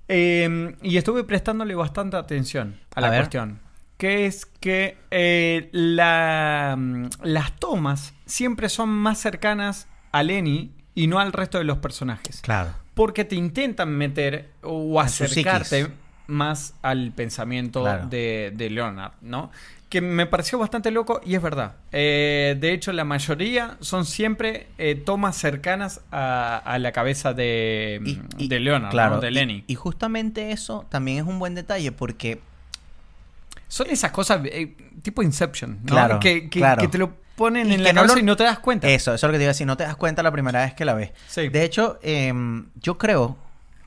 [SPEAKER 5] Eh, y estuve prestándole bastante atención a,
[SPEAKER 4] A
[SPEAKER 5] la
[SPEAKER 4] ver.
[SPEAKER 5] cuestión. Que es que eh, la- mm, las tomas siempre son más cercanas a Lenny y no al resto de los personajes.
[SPEAKER 4] Claro.
[SPEAKER 5] Porque te intentan meter o
[SPEAKER 4] En su
[SPEAKER 5] acercarte
[SPEAKER 4] psiquis.
[SPEAKER 5] más al pensamiento
[SPEAKER 4] Claro.
[SPEAKER 5] de, de Leonard, ¿no? Que me pareció bastante loco y es verdad. Eh, de hecho, la mayoría son siempre eh, tomas cercanas a, a la cabeza de, Mm, de Leonard, ¿no? de
[SPEAKER 4] y-
[SPEAKER 5] Lenny.
[SPEAKER 4] Y, justamente eso también es un buen detalle porque,
[SPEAKER 5] son esas cosas eh, tipo Inception, ¿no?
[SPEAKER 4] Claro,
[SPEAKER 5] que, que-
[SPEAKER 4] claro.
[SPEAKER 5] que te lo ponen
[SPEAKER 4] Y
[SPEAKER 5] en
[SPEAKER 4] que
[SPEAKER 5] la
[SPEAKER 4] no
[SPEAKER 5] cabeza
[SPEAKER 4] lo-
[SPEAKER 5] y no te das cuenta.
[SPEAKER 4] eso, eso es lo que te iba a decir, no te das cuenta la primera vez que la ves.
[SPEAKER 5] Sí.
[SPEAKER 4] De hecho, em, yo creo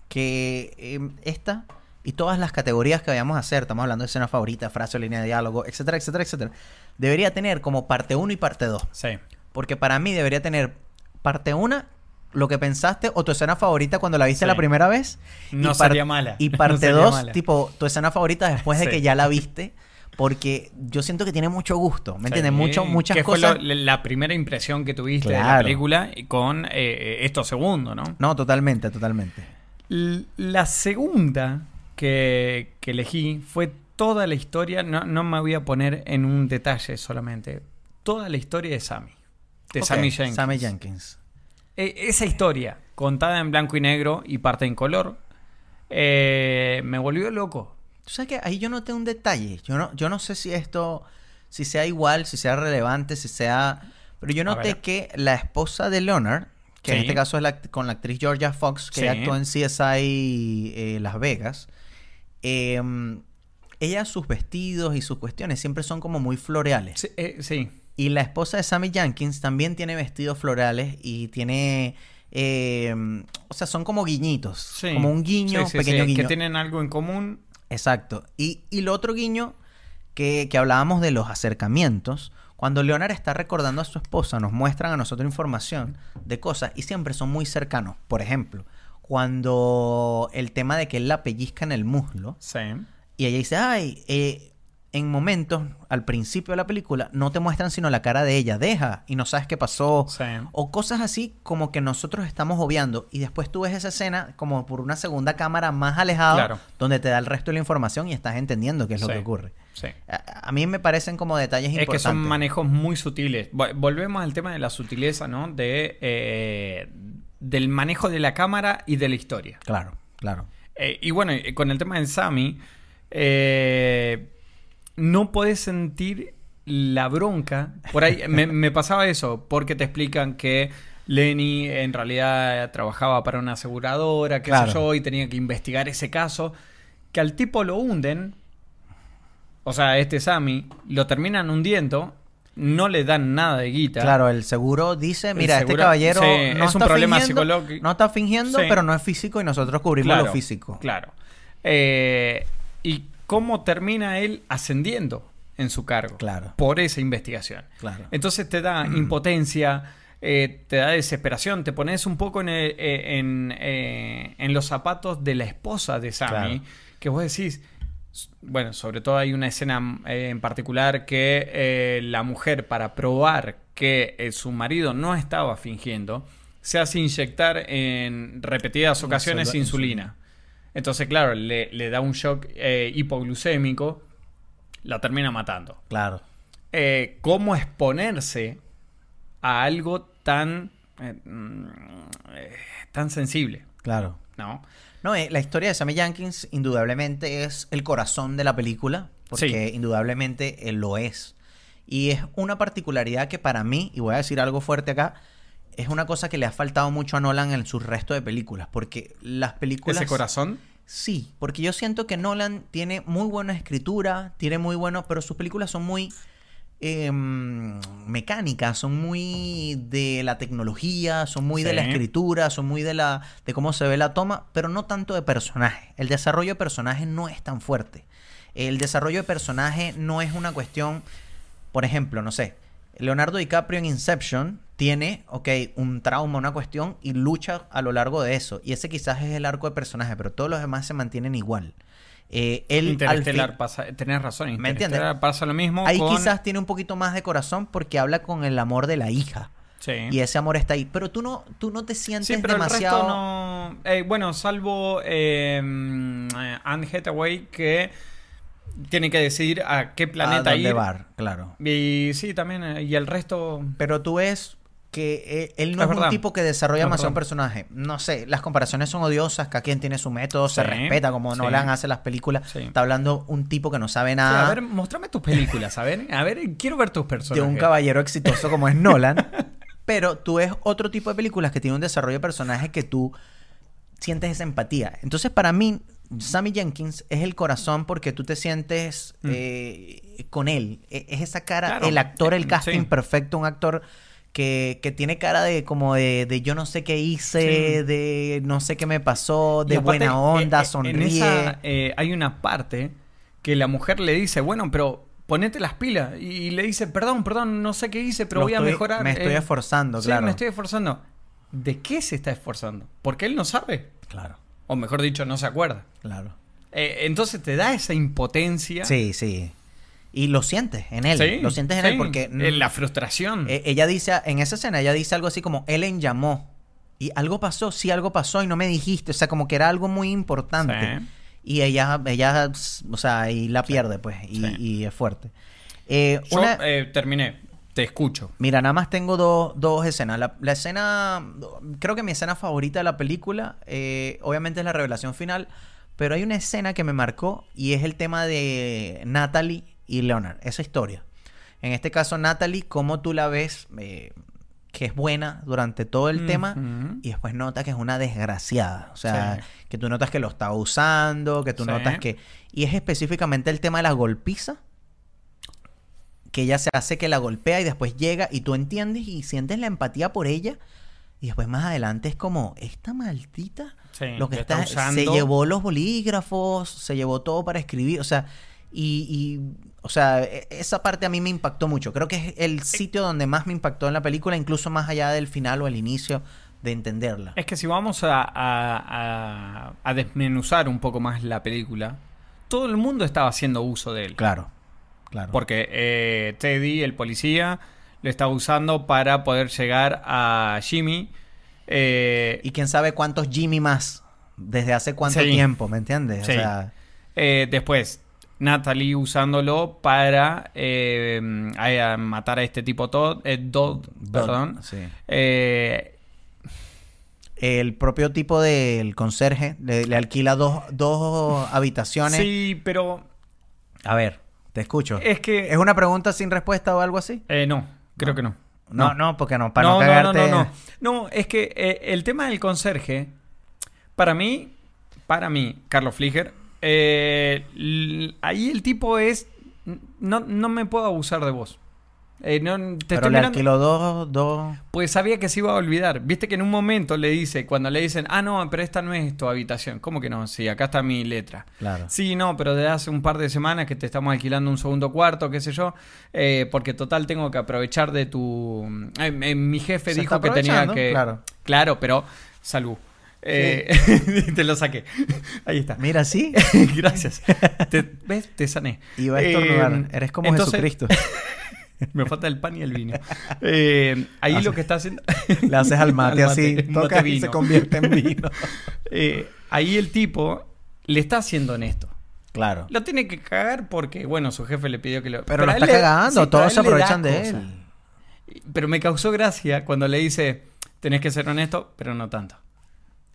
[SPEAKER 4] que em, esta y todas las categorías que vayamos a hacer, estamos hablando de escena favorita, frase, línea de diálogo, etcétera, etcétera, etcétera, debería tener como parte 1 y parte 2.
[SPEAKER 5] Sí.
[SPEAKER 4] Porque para mí debería tener parte 1 lo que pensaste o tu escena favorita cuando la viste
[SPEAKER 5] Sí.
[SPEAKER 4] la primera vez.
[SPEAKER 5] No
[SPEAKER 4] par-
[SPEAKER 5] sería mala.
[SPEAKER 4] Y
[SPEAKER 5] No
[SPEAKER 4] parte
[SPEAKER 5] sería
[SPEAKER 4] 2,
[SPEAKER 5] mala.
[SPEAKER 4] tipo, tu escena favorita después de
[SPEAKER 5] Sí.
[SPEAKER 4] que ya la viste. Porque yo siento que tiene mucho gusto, ¿me entiendes?
[SPEAKER 5] Sí,
[SPEAKER 4] Mucho, muchas
[SPEAKER 5] que
[SPEAKER 4] cosas.
[SPEAKER 5] Fue lo- la primera impresión que tuviste de la
[SPEAKER 4] Claro.
[SPEAKER 5] película y con eh, eh, esto segundo, ¿no?
[SPEAKER 4] No, totalmente, totalmente.
[SPEAKER 5] L- La segunda que, que elegí fue toda la historia, no, no me voy a poner en un detalle solamente, toda la historia de Sammy. De
[SPEAKER 4] Ok,
[SPEAKER 5] Sammy Jenkins.
[SPEAKER 4] Sammy Jenkins.
[SPEAKER 5] E- esa historia, contada en blanco y negro y parte en color, eh, me volvió loco.
[SPEAKER 4] Tú sabes que ahí yo noté un detalle. Yo no, yo no sé si esto, si sea igual, si sea relevante, si sea. Pero yo
[SPEAKER 5] A
[SPEAKER 4] noté
[SPEAKER 5] ver.
[SPEAKER 4] que la esposa de Leonard, que en
[SPEAKER 5] Sí.
[SPEAKER 4] este caso es la act- con la actriz Georgia Fox, que
[SPEAKER 5] Sí.
[SPEAKER 4] ella actuó en CSI eh, Las Vegas, em, ella sus vestidos y sus cuestiones siempre son como muy floreales.
[SPEAKER 5] Sí, eh, sí.
[SPEAKER 4] Y la esposa de Sammy Jenkins también tiene vestidos florales y tiene. eh, o sea, son como guiñitos.
[SPEAKER 5] sí.
[SPEAKER 4] Como un guiño,
[SPEAKER 5] Sí, sí,
[SPEAKER 4] pequeño
[SPEAKER 5] sí,
[SPEAKER 4] guiño.
[SPEAKER 5] Que tienen algo en común.
[SPEAKER 4] Exacto. Y, y lo otro guiño que, que hablábamos de los acercamientos, cuando Leonard está recordando a su esposa, nos muestran a nosotros información de cosas y siempre son muy cercanos. Por ejemplo, cuando el tema de que él la pellizca en el muslo
[SPEAKER 5] Sí.
[SPEAKER 4] y ella dice, ay, eh, en momentos, al principio de la película, no te muestran sino la cara de ella, deja y no sabes qué pasó.
[SPEAKER 5] Sí.
[SPEAKER 4] O cosas así como que nosotros estamos obviando y después tú ves esa escena como por una segunda cámara más alejada
[SPEAKER 5] Claro.
[SPEAKER 4] donde te da el resto de la información y estás entendiendo qué es lo
[SPEAKER 5] Sí.
[SPEAKER 4] que ocurre.
[SPEAKER 5] Sí.
[SPEAKER 4] A, a mí me parecen como detalles
[SPEAKER 5] Es que
[SPEAKER 4] importantes.
[SPEAKER 5] son manejos muy sutiles. Vol- Volvemos al tema de la sutileza, ¿no? De, eh, del manejo de la cámara y de la historia.
[SPEAKER 4] Claro, claro.
[SPEAKER 5] Eh, y bueno, eh, con el tema del Sammy, eh, no podés sentir la bronca. Por ahí me, me pasaba eso, porque te explican que Lenny en realidad eh, trabajaba para una aseguradora, qué
[SPEAKER 4] Claro.
[SPEAKER 5] sé yo, y tenía que investigar ese caso. Que al tipo lo hunden, o sea, este Sammy, lo terminan hundiendo, no le dan nada de guita.
[SPEAKER 4] Claro, el seguro dice,
[SPEAKER 5] El
[SPEAKER 4] mira,
[SPEAKER 5] seguro-
[SPEAKER 4] este caballero
[SPEAKER 5] sí,
[SPEAKER 4] no
[SPEAKER 5] es un
[SPEAKER 4] está
[SPEAKER 5] problema
[SPEAKER 4] fingiendo,
[SPEAKER 5] psicológico.
[SPEAKER 4] no está fingiendo,
[SPEAKER 5] Sí.
[SPEAKER 4] pero no es físico y nosotros cubrimos lo físico.
[SPEAKER 5] Claro. Eh, y cómo termina él ascendiendo en su cargo.
[SPEAKER 4] Claro.
[SPEAKER 5] Por esa investigación.
[SPEAKER 4] Claro. Mm.
[SPEAKER 5] Entonces te da impotencia, eh, te da desesperación, te pones un poco en, el- eh, en, eh, en los zapatos de la esposa de Sammy,
[SPEAKER 4] Claro.
[SPEAKER 5] que vos decís. s- Bueno, sobre todo hay una escena eh, en particular que eh, la mujer, para probar que eh, su marido no estaba fingiendo, se hace inyectar en repetidas ocasiones
[SPEAKER 4] Insulina.
[SPEAKER 5] insulina. Entonces, claro, le, le da un shock eh, hipoglucémico, la termina matando
[SPEAKER 4] Claro.
[SPEAKER 5] eh, cómo exponerse a algo tan eh, mm, eh, tan sensible,
[SPEAKER 4] Claro.
[SPEAKER 5] ¿no?
[SPEAKER 4] No, eh, la historia de Sammy Jenkins indudablemente es el corazón de la película, porque indudablemente eh, lo es. Y es una particularidad que para mí, y voy a decir algo fuerte acá, es una cosa que le ha faltado mucho a Nolan en su resto de películas, porque las películas...
[SPEAKER 5] Ese corazón.
[SPEAKER 4] Sí, porque yo siento que Nolan tiene muy buena escritura, tiene muy buenos, pero sus películas son muy em, mecánicas, son muy de la tecnología, son muy de la
[SPEAKER 5] Sí.
[SPEAKER 4] escritura, son muy de la de cómo se ve la toma, pero no tanto de personaje. El desarrollo de personaje no es tan fuerte. El desarrollo de personaje no es una cuestión por ejemplo, no sé, Leonardo DiCaprio en Inception tiene, ok, un trauma, una cuestión y lucha a lo largo de eso. Y ese quizás es el arco de personaje, pero todos los demás se mantienen igual. Eh, él, al
[SPEAKER 5] Interestelar
[SPEAKER 4] fin-
[SPEAKER 5] pasa, tenés razón,
[SPEAKER 4] ¿Me entiendes?
[SPEAKER 5] Interestelar pasa lo mismo
[SPEAKER 4] ahí
[SPEAKER 5] con-
[SPEAKER 4] quizás tiene un poquito más de corazón porque habla con el amor de la hija.
[SPEAKER 5] Sí.
[SPEAKER 4] Y ese amor está ahí. Pero tú no, tú no te sientes
[SPEAKER 5] Sí, pero
[SPEAKER 4] demasiado.
[SPEAKER 5] el resto no... Eh, bueno, salvo eh, mm, eh, Anne Hathaway que tiene que decidir a qué planeta
[SPEAKER 4] a dónde
[SPEAKER 5] ir.
[SPEAKER 4] va, claro.
[SPEAKER 5] Y sí, también, eh, y el resto...
[SPEAKER 4] Pero tú ves que eh, él no es,
[SPEAKER 5] Es verdad.
[SPEAKER 4] un tipo que desarrolla
[SPEAKER 5] Es
[SPEAKER 4] demasiado un
[SPEAKER 5] verdad.
[SPEAKER 4] personaje. No sé, las comparaciones son odiosas, cada quien tiene su método, se
[SPEAKER 5] Sí,
[SPEAKER 4] respeta como
[SPEAKER 5] sí.
[SPEAKER 4] Nolan hace las películas.
[SPEAKER 5] Sí.
[SPEAKER 4] Está hablando un tipo que no sabe
[SPEAKER 5] Sí,
[SPEAKER 4] nada
[SPEAKER 5] a ver, mostrame tus películas, a ver, a ver, quiero ver tus
[SPEAKER 4] Ah. de
[SPEAKER 5] personajes.
[SPEAKER 4] un caballero exitoso como es Nolan. pero tú ves otro tipo de películas que tiene un desarrollo de personaje que tú sientes esa empatía. Entonces, para mí, Sammy Jenkins es el corazón porque tú te sientes eh, con él. E- Es esa cara,
[SPEAKER 5] Mm. Claro.
[SPEAKER 4] el actor, el
[SPEAKER 5] Sí.
[SPEAKER 4] casting perfecto, un actor que, que tiene cara de como de, de yo no sé qué hice,
[SPEAKER 5] Sí.
[SPEAKER 4] de no sé qué me pasó,
[SPEAKER 5] Y
[SPEAKER 4] de
[SPEAKER 5] aparte,
[SPEAKER 4] buena
[SPEAKER 5] eh,
[SPEAKER 4] onda,
[SPEAKER 5] eh,
[SPEAKER 4] sonríe.
[SPEAKER 5] En esa, eh, hay una parte que la mujer le dice, bueno, pero ponete las pilas. Y, y le dice, perdón, perdón, no sé qué hice, pero
[SPEAKER 4] Lo
[SPEAKER 5] voy a
[SPEAKER 4] estoy-
[SPEAKER 5] mejorar.
[SPEAKER 4] me estoy esforzando,
[SPEAKER 5] sí,
[SPEAKER 4] claro.
[SPEAKER 5] me estoy esforzando. de qué se está esforzando. Porque él no sabe.
[SPEAKER 4] Claro,
[SPEAKER 5] O mejor dicho, no se acuerda.
[SPEAKER 4] claro.
[SPEAKER 5] Eh, entonces te da esa impotencia.
[SPEAKER 4] Sí, sí. Y lo sientes en él.
[SPEAKER 5] Sí,
[SPEAKER 4] lo sientes en
[SPEAKER 5] sí.
[SPEAKER 4] él porque...
[SPEAKER 5] Eh, La frustración.
[SPEAKER 4] Eh, ella dice, en esa escena, ella dice algo así como, Ellen llamó. Y algo pasó, sí, algo pasó y no me dijiste. O sea, como que era algo muy importante.
[SPEAKER 5] Sí.
[SPEAKER 4] Y ella, ella, o sea, y la pierde, pues, y,
[SPEAKER 5] Sí.
[SPEAKER 4] y es fuerte. Eh,
[SPEAKER 5] Yo
[SPEAKER 4] una-
[SPEAKER 5] eh, terminé. Te escucho.
[SPEAKER 4] Mira, nada más tengo dos, dos escenas. La, la escena, creo que mi escena favorita de la película, eh, obviamente es la revelación final, pero hay una escena que me marcó y es el tema de Natalie y Leonard, esa historia. En este caso, Natalie, cómo tú la ves eh, que es buena durante todo el tema
[SPEAKER 5] Ujú.
[SPEAKER 4] y después notas que es una desgraciada. O sea,
[SPEAKER 5] Sí.
[SPEAKER 4] que tú notas que lo está usando, que tú
[SPEAKER 5] Sí.
[SPEAKER 4] notas que... Y es específicamente el tema de la golpiza que ella se hace que la golpea y después llega y tú entiendes y sientes la empatía por ella y después más adelante es como esta maldita
[SPEAKER 5] Sí,
[SPEAKER 4] lo que
[SPEAKER 5] lo
[SPEAKER 4] está,
[SPEAKER 5] está
[SPEAKER 4] se
[SPEAKER 5] usando.
[SPEAKER 4] llevó los bolígrafos se llevó todo para escribir o sea y, y, o sea e- esa parte a mí me impactó mucho creo que es el sitio donde más me impactó en la película incluso más allá del final o el inicio de entenderla
[SPEAKER 5] Es que si vamos a, a- a- a desmenuzar un poco más la película, todo el mundo estaba haciendo uso de él.
[SPEAKER 4] claro claro
[SPEAKER 5] Porque eh, Teddy, el policía, lo estaba usando para poder llegar a Jimmy. eh,
[SPEAKER 4] y quién sabe cuántos Jimmy más desde hace cuánto
[SPEAKER 5] Sí.
[SPEAKER 4] tiempo me entiendes
[SPEAKER 5] Sí.
[SPEAKER 4] o sea
[SPEAKER 5] eh, después, Natalie usándolo para eh, a- a matar a este tipo Todd, eh, Dodd, perdón.
[SPEAKER 4] sí.
[SPEAKER 5] Eh,
[SPEAKER 4] El propio tipo del conserje le, le alquila dos, dos habitaciones.
[SPEAKER 5] sí, pero
[SPEAKER 4] A ver, te escucho.
[SPEAKER 5] Es que-
[SPEAKER 4] ¿Es una pregunta sin respuesta o algo así?
[SPEAKER 5] eh, no, creo que no.
[SPEAKER 4] No, no, porque no, para no, cagarte.
[SPEAKER 5] No, no, no. No, es que eh, el tema del conserje, para mí, para mí, Carlos Fliger, eh, l- ahí el tipo es, no, no me puedo abusar de vos. Eh, no, te
[SPEAKER 4] Pero
[SPEAKER 5] estoy
[SPEAKER 4] le
[SPEAKER 5] mirando-
[SPEAKER 4] alquiló dos, dos.
[SPEAKER 5] Pues sabía que se iba a olvidar. Viste que en un momento le dice, cuando le dicen, ah, no, pero esta no es tu habitación. ¿Cómo que no? Sí, acá está mi letra.
[SPEAKER 4] Claro.
[SPEAKER 5] Sí, no, pero desde hace un par de semanas que te estamos alquilando un segundo cuarto, qué sé yo, eh, porque total tengo que aprovechar de tu... eh, eh, mi jefe
[SPEAKER 4] Se
[SPEAKER 5] dijo
[SPEAKER 4] está
[SPEAKER 5] que tenía
[SPEAKER 4] aprovechando,
[SPEAKER 5] que...
[SPEAKER 4] claro.
[SPEAKER 5] Claro, pero salud. Eh, te lo saqué. Ahí está.
[SPEAKER 4] Mira, sí.
[SPEAKER 5] Gracias. Te, ¿Ves? Te sané.
[SPEAKER 4] Iba a estornudar.
[SPEAKER 5] Eh,
[SPEAKER 4] Eres como
[SPEAKER 5] entonces-
[SPEAKER 4] Jesucristo.
[SPEAKER 5] Me falta el pan y el vino. Eh, ahí lo que está haciendo...
[SPEAKER 4] Le haces al mate, así,
[SPEAKER 5] mate
[SPEAKER 4] tocas y
[SPEAKER 5] vino.
[SPEAKER 4] se convierte en vino.
[SPEAKER 5] Eh, ahí el tipo le está haciendo honesto.
[SPEAKER 4] claro.
[SPEAKER 5] Lo tiene que cagar porque, bueno, su jefe le pidió que lo.
[SPEAKER 4] Pero, lo
[SPEAKER 5] a él
[SPEAKER 4] está
[SPEAKER 5] le-
[SPEAKER 4] cagando,
[SPEAKER 5] sí, pero a
[SPEAKER 4] todos
[SPEAKER 5] él
[SPEAKER 4] se
[SPEAKER 5] le da
[SPEAKER 4] aprovechan de
[SPEAKER 5] cosa.
[SPEAKER 4] él.
[SPEAKER 5] Pero me causó gracia cuando le dice: Tenés que ser honesto, pero no tanto.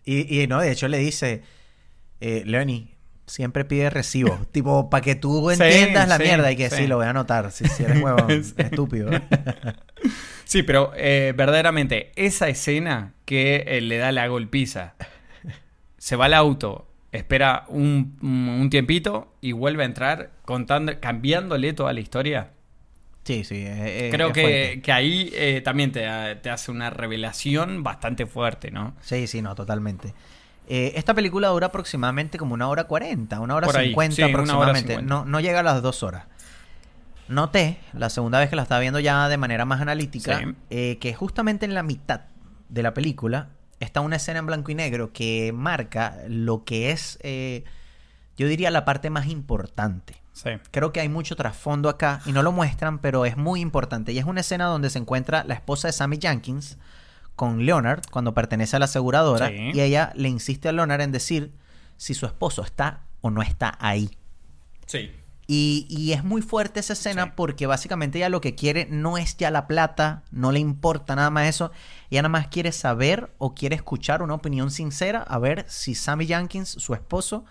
[SPEAKER 4] Y, y no, de hecho le dice, eh, Leonie, siempre pide recibo. tipo, para que tú entiendas la
[SPEAKER 5] sí,
[SPEAKER 4] mierda y que
[SPEAKER 5] sí.
[SPEAKER 4] sí, lo voy a anotar. Si, si eres huevón, estúpido.
[SPEAKER 5] Sí, pero eh, verdaderamente, esa escena que eh, le da la golpiza, se va al auto, espera un, un tiempito y vuelve a entrar contando, cambiándole toda la historia.
[SPEAKER 4] sí, sí. eh, eh,
[SPEAKER 5] Creo
[SPEAKER 4] es
[SPEAKER 5] que,
[SPEAKER 4] fuerte.
[SPEAKER 5] que ahí eh, también te, te hace una revelación bastante fuerte, ¿no?
[SPEAKER 4] Sí, sí, no, totalmente. Eh, esta película dura aproximadamente como una hora cuarenta, una hora
[SPEAKER 5] Por ahí,
[SPEAKER 4] cincuenta
[SPEAKER 5] sí, una hora
[SPEAKER 4] aproximadamente.
[SPEAKER 5] 50.
[SPEAKER 4] No, no llega a las dos horas. Noté, la segunda vez que la estaba viendo ya de manera más analítica,
[SPEAKER 5] Sí.
[SPEAKER 4] eh, que justamente en la mitad de la película está una escena en blanco y negro que marca lo que es, eh, yo diría, la parte más importante.
[SPEAKER 5] Sí.
[SPEAKER 4] Creo que hay mucho trasfondo acá y no lo muestran, pero es muy importante. Y es una escena donde se encuentra la esposa de Sammy Jenkins con Leonard cuando pertenece a la aseguradora
[SPEAKER 5] Sí.
[SPEAKER 4] y ella le insiste a Leonard en decir si su esposo está o no está ahí.
[SPEAKER 5] Sí.
[SPEAKER 4] Y, y es muy fuerte esa escena
[SPEAKER 5] Sí.
[SPEAKER 4] porque básicamente ella lo que quiere no es ya la plata, no le importa nada más eso. Ella nada más quiere saber o quiere escuchar una opinión sincera a ver si Sammy Jenkins, su esposo,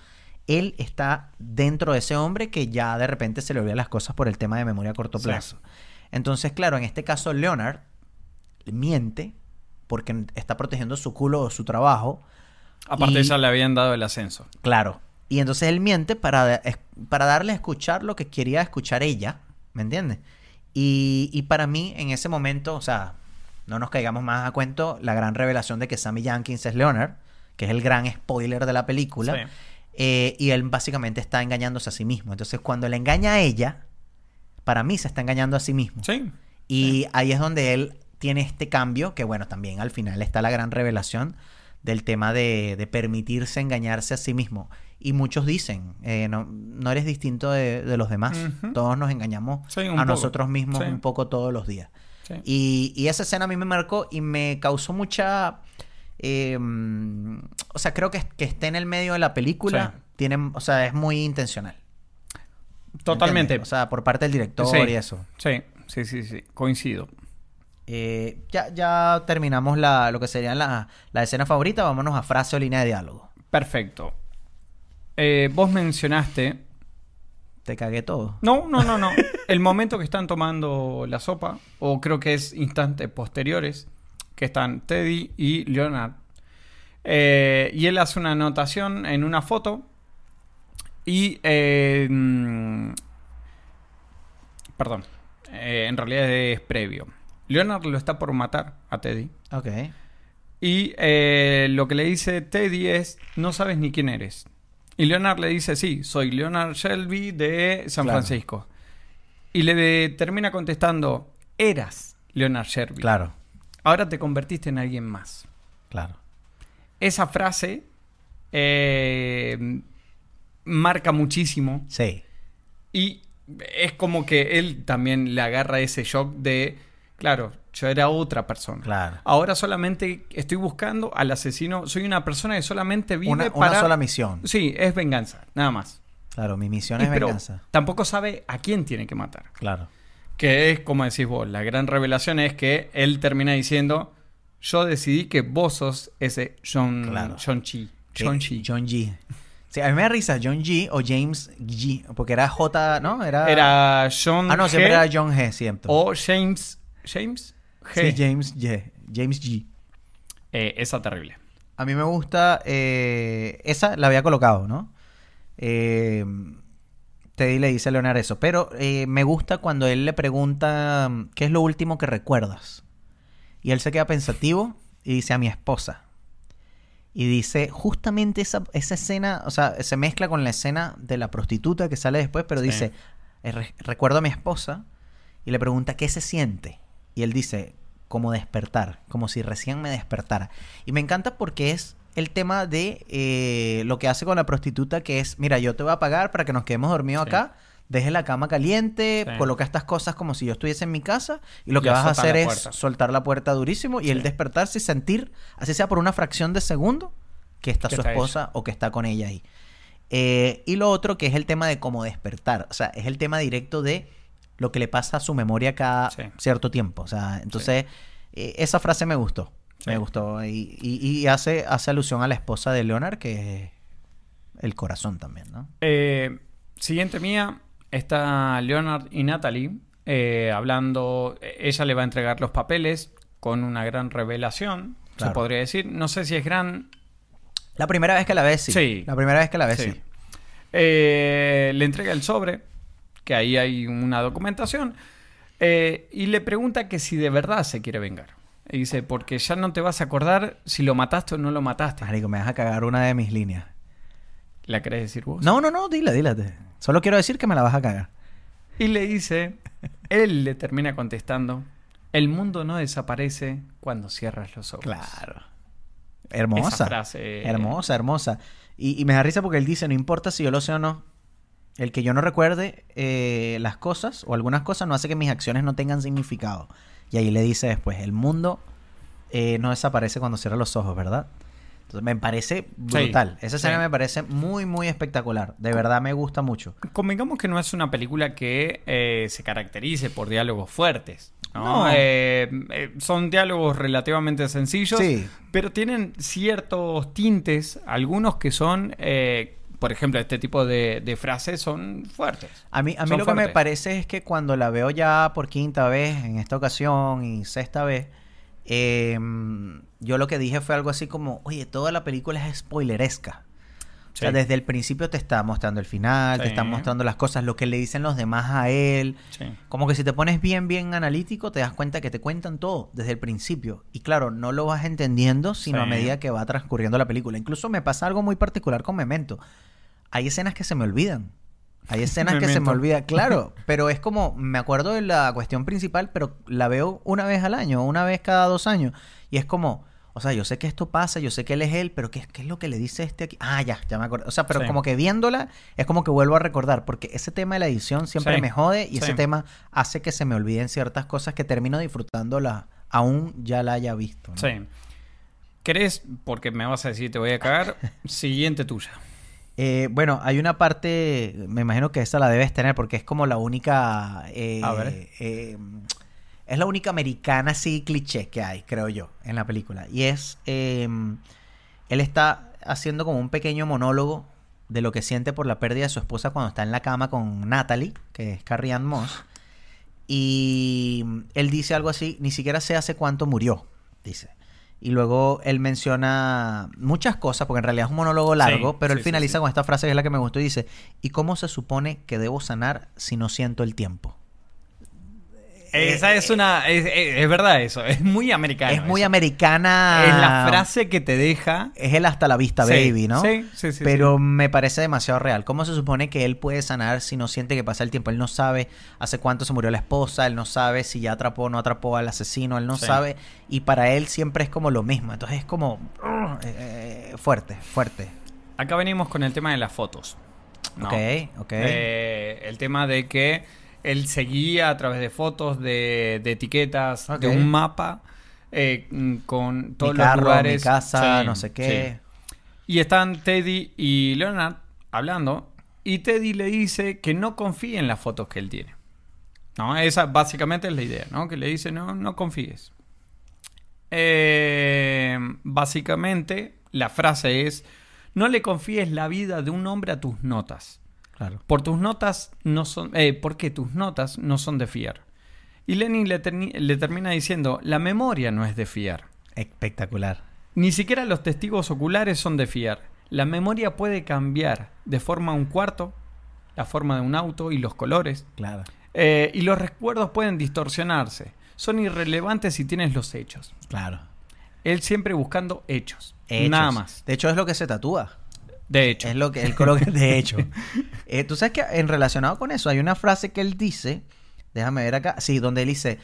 [SPEAKER 4] él está dentro de ese hombre que ya de repente se le olvidan las cosas por el tema de memoria a corto
[SPEAKER 5] Sí.
[SPEAKER 4] plazo. Entonces, claro, en este caso Leonard miente porque está protegiendo su culo o su trabajo.
[SPEAKER 5] Aparte,
[SPEAKER 4] Y-
[SPEAKER 5] ya le habían dado el ascenso.
[SPEAKER 4] Claro. Y entonces él miente para, es- para darle a escuchar lo que quería escuchar ella, ¿me entiendes? Y, y para mí, en ese momento, o sea, no nos caigamos más a cuento, la gran revelación de que Sammy Jenkins es Leonard, que es el gran spoiler de la película,
[SPEAKER 5] Sí.
[SPEAKER 4] eh, y él básicamente está engañándose a sí mismo. Entonces, cuando le engaña a ella, para mí se está engañando a sí mismo.
[SPEAKER 5] Sí.
[SPEAKER 4] Y ahí es donde él tiene este cambio, que bueno, también al final está la gran revelación del tema de, de permitirse engañarse a sí mismo. Y muchos dicen, eh, no, no eres distinto de, de los demás,
[SPEAKER 5] Ujú.
[SPEAKER 4] todos nos engañamos
[SPEAKER 5] Sí,
[SPEAKER 4] a
[SPEAKER 5] un poco.
[SPEAKER 4] nosotros mismos
[SPEAKER 5] Sí.
[SPEAKER 4] un poco todos los días.
[SPEAKER 5] Sí.
[SPEAKER 4] Y, y esa escena a mí me marcó y me causó mucha... eh, o sea, creo que, que esté en el medio de la película.
[SPEAKER 5] Sí.
[SPEAKER 4] Tiene, o sea, es muy intencional.
[SPEAKER 5] Totalmente.
[SPEAKER 4] ¿Entiendes? O sea, por parte del director
[SPEAKER 5] Sí.
[SPEAKER 4] y eso.
[SPEAKER 5] Sí, sí, sí, sí. Coincido.
[SPEAKER 4] Eh, ya, ya terminamos la, lo que serían la, la escena favorita. Vámonos a frase o línea de diálogo.
[SPEAKER 5] Perfecto. Eh, vos mencionaste.
[SPEAKER 4] Te cagué todo.
[SPEAKER 5] No, no, no, no. El momento que están tomando la sopa, o creo que es instantes posteriores, que están Teddy y Leonard. Eh, y él hace una anotación en una foto. Y. eh, mm, perdón. Eh, en realidad es previo. Leonard lo está por matar a Teddy.
[SPEAKER 4] Ok.
[SPEAKER 5] Y eh, lo que le dice Teddy es, no sabes ni quién eres. Y Leonard le dice, sí, soy Leonard Shelby de San
[SPEAKER 4] Claro.
[SPEAKER 5] Francisco. Y le termina contestando, eras Leonard Shelby.
[SPEAKER 4] Claro,
[SPEAKER 5] Ahora te convertiste en alguien más.
[SPEAKER 4] claro.
[SPEAKER 5] Esa frase eh, marca muchísimo
[SPEAKER 4] Sí.
[SPEAKER 5] y es como que él también le agarra ese shock de, claro, yo era otra persona.
[SPEAKER 4] Claro.
[SPEAKER 5] Ahora solamente estoy buscando al asesino. Soy una persona que solamente vive
[SPEAKER 4] Una, una
[SPEAKER 5] para...
[SPEAKER 4] sola misión.
[SPEAKER 5] Sí, es venganza, nada más.
[SPEAKER 4] Claro, mi misión
[SPEAKER 5] Y
[SPEAKER 4] es
[SPEAKER 5] pero
[SPEAKER 4] venganza.
[SPEAKER 5] tampoco sabe a quién tiene que matar.
[SPEAKER 4] Claro.
[SPEAKER 5] Que es, como decís vos, la gran revelación es que él termina diciendo, yo decidí que vos sos ese John,
[SPEAKER 4] Claro.
[SPEAKER 5] John Chi. John
[SPEAKER 4] Sí,
[SPEAKER 5] Chi.
[SPEAKER 4] John G. Sí, a mí me da risa John G o James G. Porque era J, ¿no? Era.
[SPEAKER 5] Era John
[SPEAKER 4] Ah, no,
[SPEAKER 5] G
[SPEAKER 4] siempre era John G, siempre.
[SPEAKER 5] o James. ¿James? G.
[SPEAKER 4] Sí, James G. James G.
[SPEAKER 5] Eh, esa terrible.
[SPEAKER 4] A mí me gusta. eh, esa la había colocado, ¿no? Eh, Teddy le dice a Leonardo eso. Pero eh, me gusta cuando él le pregunta: ¿Qué es lo último que recuerdas? Y él se queda pensativo y dice: A mi esposa. Y dice: Justamente esa, esa escena, o sea, se mezcla con la escena de la prostituta que sale después, pero
[SPEAKER 5] Sí.
[SPEAKER 4] dice: eh, re- Recuerdo a mi esposa. Y le pregunta: ¿Qué se siente? Y él dice: Como despertar, como si recién me despertara. Y me encanta porque es el tema de eh, lo que hace con la prostituta, que es, mira, yo te voy a pagar para que nos quedemos dormidos
[SPEAKER 5] Sí.
[SPEAKER 4] acá, deje la cama caliente,
[SPEAKER 5] Sí.
[SPEAKER 4] coloca estas cosas como si yo estuviese en mi casa, y lo
[SPEAKER 5] Y
[SPEAKER 4] que vas a
[SPEAKER 5] azota la
[SPEAKER 4] hacer es
[SPEAKER 5] puerta.
[SPEAKER 4] soltar la puerta durísimo y el
[SPEAKER 5] Sí.
[SPEAKER 4] despertarse y sentir, así sea por una fracción de segundo, que está
[SPEAKER 5] Que
[SPEAKER 4] su
[SPEAKER 5] está
[SPEAKER 4] esposa o que está con ella ahí. Eh, y lo otro que es el tema de cómo despertar, o sea, es el tema directo de lo que le pasa a su memoria cada
[SPEAKER 5] Sí.
[SPEAKER 4] cierto tiempo, o sea, entonces eh, esa frase me gustó.
[SPEAKER 5] Sí.
[SPEAKER 4] Me gustó. Y, y- y hace, hace alusión a la esposa de Leonard, que es el corazón también, ¿no?
[SPEAKER 5] Eh, siguiente mía está Leonard y Natalie eh, hablando. eh, Ella le va a entregar los papeles con una gran revelación,
[SPEAKER 4] Claro.
[SPEAKER 5] se podría decir. No sé si es gran.
[SPEAKER 4] La primera vez que la ves, sí.
[SPEAKER 5] Sí.
[SPEAKER 4] La primera vez que la ves,
[SPEAKER 5] sí.
[SPEAKER 4] sí.
[SPEAKER 5] Eh, le entrega el sobre, que ahí hay una documentación, eh, y le pregunta que si de verdad se quiere vengar. Y dice, porque ya no te vas a acordar si lo mataste o no lo mataste.
[SPEAKER 4] Marico, me vas a cagar una de mis líneas.
[SPEAKER 5] ¿La querés decir vos?
[SPEAKER 4] No, no, no, dila, dila. Solo quiero decir que me la vas a cagar.
[SPEAKER 5] Y le dice, él le termina contestando, el mundo no desaparece cuando cierras los ojos.
[SPEAKER 4] Hermosa.
[SPEAKER 5] Esa frase- eh,
[SPEAKER 4] Hermosa, hermosa. Y, y me da risa porque él dice, no importa si yo lo sé o no, el que yo no recuerde eh, las cosas o algunas cosas no hace que mis acciones no tengan significado. Y ahí le dice después, el mundo eh, no desaparece cuando cierra los ojos, ¿verdad? Entonces me parece brutal. Esa escena
[SPEAKER 5] sí.
[SPEAKER 4] me parece muy, muy espectacular. De verdad me gusta mucho.
[SPEAKER 5] Convengamos que no es una película que eh, se caracterice por diálogos fuertes. ¿no?
[SPEAKER 4] No.
[SPEAKER 5] Eh, eh, son diálogos relativamente sencillos,
[SPEAKER 4] Sí.
[SPEAKER 5] pero tienen ciertos tintes, algunos que son, eh, por ejemplo, este tipo de, de frases son fuertes.
[SPEAKER 4] A mí, a mí
[SPEAKER 5] Son
[SPEAKER 4] lo que me
[SPEAKER 5] fuertes.
[SPEAKER 4] parece es que cuando la veo ya por quinta vez, en esta ocasión y sexta vez, eh, yo lo que dije fue algo así como, oye, toda la película es spoileresca. O sea,
[SPEAKER 5] Sí.
[SPEAKER 4] desde el principio te está mostrando el final, te
[SPEAKER 5] Sí.
[SPEAKER 4] está mostrando las cosas, lo que le dicen los demás a él.
[SPEAKER 5] Sí.
[SPEAKER 4] Como que si te pones bien, bien analítico, te das cuenta que te cuentan todo desde el principio. Y claro, no lo vas entendiendo sino a
[SPEAKER 5] Sí.
[SPEAKER 4] medida que va transcurriendo la película. Incluso me pasa algo muy particular con Memento. Hay escenas que se me olvidan. Hay escenas
[SPEAKER 5] Me
[SPEAKER 4] que se me
[SPEAKER 5] miento.
[SPEAKER 4] olvida, claro, pero es como, me acuerdo de la cuestión principal, pero la veo una vez al año, una vez cada dos años, y es como, o sea, yo sé que esto pasa, yo sé que él es él, pero ¿qué, qué es lo que le dice este aquí? Ah, ya, ya me acuerdo. O sea, pero
[SPEAKER 5] Sí.
[SPEAKER 4] como que viéndola, es como que vuelvo a recordar, porque ese tema de la edición siempre
[SPEAKER 5] Sí.
[SPEAKER 4] me jode y ese
[SPEAKER 5] Sí.
[SPEAKER 4] tema hace que se me olviden ciertas cosas que termino disfrutándola aún ya la haya visto. ¿no?
[SPEAKER 5] Sí. ¿Querés? Porque me vas a decir, te voy a cagar. Siguiente tuya.
[SPEAKER 4] Eh, bueno, hay una parte, me imagino que esa la debes tener porque es como la única... eh,
[SPEAKER 5] A ver.
[SPEAKER 4] eh, es la única americana así cliché que hay, creo yo, en la película. Y es... eh, él está haciendo como un pequeño monólogo de lo que siente por la pérdida de su esposa cuando está en la cama con Natalie, que es Carrie Ann Moss. Y él dice algo así, ni siquiera sé hace cuánto murió, dice. Y luego él menciona muchas cosas, porque en realidad es un monólogo largo,
[SPEAKER 5] Sí,
[SPEAKER 4] pero él
[SPEAKER 5] sí, sí,
[SPEAKER 4] finaliza
[SPEAKER 5] sí.
[SPEAKER 4] con esta frase que es la que me gustó y dice, ¿y cómo se supone que debo sanar si no siento el tiempo?
[SPEAKER 5] Eh, Esa es una. Es, es- es verdad eso. Es muy americano.
[SPEAKER 4] Eh, es muy
[SPEAKER 5] eso.
[SPEAKER 4] americana.
[SPEAKER 5] Es la frase que te deja.
[SPEAKER 4] Es el hasta la vista,
[SPEAKER 5] Sí,
[SPEAKER 4] baby, ¿no?
[SPEAKER 5] sí, sí, sí,
[SPEAKER 4] Pero me parece demasiado real. ¿Cómo se supone que él puede sanar si no siente que pasa el tiempo? Él no sabe hace cuánto se murió la esposa, él no sabe si ya atrapó o no atrapó al asesino, él no
[SPEAKER 5] Sí.
[SPEAKER 4] sabe. Y para él siempre es como lo mismo. Entonces es como uh, eh, eh, fuerte, fuerte.
[SPEAKER 5] Acá venimos con el tema de las fotos. ¿no?
[SPEAKER 4] Ok, ok.
[SPEAKER 5] Eh, el tema de que él seguía a través de fotos, de, de etiquetas,
[SPEAKER 4] Ok.
[SPEAKER 5] de un mapa, eh, mm, con todos
[SPEAKER 4] mi
[SPEAKER 5] los
[SPEAKER 4] carro,
[SPEAKER 5] lugares.
[SPEAKER 4] mi casa,
[SPEAKER 5] Sí,
[SPEAKER 4] no sé qué.
[SPEAKER 5] sí. Y están Teddy y Leonard hablando. Y Teddy le dice que no confíe en las fotos que él tiene. ¿No? Esa básicamente es la idea, ¿no? Que le dice, no, no confíes. Eh, básicamente, la frase es: No le confíes la vida de un hombre a tus notas.
[SPEAKER 4] Claro.
[SPEAKER 5] Por tus notas no son. eh, porque tus notas no son de fiar. Y Lenin le, terni- le termina diciendo: La memoria no es de fiar.
[SPEAKER 4] Espectacular.
[SPEAKER 5] Ni siquiera los testigos oculares son de fiar. La memoria puede cambiar de forma a un cuarto, la forma de un auto y los colores.
[SPEAKER 4] Claro.
[SPEAKER 5] Eh, y los recuerdos pueden distorsionarse. Son irrelevantes si tienes los hechos.
[SPEAKER 4] Claro.
[SPEAKER 5] Él siempre buscando hechos.
[SPEAKER 4] Hechos.
[SPEAKER 5] Nada más.
[SPEAKER 4] De hecho, es lo que se tatúa.
[SPEAKER 5] De hecho.
[SPEAKER 4] Es lo que el color que de hecho. Eh, Tú sabes que en relacionado con eso hay una frase que él dice, déjame ver acá, sí, donde él dice,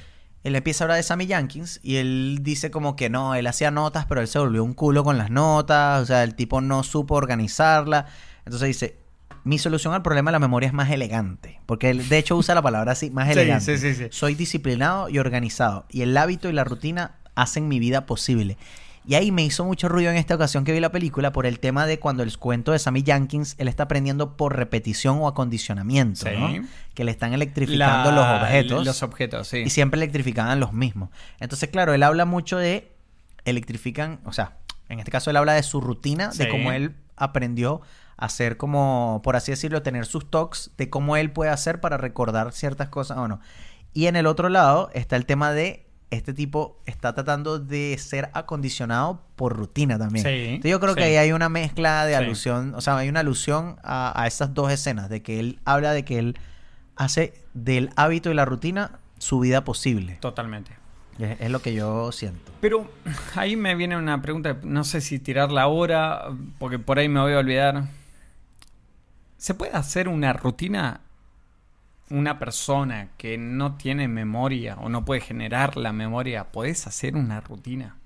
[SPEAKER 4] él empieza a hablar de Sammy Jenkins y él dice como que no, él hacía notas, pero él se volvió un culo con las notas, o sea, el tipo no supo organizarla. Entonces dice, mi solución al problema de la memoria es más elegante, porque él de hecho usa la palabra así, más
[SPEAKER 5] Sí,
[SPEAKER 4] elegante.
[SPEAKER 5] sí, sí, sí.
[SPEAKER 4] Soy disciplinado y organizado y el hábito y la rutina hacen mi vida posible. Y ahí me hizo mucho ruido en esta ocasión que vi la película por el tema de cuando el cuento de Sammy Jenkins, él está aprendiendo por repetición o acondicionamiento,
[SPEAKER 5] Sí.
[SPEAKER 4] ¿no? Que le están electrificando
[SPEAKER 5] La-
[SPEAKER 4] los objetos
[SPEAKER 5] Los objetos, sí.
[SPEAKER 4] y siempre electrificaban los mismos. Entonces, claro, él habla mucho de electrifican, o sea, en este caso él habla de su rutina, de
[SPEAKER 5] Sí.
[SPEAKER 4] cómo él aprendió a hacer como, por así decirlo, tener sus talks, de cómo él puede hacer para recordar ciertas cosas o no. Y en el otro lado está el tema de este tipo está tratando de ser acondicionado por rutina también.
[SPEAKER 5] Sí,
[SPEAKER 4] Entonces yo creo que
[SPEAKER 5] sí.
[SPEAKER 4] ahí hay una mezcla de
[SPEAKER 5] Sí.
[SPEAKER 4] alusión, o sea, hay una alusión a, a esas dos escenas, de que él habla de que él hace del hábito y la rutina su vida posible.
[SPEAKER 5] Totalmente.
[SPEAKER 4] Es, es lo que yo siento.
[SPEAKER 5] Pero ahí me viene una pregunta, no sé si tirarla ahora, porque por ahí me voy a olvidar. ¿Se puede hacer una rutina? Una persona que no tiene memoria o no puede generar la memoria, ¿puedes hacer una rutina?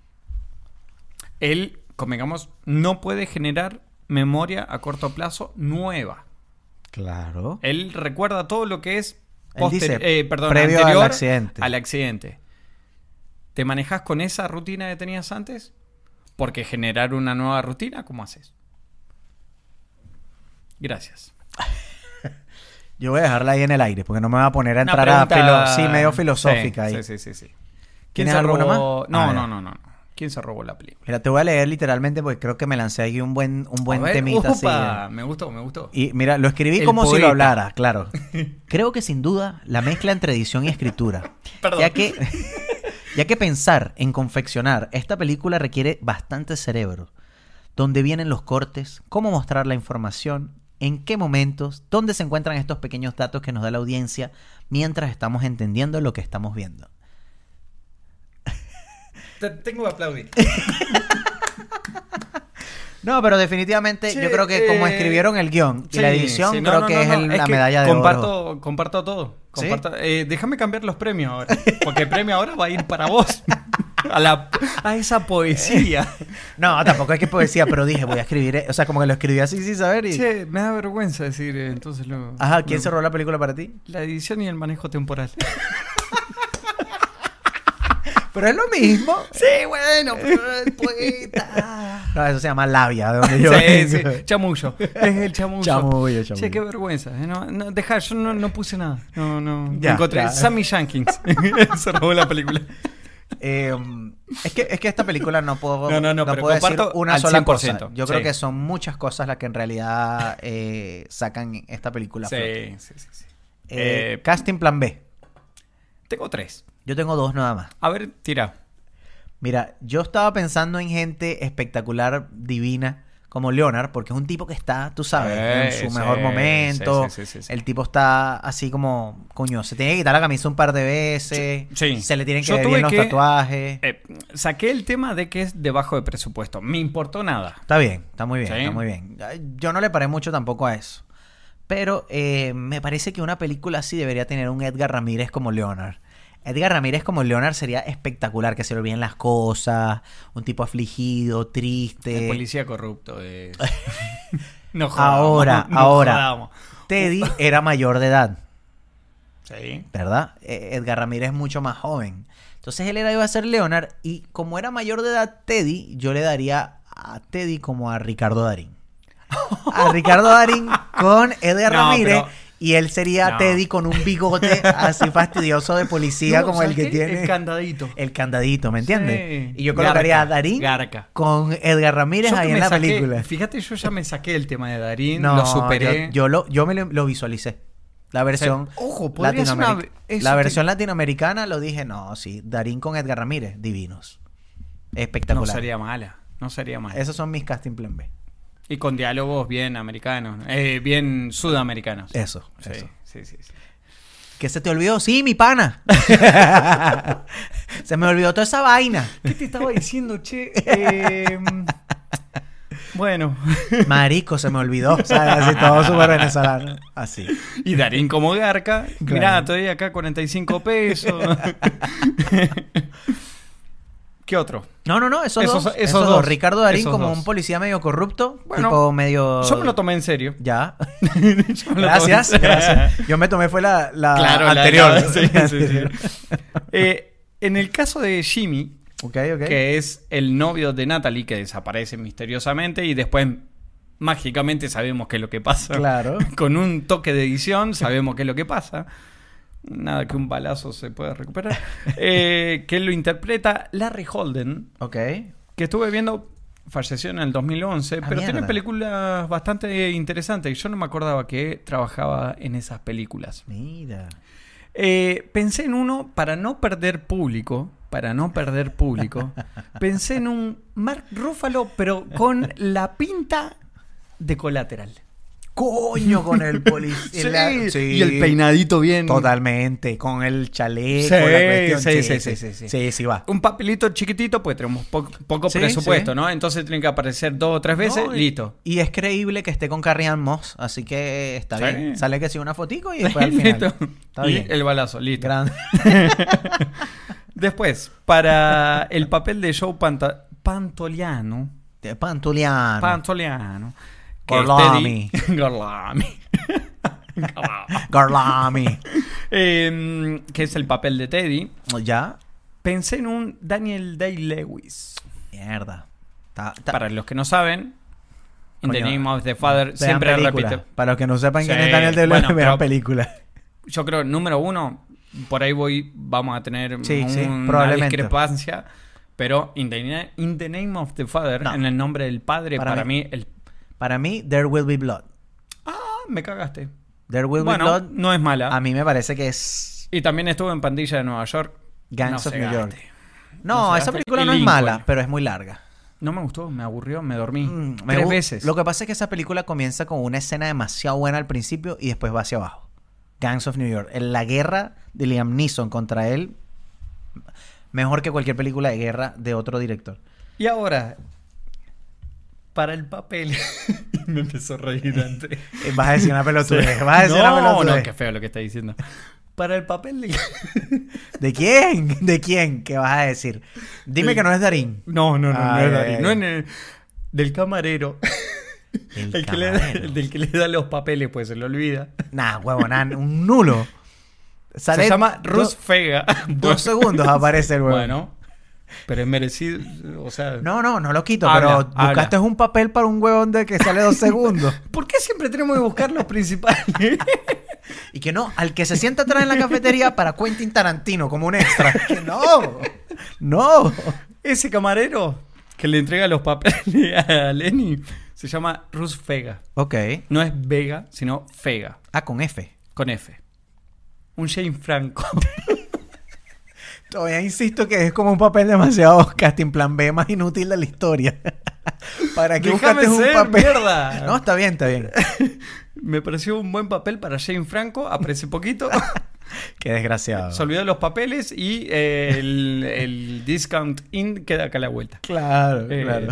[SPEAKER 5] Él, convengamos, no puede generar memoria a corto plazo nueva.
[SPEAKER 4] Claro.
[SPEAKER 5] Él recuerda todo lo que es
[SPEAKER 4] Él dice,
[SPEAKER 5] posteri- eh, perdón,
[SPEAKER 4] previo al
[SPEAKER 5] anterior
[SPEAKER 4] accidente.
[SPEAKER 5] al accidente. ¿Te manejas con esa rutina que tenías antes? Porque generar una nueva rutina, ¿cómo haces? Gracias.
[SPEAKER 4] Yo voy a dejarla ahí en el aire porque no me va a poner a
[SPEAKER 5] Una
[SPEAKER 4] entrar a
[SPEAKER 5] pregunta-
[SPEAKER 4] filo- sí, medio filosófica
[SPEAKER 5] Sí,
[SPEAKER 4] ahí.
[SPEAKER 5] sí, sí, sí. ¿Quién
[SPEAKER 4] ¿Tienes
[SPEAKER 5] se
[SPEAKER 4] alguna
[SPEAKER 5] robó?
[SPEAKER 4] más?
[SPEAKER 5] No,
[SPEAKER 4] Ah, ya.
[SPEAKER 5] no, no, no, no. ¿Quién se robó la película?
[SPEAKER 4] Mira, te voy a leer literalmente porque creo que me lancé ahí un buen, un buen
[SPEAKER 5] A ver,
[SPEAKER 4] temita así.
[SPEAKER 5] upa, Me gustó, me gustó.
[SPEAKER 4] Y mira, lo escribí
[SPEAKER 5] El
[SPEAKER 4] como si lo
[SPEAKER 5] poeta.
[SPEAKER 4] hablara, claro. Creo que sin duda la mezcla entre edición y escritura.
[SPEAKER 5] Perdón.
[SPEAKER 4] Ya que, ya que pensar en confeccionar esta película requiere bastante cerebro. Dónde vienen los cortes, cómo mostrar la información, en qué momentos, dónde se encuentran estos pequeños datos que nos da la audiencia mientras estamos entendiendo lo que estamos viendo.
[SPEAKER 5] Te tengo que aplaudir.
[SPEAKER 4] No, pero definitivamente
[SPEAKER 5] Che,
[SPEAKER 4] yo creo que como
[SPEAKER 5] eh,
[SPEAKER 4] escribieron el guión y la
[SPEAKER 5] sí,
[SPEAKER 4] edición,
[SPEAKER 5] sí, no,
[SPEAKER 4] creo
[SPEAKER 5] no,
[SPEAKER 4] que
[SPEAKER 5] no,
[SPEAKER 4] es
[SPEAKER 5] no,
[SPEAKER 4] el- la medalla de oro.
[SPEAKER 5] comparto, Comparto todo.
[SPEAKER 4] ¿Sí?
[SPEAKER 5] comparto- eh, déjame cambiar los premios ahora. Porque el premio ahora va a ir para vos. A, la, a esa poesía.
[SPEAKER 4] No, tampoco es que poesía, pero dije, voy a escribir. eh, O sea, como que lo escribí así sin saber y.
[SPEAKER 5] Che, me da vergüenza decir eh, entonces lo.
[SPEAKER 4] Ajá, ¿quién
[SPEAKER 5] lo-
[SPEAKER 4] cerró la película para ti?
[SPEAKER 5] La edición y el manejo temporal.
[SPEAKER 4] Pero es lo mismo.
[SPEAKER 5] sí, bueno, pero el poeta.
[SPEAKER 4] pues, No, eso se llama labia, de donde yo
[SPEAKER 5] Sí,
[SPEAKER 4] vengo.
[SPEAKER 5] sí, chamullo. Es el chamullo.
[SPEAKER 4] Chamullo, chamullo.
[SPEAKER 5] Che, qué vergüenza. eh, No, no, dejá, yo no, no puse nada. No, no. no
[SPEAKER 4] Ya,
[SPEAKER 5] encontré.
[SPEAKER 4] ya.
[SPEAKER 5] Sammy Jenkins. Se robó la película.
[SPEAKER 4] Eh, es, que, es que esta película no puedo,
[SPEAKER 5] No, no, no, pero
[SPEAKER 4] puedo decir
[SPEAKER 5] comparto
[SPEAKER 4] una
[SPEAKER 5] al
[SPEAKER 4] sola
[SPEAKER 5] 100%,
[SPEAKER 4] cosa. Yo
[SPEAKER 5] sí.
[SPEAKER 4] creo que son muchas cosas las que en realidad eh, sacan esta película. a flote.
[SPEAKER 5] Sí, sí, sí. sí.
[SPEAKER 4] Eh,
[SPEAKER 5] Eh,
[SPEAKER 4] casting plan B.
[SPEAKER 5] Tengo tres.
[SPEAKER 4] Yo tengo dos nada más.
[SPEAKER 5] A ver, tira.
[SPEAKER 4] Mira, yo estaba pensando en gente espectacular, divina, como Leonard, porque es un tipo que está, tú sabes, en
[SPEAKER 5] Eh, Sí,
[SPEAKER 4] su
[SPEAKER 5] sí,
[SPEAKER 4] mejor
[SPEAKER 5] sí,
[SPEAKER 4] momento.
[SPEAKER 5] sí, sí, sí, sí.
[SPEAKER 4] El tipo está así como, coño, se tiene que quitar la camisa un par de veces.
[SPEAKER 5] Sí, sí.
[SPEAKER 4] Se le tienen que
[SPEAKER 5] Yo
[SPEAKER 4] ver
[SPEAKER 5] tuve
[SPEAKER 4] bien los
[SPEAKER 5] que-
[SPEAKER 4] tatuajes.
[SPEAKER 5] Eh, saqué el tema de que es debajo de presupuesto. Me importó nada.
[SPEAKER 4] Está bien, está muy bien,
[SPEAKER 5] Sí.
[SPEAKER 4] está muy bien. Ah, Yo no le paré mucho tampoco a eso. Pero eh, me parece que una película así debería tener un Edgar Ramírez como Leonard. Edgar Ramírez como Leonard sería espectacular, que se le olviden las cosas, un tipo afligido,
[SPEAKER 5] El
[SPEAKER 4] triste.
[SPEAKER 5] policía corrupto es. no
[SPEAKER 4] Ahora,
[SPEAKER 5] no
[SPEAKER 4] ahora.
[SPEAKER 5] jodamos.
[SPEAKER 4] Teddy
[SPEAKER 5] Uh.
[SPEAKER 4] era mayor de edad,
[SPEAKER 5] Sí.
[SPEAKER 4] ¿verdad? Eh, Edgar Ramírez es mucho más joven. Entonces él era iba a ser Leonard y como era mayor de edad Teddy, yo le daría a Teddy como a Ricardo Darín. A Ricardo Darín con Edgar
[SPEAKER 5] No,
[SPEAKER 4] Ramírez
[SPEAKER 5] pero-
[SPEAKER 4] y él sería
[SPEAKER 5] No.
[SPEAKER 4] Teddy con un bigote así fastidioso de policía
[SPEAKER 5] No,
[SPEAKER 4] como el
[SPEAKER 5] ¿sabes
[SPEAKER 4] que
[SPEAKER 5] qué?
[SPEAKER 4] tiene
[SPEAKER 5] El candadito.
[SPEAKER 4] el candadito, ¿me entiendes?
[SPEAKER 5] Sí.
[SPEAKER 4] Y yo colocaría a
[SPEAKER 5] Garca,
[SPEAKER 4] Darín
[SPEAKER 5] garca.
[SPEAKER 4] con Edgar Ramírez
[SPEAKER 5] Yo que
[SPEAKER 4] ahí en
[SPEAKER 5] me
[SPEAKER 4] la
[SPEAKER 5] saqué-
[SPEAKER 4] película.
[SPEAKER 5] Fíjate, yo ya me saqué el tema de Darín,
[SPEAKER 4] No,
[SPEAKER 5] lo superé.
[SPEAKER 4] Yo, yo lo, yo me lo, lo visualicé. La versión.
[SPEAKER 5] ojo, podría ser una-
[SPEAKER 4] latinoameric-
[SPEAKER 5] eso
[SPEAKER 4] La
[SPEAKER 5] te-
[SPEAKER 4] versión latinoamericana lo dije, no, sí. Darín con Edgar Ramírez, divinos.
[SPEAKER 5] no
[SPEAKER 4] Espectacular.
[SPEAKER 5] sería mala, no sería mala.
[SPEAKER 4] Esos son mis casting plan B.
[SPEAKER 5] Y con diálogos bien americanos, ¿no? Eh, bien sudamericanos.
[SPEAKER 4] Eso,
[SPEAKER 5] Sí,
[SPEAKER 4] eso.
[SPEAKER 5] sí, sí, sí.
[SPEAKER 4] ¿Qué se te olvidó? Sí, mi pana. se me olvidó toda esa vaina.
[SPEAKER 5] ¿Qué te estaba diciendo, che? Eh, bueno.
[SPEAKER 4] Marico, se me olvidó. ¿sabes? Así todo súper venezolano. Así.
[SPEAKER 5] Y Darín como garca.
[SPEAKER 4] Claro.
[SPEAKER 5] Mirá, todavía acá 45 pesos. ¿Qué otro?
[SPEAKER 4] No, no, no, esos,
[SPEAKER 5] Esos-
[SPEAKER 4] dos,
[SPEAKER 5] esos
[SPEAKER 4] esos dos.
[SPEAKER 5] dos.
[SPEAKER 4] Ricardo Darín
[SPEAKER 5] Esos
[SPEAKER 4] como
[SPEAKER 5] dos.
[SPEAKER 4] un policía medio corrupto.
[SPEAKER 5] Bueno,
[SPEAKER 4] tipo medio.
[SPEAKER 5] Yo me lo tomé en serio.
[SPEAKER 4] Ya.
[SPEAKER 5] Yo me lo tomé en
[SPEAKER 4] Gracias,
[SPEAKER 5] serio.
[SPEAKER 4] gracias. Yo me tomé fue la, la
[SPEAKER 5] Claro, la-
[SPEAKER 4] anterior.
[SPEAKER 5] la- sí, sí, sí. Ah, Eh, en el caso de Jimmy,
[SPEAKER 4] Ok, ok.
[SPEAKER 5] que es el novio de Natalie que desaparece misteriosamente y después mágicamente sabemos qué es lo que pasa.
[SPEAKER 4] Claro.
[SPEAKER 5] Con un toque de edición sabemos qué es lo que pasa. Nada que un balazo se pueda recuperar. Eh, que lo interpreta Larry Holden,
[SPEAKER 4] Ok.
[SPEAKER 5] que estuve viendo, falleció en el 2011,
[SPEAKER 4] Ah,
[SPEAKER 5] pero
[SPEAKER 4] mierda.
[SPEAKER 5] tiene películas bastante interesantes y yo no me acordaba que trabajaba en esas películas.
[SPEAKER 4] Mira.
[SPEAKER 5] Eh, pensé en uno para no perder público. Para no perder público. pensé en un Mark Ruffalo, pero con la pinta de colateral.
[SPEAKER 4] Coño, con el policía. la- sí.
[SPEAKER 5] Y el peinadito bien.
[SPEAKER 4] Totalmente. Con el chaleco.
[SPEAKER 5] Sí,
[SPEAKER 4] la cuestión.
[SPEAKER 5] sí, sí, sí, sí, sí.
[SPEAKER 4] Sí, sí, va.
[SPEAKER 5] Un papelito chiquitito, pues tenemos po- poco
[SPEAKER 4] Sí,
[SPEAKER 5] presupuesto,
[SPEAKER 4] sí.
[SPEAKER 5] ¿no? Entonces tiene que aparecer dos o tres veces,
[SPEAKER 4] No, y-
[SPEAKER 5] listo.
[SPEAKER 4] Y es creíble que esté con Carrie Ann Moss, así que está
[SPEAKER 5] Sí.
[SPEAKER 4] bien. Sale que sí una fotico y después al final.
[SPEAKER 5] Listo.
[SPEAKER 4] Está
[SPEAKER 5] Y
[SPEAKER 4] bien.
[SPEAKER 5] el balazo, listo.
[SPEAKER 4] Gran-
[SPEAKER 5] Después, para el papel de Joe Panta- Pantoliano.
[SPEAKER 4] de Pantuliano.
[SPEAKER 5] Pantoliano. que
[SPEAKER 4] Gorlami.
[SPEAKER 5] es Teddy- Gorlami.
[SPEAKER 4] Garlami.
[SPEAKER 5] Em, que es el papel de Teddy.
[SPEAKER 4] ¿Ya?
[SPEAKER 5] Pensé en un Daniel Day-Lewis.
[SPEAKER 4] Mierda. Ta- ta-
[SPEAKER 5] Para los que no saben, In the
[SPEAKER 4] Coño,
[SPEAKER 5] Name of the Father,
[SPEAKER 4] Vean
[SPEAKER 5] siempre
[SPEAKER 4] película.
[SPEAKER 5] repito.
[SPEAKER 4] Para los que no sepan quién
[SPEAKER 5] Sí,
[SPEAKER 4] es Daniel de
[SPEAKER 5] bueno,
[SPEAKER 4] vean
[SPEAKER 5] pero-
[SPEAKER 4] película.
[SPEAKER 5] Yo creo, número uno, por ahí voy, vamos a tener
[SPEAKER 4] Sí, sí,
[SPEAKER 5] una
[SPEAKER 4] probablemente.
[SPEAKER 5] discrepancia. Pero In the, Na- In the Name of the Father,
[SPEAKER 4] No.
[SPEAKER 5] en el nombre del Padre,
[SPEAKER 4] Para
[SPEAKER 5] para,
[SPEAKER 4] mí-
[SPEAKER 5] mí, el...
[SPEAKER 4] Para mí, There Will Be Blood.
[SPEAKER 5] Ah, me cagaste.
[SPEAKER 4] There Will
[SPEAKER 5] bueno,
[SPEAKER 4] Be Blood,
[SPEAKER 5] no es mala.
[SPEAKER 4] a mí me parece que es
[SPEAKER 5] Y también estuve en Pandilla de Nueva York.
[SPEAKER 4] Gangs
[SPEAKER 5] No
[SPEAKER 4] of
[SPEAKER 5] se
[SPEAKER 4] New
[SPEAKER 5] gaste.
[SPEAKER 4] York.
[SPEAKER 5] No
[SPEAKER 4] No,
[SPEAKER 5] se
[SPEAKER 4] esa
[SPEAKER 5] gaste.
[SPEAKER 4] película
[SPEAKER 5] Y
[SPEAKER 4] no es
[SPEAKER 5] Lincoln.
[SPEAKER 4] mala, pero es muy larga.
[SPEAKER 5] No me gustó, me aburrió, me dormí.
[SPEAKER 4] Mm, me
[SPEAKER 5] Tres
[SPEAKER 4] gu-
[SPEAKER 5] veces.
[SPEAKER 4] Lo que pasa es que esa película comienza con una escena demasiado buena al principio y después va hacia abajo. Gangs of New York. En La guerra de Liam Neeson contra él, mejor que cualquier película de guerra de otro director.
[SPEAKER 5] Y ahora, para el papel. y me empezó a reír antes.
[SPEAKER 4] Eh, Vas a decir una pelotudez. Vas a decir una
[SPEAKER 5] no,
[SPEAKER 4] pelotudez.
[SPEAKER 5] no, qué feo lo que está diciendo. Para el papel de...
[SPEAKER 4] ¿De quién? ¿De quién? ¿Qué vas a decir? Dime
[SPEAKER 5] Sí.
[SPEAKER 4] que no es Darín.
[SPEAKER 5] No, no, no, no
[SPEAKER 4] Ay,
[SPEAKER 5] es
[SPEAKER 4] ay,
[SPEAKER 5] Darín.
[SPEAKER 4] ay.
[SPEAKER 5] No en el- Del camarero.
[SPEAKER 4] El
[SPEAKER 5] El que le da,
[SPEAKER 4] camarero.
[SPEAKER 5] el del que le da los papeles, pues se lo olvida.
[SPEAKER 4] Nah, huevo, nah, un nulo.
[SPEAKER 5] Se
[SPEAKER 4] Sale
[SPEAKER 5] llama
[SPEAKER 4] do-
[SPEAKER 5] Rus Fega.
[SPEAKER 4] Dos segundos aparece el huevo.
[SPEAKER 5] Bueno, pero es merecido. O sea.
[SPEAKER 4] No, no, no lo quito, pero
[SPEAKER 5] Habla,
[SPEAKER 4] buscaste
[SPEAKER 5] habla.
[SPEAKER 4] un papel para un huevón de que sale dos segundos.
[SPEAKER 5] ¿Por qué siempre tenemos que buscar los principales?
[SPEAKER 4] Y que no, al que se sienta atrás en la cafetería para Quentin Tarantino como un extra. Que no, no.
[SPEAKER 5] Ese camarero que le entrega los papeles a Lenny se llama Rus Fega.
[SPEAKER 4] Ok.
[SPEAKER 5] No es Vega, sino Fega,
[SPEAKER 4] Ah, con F.
[SPEAKER 5] con F. Un Jane Franco.
[SPEAKER 4] Todavía insisto que es como un papel demasiado casting plan B más inútil de la historia. ¿Para qué
[SPEAKER 5] Déjame
[SPEAKER 4] buscaste un
[SPEAKER 5] ser,
[SPEAKER 4] papel?
[SPEAKER 5] mierda.
[SPEAKER 4] No, está bien, está bien.
[SPEAKER 5] Me pareció un buen papel para Jane Franco, aparece poquito.
[SPEAKER 4] Qué desgraciado.
[SPEAKER 5] Se olvidó los papeles y eh, el, el discount in queda acá a la vuelta.
[SPEAKER 4] Claro,
[SPEAKER 5] Eh.
[SPEAKER 4] claro.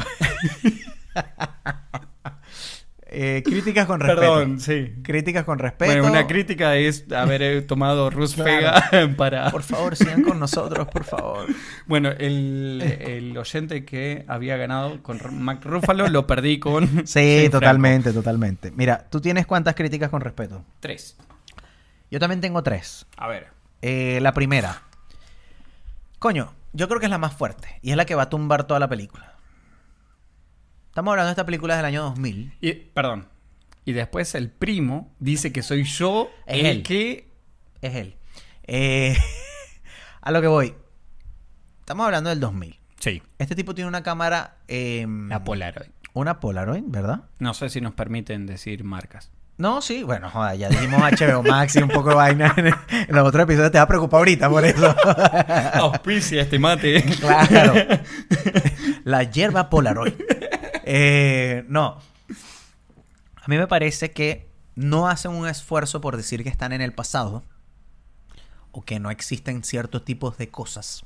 [SPEAKER 4] Eh, críticas con respeto.
[SPEAKER 5] Perdón, sí.
[SPEAKER 4] Críticas con respeto.
[SPEAKER 5] Bueno, una crítica es haber eh, tomado Rus
[SPEAKER 4] Claro.
[SPEAKER 5] Fega para...
[SPEAKER 4] Por favor, sigan con nosotros, por favor.
[SPEAKER 5] Bueno, el, el oyente que había ganado con R- Mac Ruffalo lo perdí con... Jane
[SPEAKER 4] Sí,
[SPEAKER 5] Franco.
[SPEAKER 4] totalmente, totalmente. Mira, ¿tú tienes cuántas críticas con respeto?
[SPEAKER 5] Tres.
[SPEAKER 4] Yo también tengo tres.
[SPEAKER 5] A ver.
[SPEAKER 4] Eh, la primera. Coño, yo creo que es la más fuerte y es la que va a tumbar toda la película. Estamos hablando de esta película del año 2000.
[SPEAKER 5] Y, perdón. Y después el primo dice que soy yo
[SPEAKER 4] Es
[SPEAKER 5] el
[SPEAKER 4] él.
[SPEAKER 5] que...
[SPEAKER 4] Es él. Eh, a lo que voy. Estamos hablando del 2000.
[SPEAKER 5] Sí.
[SPEAKER 4] Este tipo tiene una cámara... eh,
[SPEAKER 5] La Polaroid.
[SPEAKER 4] Una Polaroid, ¿verdad?
[SPEAKER 5] No sé si nos permiten decir marcas.
[SPEAKER 4] No, sí, bueno, joda, ya dijimos HBO Max y un poco de vaina en, el- en los otros episodios. Te vas a preocupar ahorita por eso.
[SPEAKER 5] Auspicia este mate.
[SPEAKER 4] Claro. La hierba Polaroid. Eh, no. A mí me parece que no hacen un esfuerzo por decir que están en el pasado o que no existen ciertos tipos de cosas.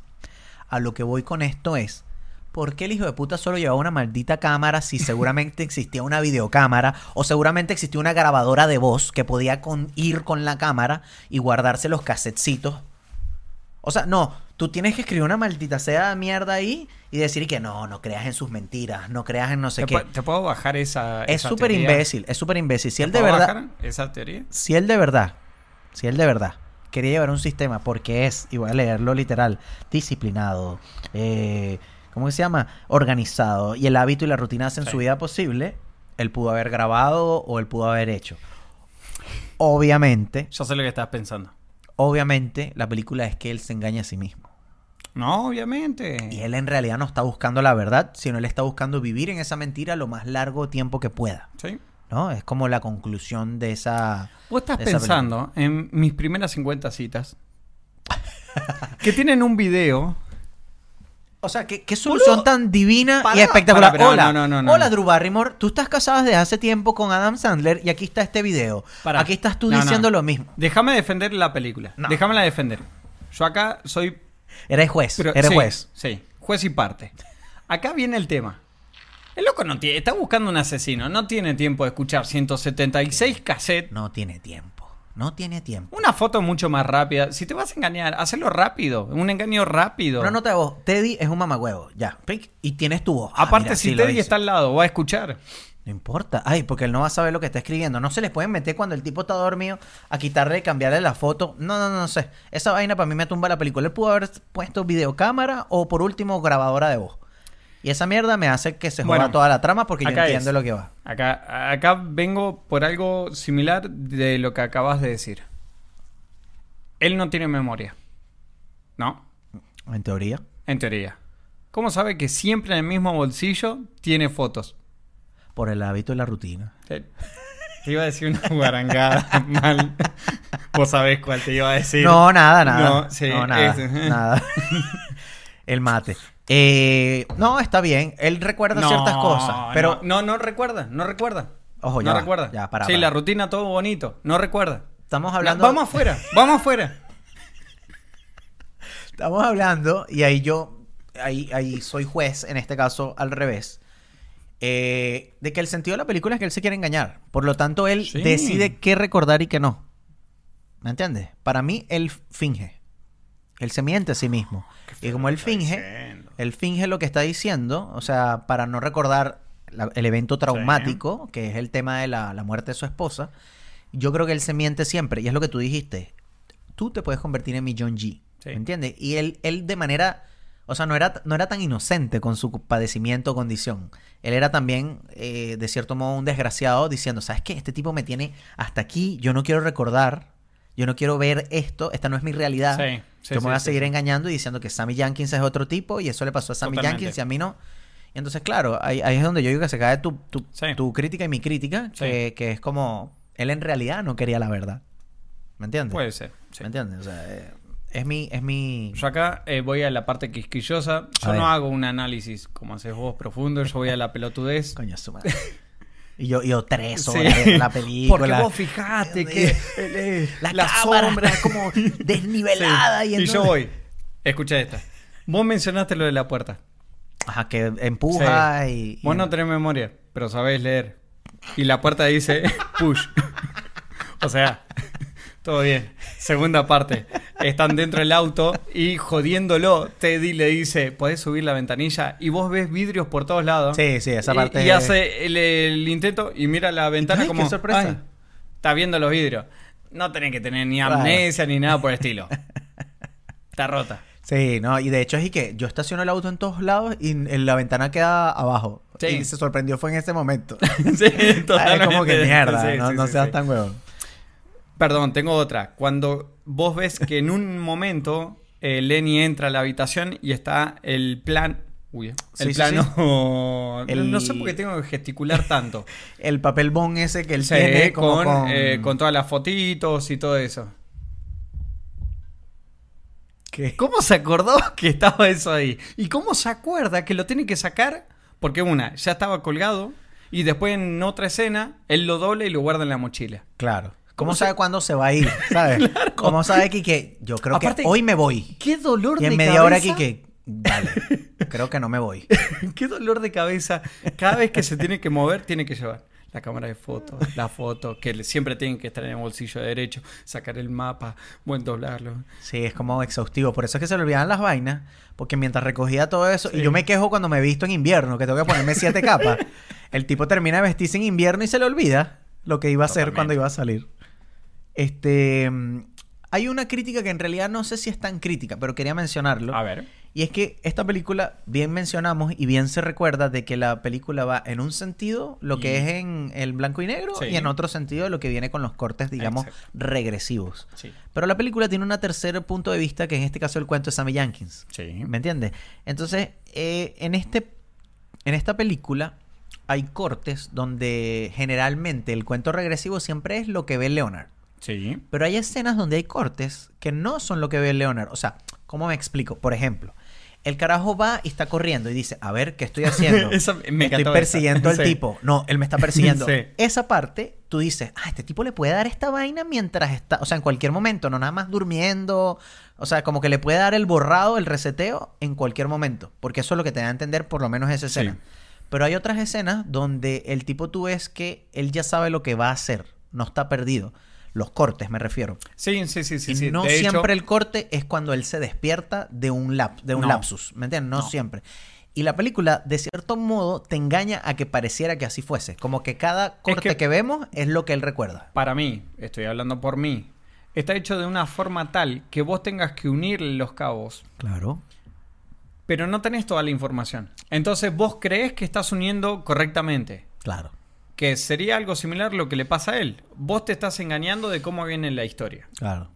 [SPEAKER 4] A lo que voy con esto es, ¿por qué el hijo de puta solo llevaba una maldita cámara si seguramente existía una videocámara o seguramente existía una grabadora de voz que podía con- ir con la cámara y guardarse los casetcitos o sea, no, tú tienes que escribir una maldita sea de mierda ahí y decir que no, no creas en sus mentiras, no creas en no sé
[SPEAKER 5] ¿Te,
[SPEAKER 4] qué.
[SPEAKER 5] pu- te puedo bajar esa.
[SPEAKER 4] Es
[SPEAKER 5] esa
[SPEAKER 4] súper
[SPEAKER 5] teoría?
[SPEAKER 4] imbécil, es súper imbécil. Si él de
[SPEAKER 5] ¿Puedo
[SPEAKER 4] verdad,
[SPEAKER 5] bajar esa teoría?
[SPEAKER 4] si él de verdad, si él de verdad quería llevar un sistema porque es, y voy a leerlo literal, disciplinado, eh, ¿cómo que se llama? Organizado y el hábito y la rutina hacen
[SPEAKER 5] Sí.
[SPEAKER 4] su vida posible, él pudo haber grabado o él pudo haber hecho. Obviamente,
[SPEAKER 5] Yo sé lo que estás pensando.
[SPEAKER 4] obviamente la película es que él se engaña a sí mismo.
[SPEAKER 5] No, obviamente.
[SPEAKER 4] Y él en realidad no está buscando la verdad, sino él está buscando vivir en esa mentira lo más largo tiempo que pueda.
[SPEAKER 5] Sí.
[SPEAKER 4] ¿No? Es como la conclusión de esa.
[SPEAKER 5] Vos estás
[SPEAKER 4] de esa
[SPEAKER 5] pensando en mis primeras 50 citas. que tienen un video.
[SPEAKER 4] película. O sea, qué, qué solución
[SPEAKER 5] Boludo,
[SPEAKER 4] tan divina y
[SPEAKER 5] pará,
[SPEAKER 4] espectacular.
[SPEAKER 5] pará, pero
[SPEAKER 4] hola,
[SPEAKER 5] no, no, no, no,
[SPEAKER 4] hola
[SPEAKER 5] no.
[SPEAKER 4] Drew Barrymore, tú estás casada desde hace tiempo con Adam Sandler y aquí está este video.
[SPEAKER 5] Pará.
[SPEAKER 4] Aquí estás tú
[SPEAKER 5] No, no.
[SPEAKER 4] diciendo lo mismo.
[SPEAKER 5] Déjame defender la película.
[SPEAKER 4] No.
[SPEAKER 5] Déjamela defender. Yo acá soy.
[SPEAKER 4] Eres juez,
[SPEAKER 5] pero-
[SPEAKER 4] eres
[SPEAKER 5] sí,
[SPEAKER 4] juez.
[SPEAKER 5] Sí, juez y parte. Acá viene el tema. El loco no tiene. Está buscando un asesino. No tiene tiempo de escuchar 176 cassettes.
[SPEAKER 4] No tiene tiempo. No tiene tiempo.
[SPEAKER 5] Una foto mucho más rápida. Si te vas a engañar, hazlo rápido. Un engaño rápido.
[SPEAKER 4] Una nota de voz. Teddy es un mamagüevo. Ya. Pic. Y tienes tu voz. Ah,
[SPEAKER 5] Aparte,
[SPEAKER 4] mira,
[SPEAKER 5] si
[SPEAKER 4] sí lo
[SPEAKER 5] Teddy
[SPEAKER 4] dice.
[SPEAKER 5] está al lado, va a escuchar.
[SPEAKER 4] No importa. Ay, porque él no va a saber lo que está escribiendo. No se les pueden meter cuando el tipo está dormido a quitarle, cambiarle la foto. No, no, no, no sé. Esa vaina para mí me tumba la película. Él pudo haber puesto videocámara o por último grabadora de voz. Y esa mierda me hace que se joda
[SPEAKER 5] Bueno,
[SPEAKER 4] toda la trama porque yo
[SPEAKER 5] acá
[SPEAKER 4] entiendo
[SPEAKER 5] es.
[SPEAKER 4] lo que va.
[SPEAKER 5] Acá, acá vengo por algo similar de lo que acabas de decir. Él no tiene memoria. ¿No?
[SPEAKER 4] En teoría.
[SPEAKER 5] En teoría. ¿Cómo sabe que siempre en el mismo bolsillo tiene fotos?
[SPEAKER 4] Por el hábito y la rutina.
[SPEAKER 5] Te te iba a decir una guarangada mal. Vos sabés cuál te iba a decir.
[SPEAKER 4] No, nada, nada. No,
[SPEAKER 5] No, sí,
[SPEAKER 4] nada,
[SPEAKER 5] ese.
[SPEAKER 4] nada. el mate. Eh, no, está bien. Él recuerda ciertas cosas. Pero
[SPEAKER 5] no, no recuerda, no recuerda.
[SPEAKER 4] Ojo, ya
[SPEAKER 5] no
[SPEAKER 4] va,
[SPEAKER 5] recuerda.
[SPEAKER 4] ya, pará,
[SPEAKER 5] sí,
[SPEAKER 4] pará.
[SPEAKER 5] la rutina todo bonito, no recuerda.
[SPEAKER 4] estamos
[SPEAKER 5] La-
[SPEAKER 4] hablando...
[SPEAKER 5] vamos afuera, vamos afuera.
[SPEAKER 4] Estamos hablando, y ahí yo, ahí, ahí soy juez, en este caso al revés. eh, de que el sentido de la película es que él se quiere engañar. Por lo tanto, él
[SPEAKER 5] Sí.
[SPEAKER 4] decide qué recordar y qué no. ¿Me entiendes? Para mí, él finge. Él se miente a sí
[SPEAKER 5] Ah,
[SPEAKER 4] mismo. Y como él finge,
[SPEAKER 5] diciendo.
[SPEAKER 4] él finge lo que está diciendo, o sea, para no recordar la- el evento traumático, que es el tema de la, la muerte de su esposa, yo creo que él se miente siempre. Y es lo que tú dijiste. Tú te puedes convertir en mi John G.
[SPEAKER 5] Sí.
[SPEAKER 4] ¿Me entiendes? Y él, él de manera. O sea, no era, no era tan inocente con su padecimiento o condición. Él era también, eh, de cierto modo, un desgraciado diciendo, ¿sabes qué? Este tipo me tiene hasta aquí, yo no quiero recordar, yo no quiero ver esto, esta no es mi realidad.
[SPEAKER 5] Sí, sí,
[SPEAKER 4] yo me
[SPEAKER 5] sí,
[SPEAKER 4] voy a
[SPEAKER 5] sí,
[SPEAKER 4] seguir
[SPEAKER 5] sí.
[SPEAKER 4] engañando y diciendo que Sammy Jenkins es otro tipo y eso le pasó a Sammy
[SPEAKER 5] Totalmente.
[SPEAKER 4] Jenkins y a mí no. Y entonces, claro, ahí, ahí es donde yo digo que se cae tu, tu,
[SPEAKER 5] Sí.
[SPEAKER 4] tu crítica y mi crítica,
[SPEAKER 5] Sí.
[SPEAKER 4] que, que es como, él en realidad no quería la verdad. ¿Me entiendes?
[SPEAKER 5] Puede ser. Pues, sí.
[SPEAKER 4] ¿Me entiendes? O sea, eh, es mi... Es mi...
[SPEAKER 5] Yo acá eh, voy a la parte quisquillosa. Yo
[SPEAKER 4] A
[SPEAKER 5] no
[SPEAKER 4] ver.
[SPEAKER 5] hago un análisis como haces vos profundo. Yo voy a la pelotudez.
[SPEAKER 4] Coño, su madre. Y yo, y yo tres
[SPEAKER 5] Sí.
[SPEAKER 4] horas viendo la película.
[SPEAKER 5] Porque vos fijate que eh,
[SPEAKER 4] La, cámara está como desnivelada.
[SPEAKER 5] Sí.
[SPEAKER 4] Y, entonces-
[SPEAKER 5] yo voy. Escucha esta. Vos mencionaste lo de la puerta.
[SPEAKER 4] Ajá, que empuja
[SPEAKER 5] Sí.
[SPEAKER 4] y...
[SPEAKER 5] Vos
[SPEAKER 4] y-
[SPEAKER 5] no tenés memoria, pero sabés leer. Y la puerta dice push. o sea, todo bien. Segunda parte. Están dentro del auto y jodiéndolo, Teddy le dice, podés subir la ventanilla y vos ves vidrios por todos lados.
[SPEAKER 4] Sí, sí, esa
[SPEAKER 5] Y-
[SPEAKER 4] parte-
[SPEAKER 5] Y, hace el, el intento y mira la ventana
[SPEAKER 4] Ay,
[SPEAKER 5] como...
[SPEAKER 4] qué sorpresa.
[SPEAKER 5] "Ay, está viendo los vidrios. No tenés que tener ni
[SPEAKER 4] Claro.
[SPEAKER 5] amnesia ni nada por el estilo. Está rota.
[SPEAKER 4] Sí, no, y de hecho es y que yo estaciono el auto en todos lados y en- la ventana queda abajo.
[SPEAKER 5] Sí.
[SPEAKER 4] Y se sorprendió fue en ese momento. Ah,
[SPEAKER 5] Sí,
[SPEAKER 4] es como que
[SPEAKER 5] totalmente.
[SPEAKER 4] mierda,
[SPEAKER 5] Sí,
[SPEAKER 4] no,
[SPEAKER 5] sí,
[SPEAKER 4] no
[SPEAKER 5] sí,
[SPEAKER 4] seas
[SPEAKER 5] sí.
[SPEAKER 4] tan huevón.
[SPEAKER 5] Perdón, tengo otra. Cuando vos ves que en un momento eh, Lenny entra a la habitación y está el plan. Uy, el
[SPEAKER 4] eh. Sí, sí,
[SPEAKER 5] plano.
[SPEAKER 4] sí.
[SPEAKER 5] No-
[SPEAKER 4] El-
[SPEAKER 5] No sé por qué tengo que gesticular tanto.
[SPEAKER 4] El papel bon ese que él
[SPEAKER 5] Sí,
[SPEAKER 4] tiene como
[SPEAKER 5] con, eh,
[SPEAKER 4] con...
[SPEAKER 5] con... todas las fotitos y todo eso.
[SPEAKER 4] ¿Qué?
[SPEAKER 5] ¿Cómo se acordó que estaba eso ahí? ¿Y cómo se acuerda que lo tiene que sacar? Porque una, ya estaba colgado y después en otra escena él lo dobla y lo guarda en la mochila.
[SPEAKER 4] Claro. ¿Cómo,
[SPEAKER 5] ¿Cómo
[SPEAKER 4] sabe cuándo se va a ir? ¿Sabes? ¿Cómo sabe Quique? Yo creo
[SPEAKER 5] Aparte,
[SPEAKER 4] que hoy me voy.
[SPEAKER 5] ¡Qué dolor
[SPEAKER 4] Y en
[SPEAKER 5] de
[SPEAKER 4] media hora
[SPEAKER 5] cabeza!
[SPEAKER 4] Quique, dale, creo que no me voy.
[SPEAKER 5] Qué dolor de cabeza. Cada vez que se tiene que mover, tiene que llevar la cámara de fotos, la foto, que le- siempre tienen que estar en el bolsillo derecho, sacar el mapa, buen doblarlo.
[SPEAKER 4] Sí, es como exhaustivo. Por eso es que se le olvidaban las vainas. Porque mientras recogía todo eso, y yo me quejo cuando me visto en invierno, que tengo que ponerme siete capas. El tipo termina de vestirse en invierno y se le olvida lo que iba a hacer cuando iba a salir. Este. mm, Hay una crítica que en realidad no sé si es tan crítica, pero quería mencionarlo.
[SPEAKER 5] A ver.
[SPEAKER 4] Y es que esta película, bien mencionamos y bien se recuerda de que la película va en un sentido lo que
[SPEAKER 5] Y-
[SPEAKER 4] es en el blanco y negro
[SPEAKER 5] Sí.
[SPEAKER 4] y en otro sentido lo que viene con los cortes, digamos,
[SPEAKER 5] Exacto.
[SPEAKER 4] regresivos.
[SPEAKER 5] Sí.
[SPEAKER 4] Pero la película tiene un tercer punto de vista, que en este caso el cuento de Sammy Jenkins.
[SPEAKER 5] Sí.
[SPEAKER 4] ¿Me entiendes? Entonces, eh, en, este, en esta película hay cortes donde generalmente el cuento regresivo siempre es lo que ve Leonard.
[SPEAKER 5] Sí.
[SPEAKER 4] Pero hay escenas donde hay cortes que no son lo que ve Leonard. O sea, ¿cómo me explico? Por ejemplo, el carajo va y está corriendo y dice, a ver, ¿qué estoy haciendo?
[SPEAKER 5] Esa me
[SPEAKER 4] estoy
[SPEAKER 5] encantó
[SPEAKER 4] persiguiendo
[SPEAKER 5] esa.
[SPEAKER 4] al
[SPEAKER 5] Sí.
[SPEAKER 4] tipo. No, él me está persiguiendo.
[SPEAKER 5] Sí.
[SPEAKER 4] Esa parte, tú dices, ah, este tipo le puede dar esta vaina mientras está, o sea, en cualquier momento, no nada más durmiendo. O sea, como que le puede dar el borrado, el reseteo en cualquier momento. Porque eso es lo que te da a entender por lo menos esa escena.
[SPEAKER 5] Sí.
[SPEAKER 4] Pero hay otras escenas donde el tipo tú ves que él ya sabe lo que va a hacer, no está perdido. Los cortes, me refiero.
[SPEAKER 5] Sí, sí, sí, sí.
[SPEAKER 4] y
[SPEAKER 5] sí.
[SPEAKER 4] no
[SPEAKER 5] De hecho-
[SPEAKER 4] siempre el corte es cuando él se despierta de un, lap, de un
[SPEAKER 5] No.
[SPEAKER 4] lapsus, ¿me entiendes? No, siempre. Y la película, de cierto modo, te engaña a que pareciera que así fuese. Como que cada corte
[SPEAKER 5] que-
[SPEAKER 4] que vemos es lo que él recuerda.
[SPEAKER 5] para mí, estoy hablando por mí, está hecho de una forma tal que vos tengas que unir los cabos
[SPEAKER 4] Claro.
[SPEAKER 5] pero no tenés toda la información. Entonces vos crees que estás uniendo correctamente,
[SPEAKER 4] Claro.
[SPEAKER 5] que sería algo similar lo que le pasa a él. Vos te estás engañando de cómo viene la historia.
[SPEAKER 4] Claro.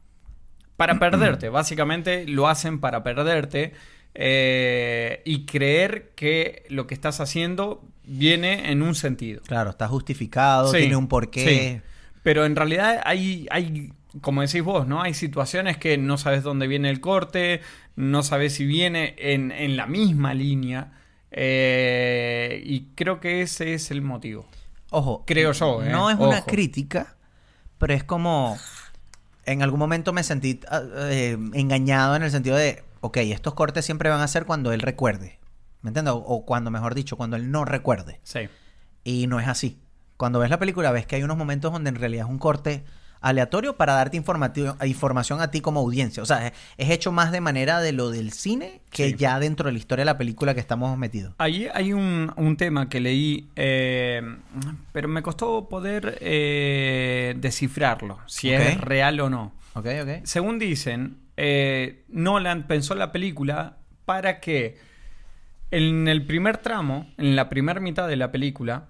[SPEAKER 5] Para perderte, básicamente lo hacen para perderte eh, y creer que lo que estás haciendo viene en un sentido.
[SPEAKER 4] Claro, está justificado,
[SPEAKER 5] Sí,
[SPEAKER 4] tiene un porqué.
[SPEAKER 5] sí. Pero en realidad hay, hay, como decís vos, ¿no? Hay situaciones que no sabes dónde viene el corte, no sabes si viene en, en la misma línea. eh, y creo que ese es el motivo.
[SPEAKER 4] Ojo.
[SPEAKER 5] Creo yo, ¿eh?
[SPEAKER 4] No es una
[SPEAKER 5] Ojo.
[SPEAKER 4] crítica, pero es como. En algún momento me sentí ah, eh, engañado en el sentido de. Ok, estos cortes siempre van a ser cuando él recuerde. ¿Me entiendes? O, o cuando, mejor dicho, cuando él no recuerde.
[SPEAKER 5] Sí.
[SPEAKER 4] Y no es así. Cuando ves la película ves que hay unos momentos donde en realidad es un corte aleatorio para darte informati- información a ti como audiencia. O sea, es, es hecho más de manera de lo del cine que
[SPEAKER 5] Sí.
[SPEAKER 4] ya dentro de la historia de la película que estamos metidos.
[SPEAKER 5] Ahí hay un, un tema que leí, eh, pero me costó poder eh, descifrarlo, si es
[SPEAKER 4] Ok.
[SPEAKER 5] real o no.
[SPEAKER 4] ¿Ok? ¿Ok?
[SPEAKER 5] Según dicen, eh, Nolan pensó la película para que en el primer tramo, en la primera mitad de la película,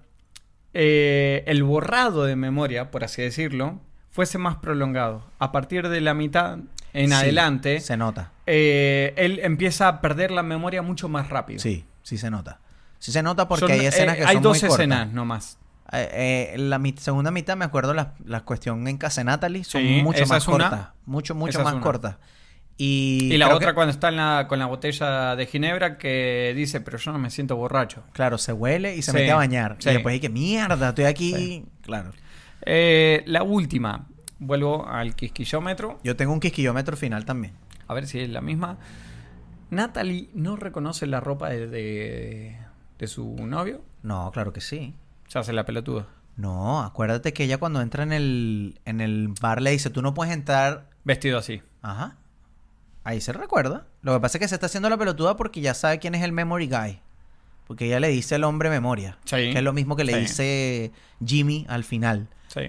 [SPEAKER 5] eh, el borrado de memoria, por así decirlo, fuese más prolongado. A partir de la mitad en
[SPEAKER 4] Sí,
[SPEAKER 5] adelante,
[SPEAKER 4] Se nota.
[SPEAKER 5] eh, él empieza a perder la memoria mucho más rápido.
[SPEAKER 4] Sí, sí se nota. Sí se nota porque
[SPEAKER 5] Son,
[SPEAKER 4] hay escenas
[SPEAKER 5] eh,
[SPEAKER 4] que
[SPEAKER 5] hay
[SPEAKER 4] son
[SPEAKER 5] dos
[SPEAKER 4] muy cortas.
[SPEAKER 5] escenas nomás.
[SPEAKER 4] Eh, eh, la mit- segunda mitad, me acuerdo, las las cuestión en Casa Natalie son
[SPEAKER 5] Sí,
[SPEAKER 4] mucho
[SPEAKER 5] esa
[SPEAKER 4] más
[SPEAKER 5] es una.
[SPEAKER 4] cortas. Mucho, mucho
[SPEAKER 5] Esa es
[SPEAKER 4] más
[SPEAKER 5] una.
[SPEAKER 4] cortas. Y,
[SPEAKER 5] Y, la
[SPEAKER 4] creo
[SPEAKER 5] otra
[SPEAKER 4] que-
[SPEAKER 5] cuando está en la- con la botella de Ginebra que dice, pero yo no me siento borracho.
[SPEAKER 4] Claro, se huele y se
[SPEAKER 5] Sí,
[SPEAKER 4] mete a bañar.
[SPEAKER 5] sí.
[SPEAKER 4] Y después hay que, mierda, estoy aquí.
[SPEAKER 5] Sí.
[SPEAKER 4] Claro.
[SPEAKER 5] Eh, la última. Vuelvo al quisquillómetro.
[SPEAKER 4] Yo tengo un quisquillómetro final también.
[SPEAKER 5] A ver si es la misma. Natalie no reconoce la ropa de, de- de su novio.
[SPEAKER 4] No, claro que sí.
[SPEAKER 5] Se hace la pelotuda.
[SPEAKER 4] No, acuérdate que ella cuando entra en el, en el bar le dice, tú no puedes entrar.
[SPEAKER 5] Vestido así.
[SPEAKER 4] Ajá. Ahí se recuerda. Lo que pasa es que se está haciendo la pelotuda porque ya sabe quién es el memory guy. Porque ella le dice el hombre memoria.
[SPEAKER 5] Sí.
[SPEAKER 4] Que es lo mismo que le
[SPEAKER 5] Sí.
[SPEAKER 4] dice Jimmy al final.
[SPEAKER 5] Sí.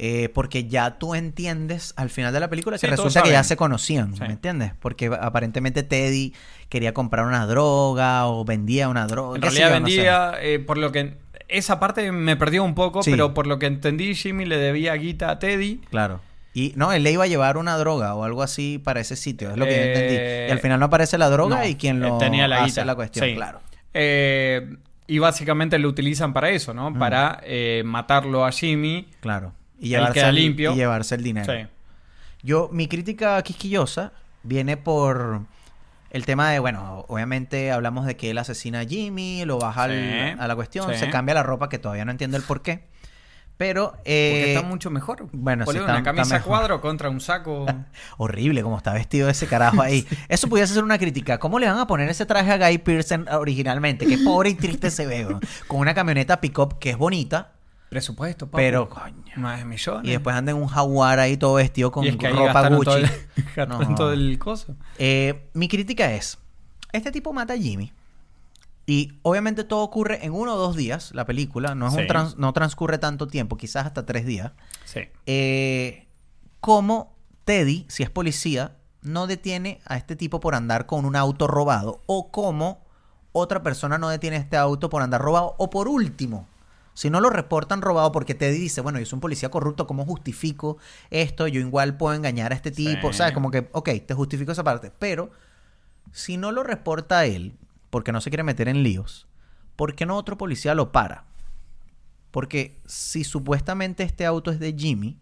[SPEAKER 4] Eh, porque ya tú entiendes al final de la película que
[SPEAKER 5] Sí, todos
[SPEAKER 4] resulta que ya
[SPEAKER 5] saben.
[SPEAKER 4] se conocían,
[SPEAKER 5] Sí.
[SPEAKER 4] ¿me entiendes? Porque aparentemente Teddy quería comprar una droga o vendía una droga.
[SPEAKER 5] En
[SPEAKER 4] qué sé
[SPEAKER 5] realidad
[SPEAKER 4] yo, no sé.
[SPEAKER 5] vendía, eh, por lo que... Esa parte me perdió un poco,
[SPEAKER 4] Sí.
[SPEAKER 5] pero por lo que entendí, Jimmy le debía guita a Teddy.
[SPEAKER 4] Claro. Y no, él le iba a llevar una droga o algo así para ese sitio, es lo que yo
[SPEAKER 5] Eh,
[SPEAKER 4] entendí. Y al final no aparece la droga
[SPEAKER 5] No,
[SPEAKER 4] y
[SPEAKER 5] eh,
[SPEAKER 4] quien lo
[SPEAKER 5] tenía la
[SPEAKER 4] hace
[SPEAKER 5] guita.
[SPEAKER 4] la cuestión,
[SPEAKER 5] Sí.
[SPEAKER 4] claro.
[SPEAKER 5] Eh, y básicamente lo utilizan para eso, ¿no?
[SPEAKER 4] Mm.
[SPEAKER 5] Para eh, matarlo a Jimmy.
[SPEAKER 4] Claro. Y
[SPEAKER 5] Ahí
[SPEAKER 4] llevarse,
[SPEAKER 5] queda
[SPEAKER 4] el,
[SPEAKER 5] limpio.
[SPEAKER 4] y llevarse el dinero.
[SPEAKER 5] Sí.
[SPEAKER 4] Yo, mi crítica quisquillosa viene por el tema de, bueno, obviamente hablamos de que él asesina a Jimmy, lo baja al-
[SPEAKER 5] Sí,
[SPEAKER 4] a la cuestión,
[SPEAKER 5] sí.
[SPEAKER 4] se cambia la ropa que todavía no entiendo el por qué. Pero, eh,
[SPEAKER 5] Porque está mucho mejor.
[SPEAKER 4] bueno, sí,
[SPEAKER 5] Boludo,
[SPEAKER 4] está-
[SPEAKER 5] una
[SPEAKER 4] está
[SPEAKER 5] camisa
[SPEAKER 4] mejor.
[SPEAKER 5] cuadro contra un saco.
[SPEAKER 4] horrible como está vestido ese carajo ahí. Eso pudiese ser una crítica. ¿Cómo le van a poner ese traje a Guy Pearson originalmente? Qué pobre y triste se ve, weón. Con una camioneta pick-up que es bonita,
[SPEAKER 5] Presupuesto, papu.
[SPEAKER 4] pero, coño.
[SPEAKER 5] 9 millones.
[SPEAKER 4] Y después anda en un jaguar ahí todo vestido con
[SPEAKER 5] Y es que ahí
[SPEAKER 4] ropa
[SPEAKER 5] gastaron
[SPEAKER 4] Gucci.
[SPEAKER 5] todo el-
[SPEAKER 4] No
[SPEAKER 5] gastaron todo el coso.
[SPEAKER 4] Eh, mi crítica es, este tipo mata a Jimmy. Y obviamente todo ocurre en uno o dos días, la película. No, es un
[SPEAKER 5] Sí.
[SPEAKER 4] trans- no transcurre tanto tiempo, quizás hasta tres días.
[SPEAKER 5] Sí.
[SPEAKER 4] Eh, ¿Cómo Teddy, si es policía, no detiene a este tipo por andar con un auto robado? ¿O cómo otra persona no detiene este auto por andar robado? O por último, si no lo reportan robado porque Teddy dice, bueno, yo soy un policía corrupto, ¿cómo justifico esto? Yo igual puedo engañar a este tipo.
[SPEAKER 5] Sí.
[SPEAKER 4] ¿Sabes? Como que, ok, te justifico esa parte. Pero si no lo reporta él, porque no se quiere meter en líos, ¿por qué no otro policía lo para? Porque si supuestamente este auto es de Jimmy,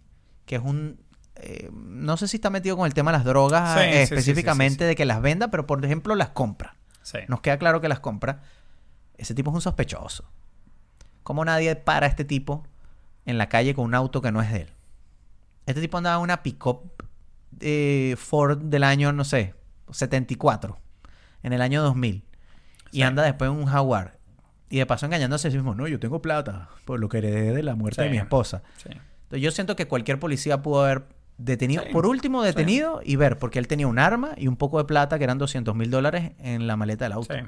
[SPEAKER 4] que es un... eh, no sé si está metido con el tema de las drogas
[SPEAKER 5] Sí,
[SPEAKER 4] eh,
[SPEAKER 5] sí, sí,
[SPEAKER 4] específicamente
[SPEAKER 5] sí, sí, sí.
[SPEAKER 4] de que las venda, pero por ejemplo las compra.
[SPEAKER 5] Sí.
[SPEAKER 4] Nos queda claro que las compra. Ese tipo es un sospechoso. ¿Cómo nadie para a este tipo en la calle con un auto que no es de él? Este tipo andaba en una pick-up eh, Ford del año, no sé, 74, en el año 2000. Y anda después en un Jaguar. Y de paso engañándose a sí mismo, no, yo tengo plata por lo que heredé de la muerte de
[SPEAKER 5] Sí.
[SPEAKER 4] mi esposa.
[SPEAKER 5] Sí.
[SPEAKER 4] Entonces yo siento que cualquier policía pudo haber detenido,
[SPEAKER 5] Sí,
[SPEAKER 4] por último detenido y ver, porque él tenía un arma y un poco de plata que eran 200 mil dólares en la maleta del auto.
[SPEAKER 5] Sí.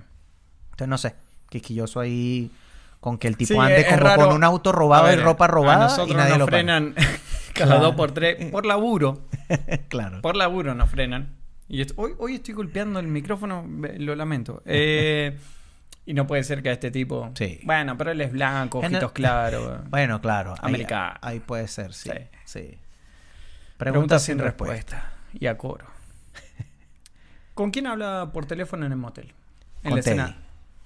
[SPEAKER 4] Entonces, no sé, quisquilloso ahí con que el tipo
[SPEAKER 5] Sí,
[SPEAKER 4] ande
[SPEAKER 5] es
[SPEAKER 4] como
[SPEAKER 5] raro.
[SPEAKER 4] con un auto robado
[SPEAKER 5] A
[SPEAKER 4] y
[SPEAKER 5] ver,
[SPEAKER 4] ropa
[SPEAKER 5] A
[SPEAKER 4] robada
[SPEAKER 5] nosotros
[SPEAKER 4] y nadie
[SPEAKER 5] nos
[SPEAKER 4] lo para.
[SPEAKER 5] frenan cada
[SPEAKER 4] Claro. Eh,
[SPEAKER 5] dos por tres. Por laburo.
[SPEAKER 4] claro.
[SPEAKER 5] Por laburo nos frenan. Y est- hoy, hoy estoy golpeando el micrófono, be- lo lamento. Eh, y no puede ser que a este tipo.
[SPEAKER 4] Sí.
[SPEAKER 5] Bueno, pero él es blanco,
[SPEAKER 4] En el-
[SPEAKER 5] ojitos claros.
[SPEAKER 4] Bueno, claro. ahí-
[SPEAKER 5] Americano.
[SPEAKER 4] Ahí, puede ser, sí.
[SPEAKER 5] Sí.
[SPEAKER 4] sí. Preguntas
[SPEAKER 5] Pregunta sin respuesta. Y a coro. ¿Con quién habla por teléfono en el motel? En
[SPEAKER 4] Con
[SPEAKER 5] la escena.
[SPEAKER 4] Teddy.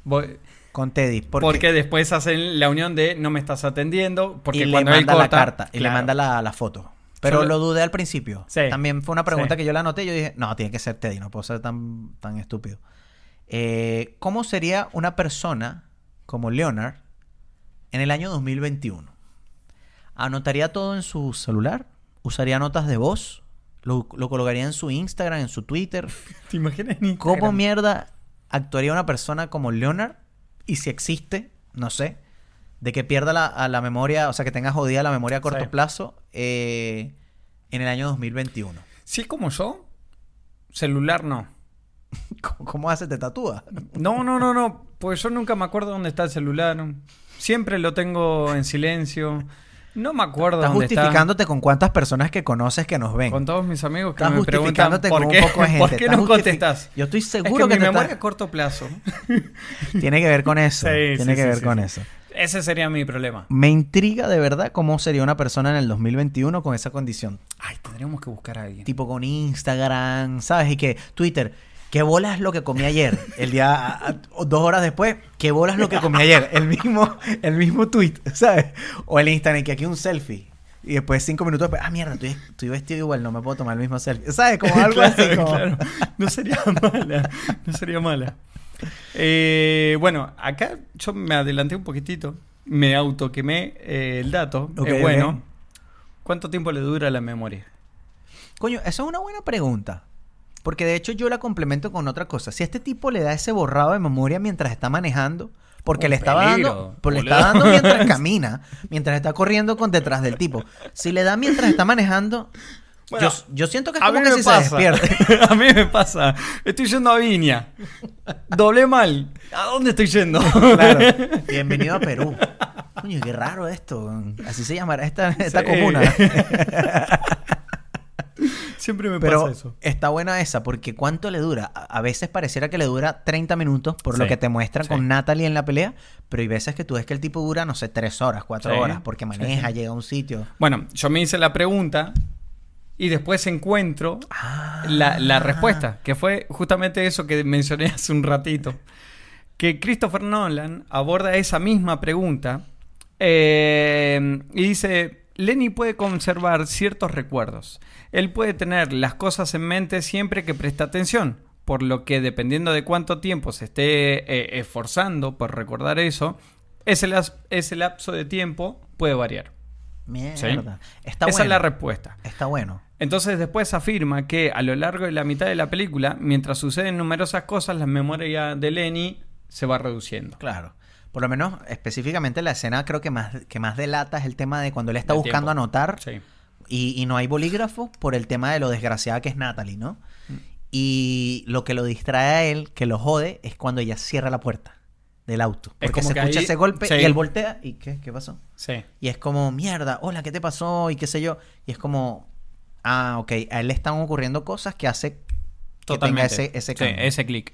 [SPEAKER 5] Voy-
[SPEAKER 4] Con Teddy. Porque,
[SPEAKER 5] porque después hacen la unión de no me estás atendiendo. Porque
[SPEAKER 4] y le
[SPEAKER 5] cuando
[SPEAKER 4] manda
[SPEAKER 5] él corta,
[SPEAKER 4] la carta y le
[SPEAKER 5] claro.
[SPEAKER 4] manda la, la foto. Pero
[SPEAKER 5] Solo-
[SPEAKER 4] lo dudé al principio.
[SPEAKER 5] Sí.
[SPEAKER 4] También fue una pregunta
[SPEAKER 5] Sí.
[SPEAKER 4] que yo la anoté. Yo dije, no, tiene que ser Teddy, no puedo ser tan, tan estúpido. Eh, ¿Cómo sería una persona como Leonard en el año 2021? ¿Anotaría todo en su celular? ¿Usaría notas de voz? ¿Lo, lo colocaría en su Instagram, en su Twitter?
[SPEAKER 5] ¿Te imaginas en
[SPEAKER 4] ¿Cómo
[SPEAKER 5] Instagram?
[SPEAKER 4] mierda actuaría una persona como Leonard? Y si existe, no sé, de que pierda la, a la memoria, o sea, que tenga jodida la memoria a corto
[SPEAKER 5] Sí.
[SPEAKER 4] plazo eh, en el año 2021.
[SPEAKER 5] Si es como yo, celular no.
[SPEAKER 4] ¿Cómo, cómo hace? ¿Te tatúa?
[SPEAKER 5] No, no, no, no. Porque yo nunca me acuerdo dónde está el celular. Siempre lo tengo en silencio. No me acuerdo
[SPEAKER 4] Estás
[SPEAKER 5] dónde está.
[SPEAKER 4] justificándote con cuántas personas que conoces que nos ven.
[SPEAKER 5] Con todos mis amigos que
[SPEAKER 4] Estás
[SPEAKER 5] me preguntan
[SPEAKER 4] justificándote
[SPEAKER 5] por
[SPEAKER 4] con
[SPEAKER 5] qué,
[SPEAKER 4] un poco de gente.
[SPEAKER 5] ¿por qué
[SPEAKER 4] Estás
[SPEAKER 5] no
[SPEAKER 4] justific-
[SPEAKER 5] contestás.
[SPEAKER 4] Yo estoy
[SPEAKER 5] Es que
[SPEAKER 4] seguro que,
[SPEAKER 5] mi
[SPEAKER 4] te
[SPEAKER 5] memoria
[SPEAKER 4] estás-
[SPEAKER 5] a corto plazo.
[SPEAKER 4] tiene que ver con eso.
[SPEAKER 5] Sí,
[SPEAKER 4] tiene
[SPEAKER 5] sí,
[SPEAKER 4] que
[SPEAKER 5] sí,
[SPEAKER 4] ver
[SPEAKER 5] sí,
[SPEAKER 4] con
[SPEAKER 5] sí.
[SPEAKER 4] eso.
[SPEAKER 5] Ese sería mi problema.
[SPEAKER 4] Me intriga de verdad cómo sería una persona en el 2021 con esa condición.
[SPEAKER 5] Ay, tendríamos que buscar a alguien.
[SPEAKER 4] Tipo con Instagram, ¿sabes? Y que Twitter, ¿qué bolas lo que comí ayer? El día, a- a- o dos horas después, ¿qué bolas lo que comí ayer? El mismo, el mismo tweet, ¿sabes? O el Instagram, que aquí un selfie. Y después, cinco minutos después, ah, mierda, estoy, estoy vestido igual, no me puedo tomar el mismo selfie. ¿Sabes? Como algo así.
[SPEAKER 5] Claro,
[SPEAKER 4] Como...
[SPEAKER 5] claro. No sería mala. No sería mala. Eh, bueno, acá yo me adelanté un poquitito. Me autoquemé eh, el dato.
[SPEAKER 4] Ok,
[SPEAKER 5] es bueno.
[SPEAKER 4] ok.
[SPEAKER 5] ¿Cuánto tiempo le dura la memoria?
[SPEAKER 4] Coño, esa es una buena pregunta. Porque de hecho yo la complemento con otra cosa. Si este tipo le da ese borrado de memoria mientras está manejando, porque
[SPEAKER 5] Un
[SPEAKER 4] le estaba
[SPEAKER 5] peligro,
[SPEAKER 4] dando, pues, le
[SPEAKER 5] boludo.
[SPEAKER 4] está dando mientras camina, mientras está corriendo con detrás del tipo. Si le da mientras está manejando,
[SPEAKER 5] Bueno,
[SPEAKER 4] yo, yo siento que es
[SPEAKER 5] A mí
[SPEAKER 4] como que
[SPEAKER 5] me
[SPEAKER 4] si se
[SPEAKER 5] pasa.
[SPEAKER 4] despierte.
[SPEAKER 5] a mí me pasa. Estoy yendo a Viña. Doblé mal. ¿A dónde estoy yendo?
[SPEAKER 4] Claro. Bienvenido a Perú. Coño, qué raro esto. Así se llamará esta, esta
[SPEAKER 5] Sí.
[SPEAKER 4] comuna.
[SPEAKER 5] Siempre me
[SPEAKER 4] Pero
[SPEAKER 5] pasa eso.
[SPEAKER 4] está buena esa, porque ¿cuánto le dura? A a veces pareciera que le dura 30 minutos por lo
[SPEAKER 5] Sí,
[SPEAKER 4] que te muestran
[SPEAKER 5] sí.
[SPEAKER 4] con Natalie en la pelea, pero hay veces que tú ves que el tipo dura, no sé, 3 horas, 4
[SPEAKER 5] Sí,
[SPEAKER 4] horas, porque maneja, llega a un sitio.
[SPEAKER 5] Bueno, yo me hice la pregunta y después encuentro
[SPEAKER 4] Ah.
[SPEAKER 5] la, la respuesta, que fue justamente eso que mencioné hace un ratito. Que Christopher Nolan aborda esa misma pregunta eh, y dice, Lenny puede conservar ciertos recuerdos. Él puede tener las cosas en mente siempre que presta atención, por lo que dependiendo de cuánto tiempo se esté eh, esforzando por recordar eso, ese, las- ese lapso de tiempo puede variar.
[SPEAKER 4] Mierda. Está
[SPEAKER 5] Esa
[SPEAKER 4] bueno.
[SPEAKER 5] es la respuesta.
[SPEAKER 4] Está bueno.
[SPEAKER 5] Entonces después afirma que a lo largo de la mitad de la película, mientras suceden numerosas cosas, la memoria de Lenny se va reduciendo.
[SPEAKER 4] Claro. Por lo menos, específicamente la escena creo que más, que más delata es el tema de cuando él está
[SPEAKER 5] Del
[SPEAKER 4] buscando
[SPEAKER 5] tiempo.
[SPEAKER 4] anotar.
[SPEAKER 5] Sí.
[SPEAKER 4] Y, y no hay bolígrafo por el tema de lo desgraciada que es Natalie, ¿no? Y lo que lo distrae a él, que lo jode, es cuando ella cierra la puerta del auto.
[SPEAKER 5] Es
[SPEAKER 4] Porque
[SPEAKER 5] como
[SPEAKER 4] se
[SPEAKER 5] que
[SPEAKER 4] escucha
[SPEAKER 5] ahí-
[SPEAKER 4] ese golpe
[SPEAKER 5] sí.
[SPEAKER 4] y él voltea y ¿qué? ¿Qué pasó?
[SPEAKER 5] Sí.
[SPEAKER 4] Y es como, mierda, hola, ¿qué te pasó? Y qué sé yo. Y es como, ah, ok, a él le están ocurriendo cosas que hace que tenga
[SPEAKER 5] Totalmente.
[SPEAKER 4] ese, ese
[SPEAKER 5] Sí,
[SPEAKER 4] cambio.
[SPEAKER 5] ese clic.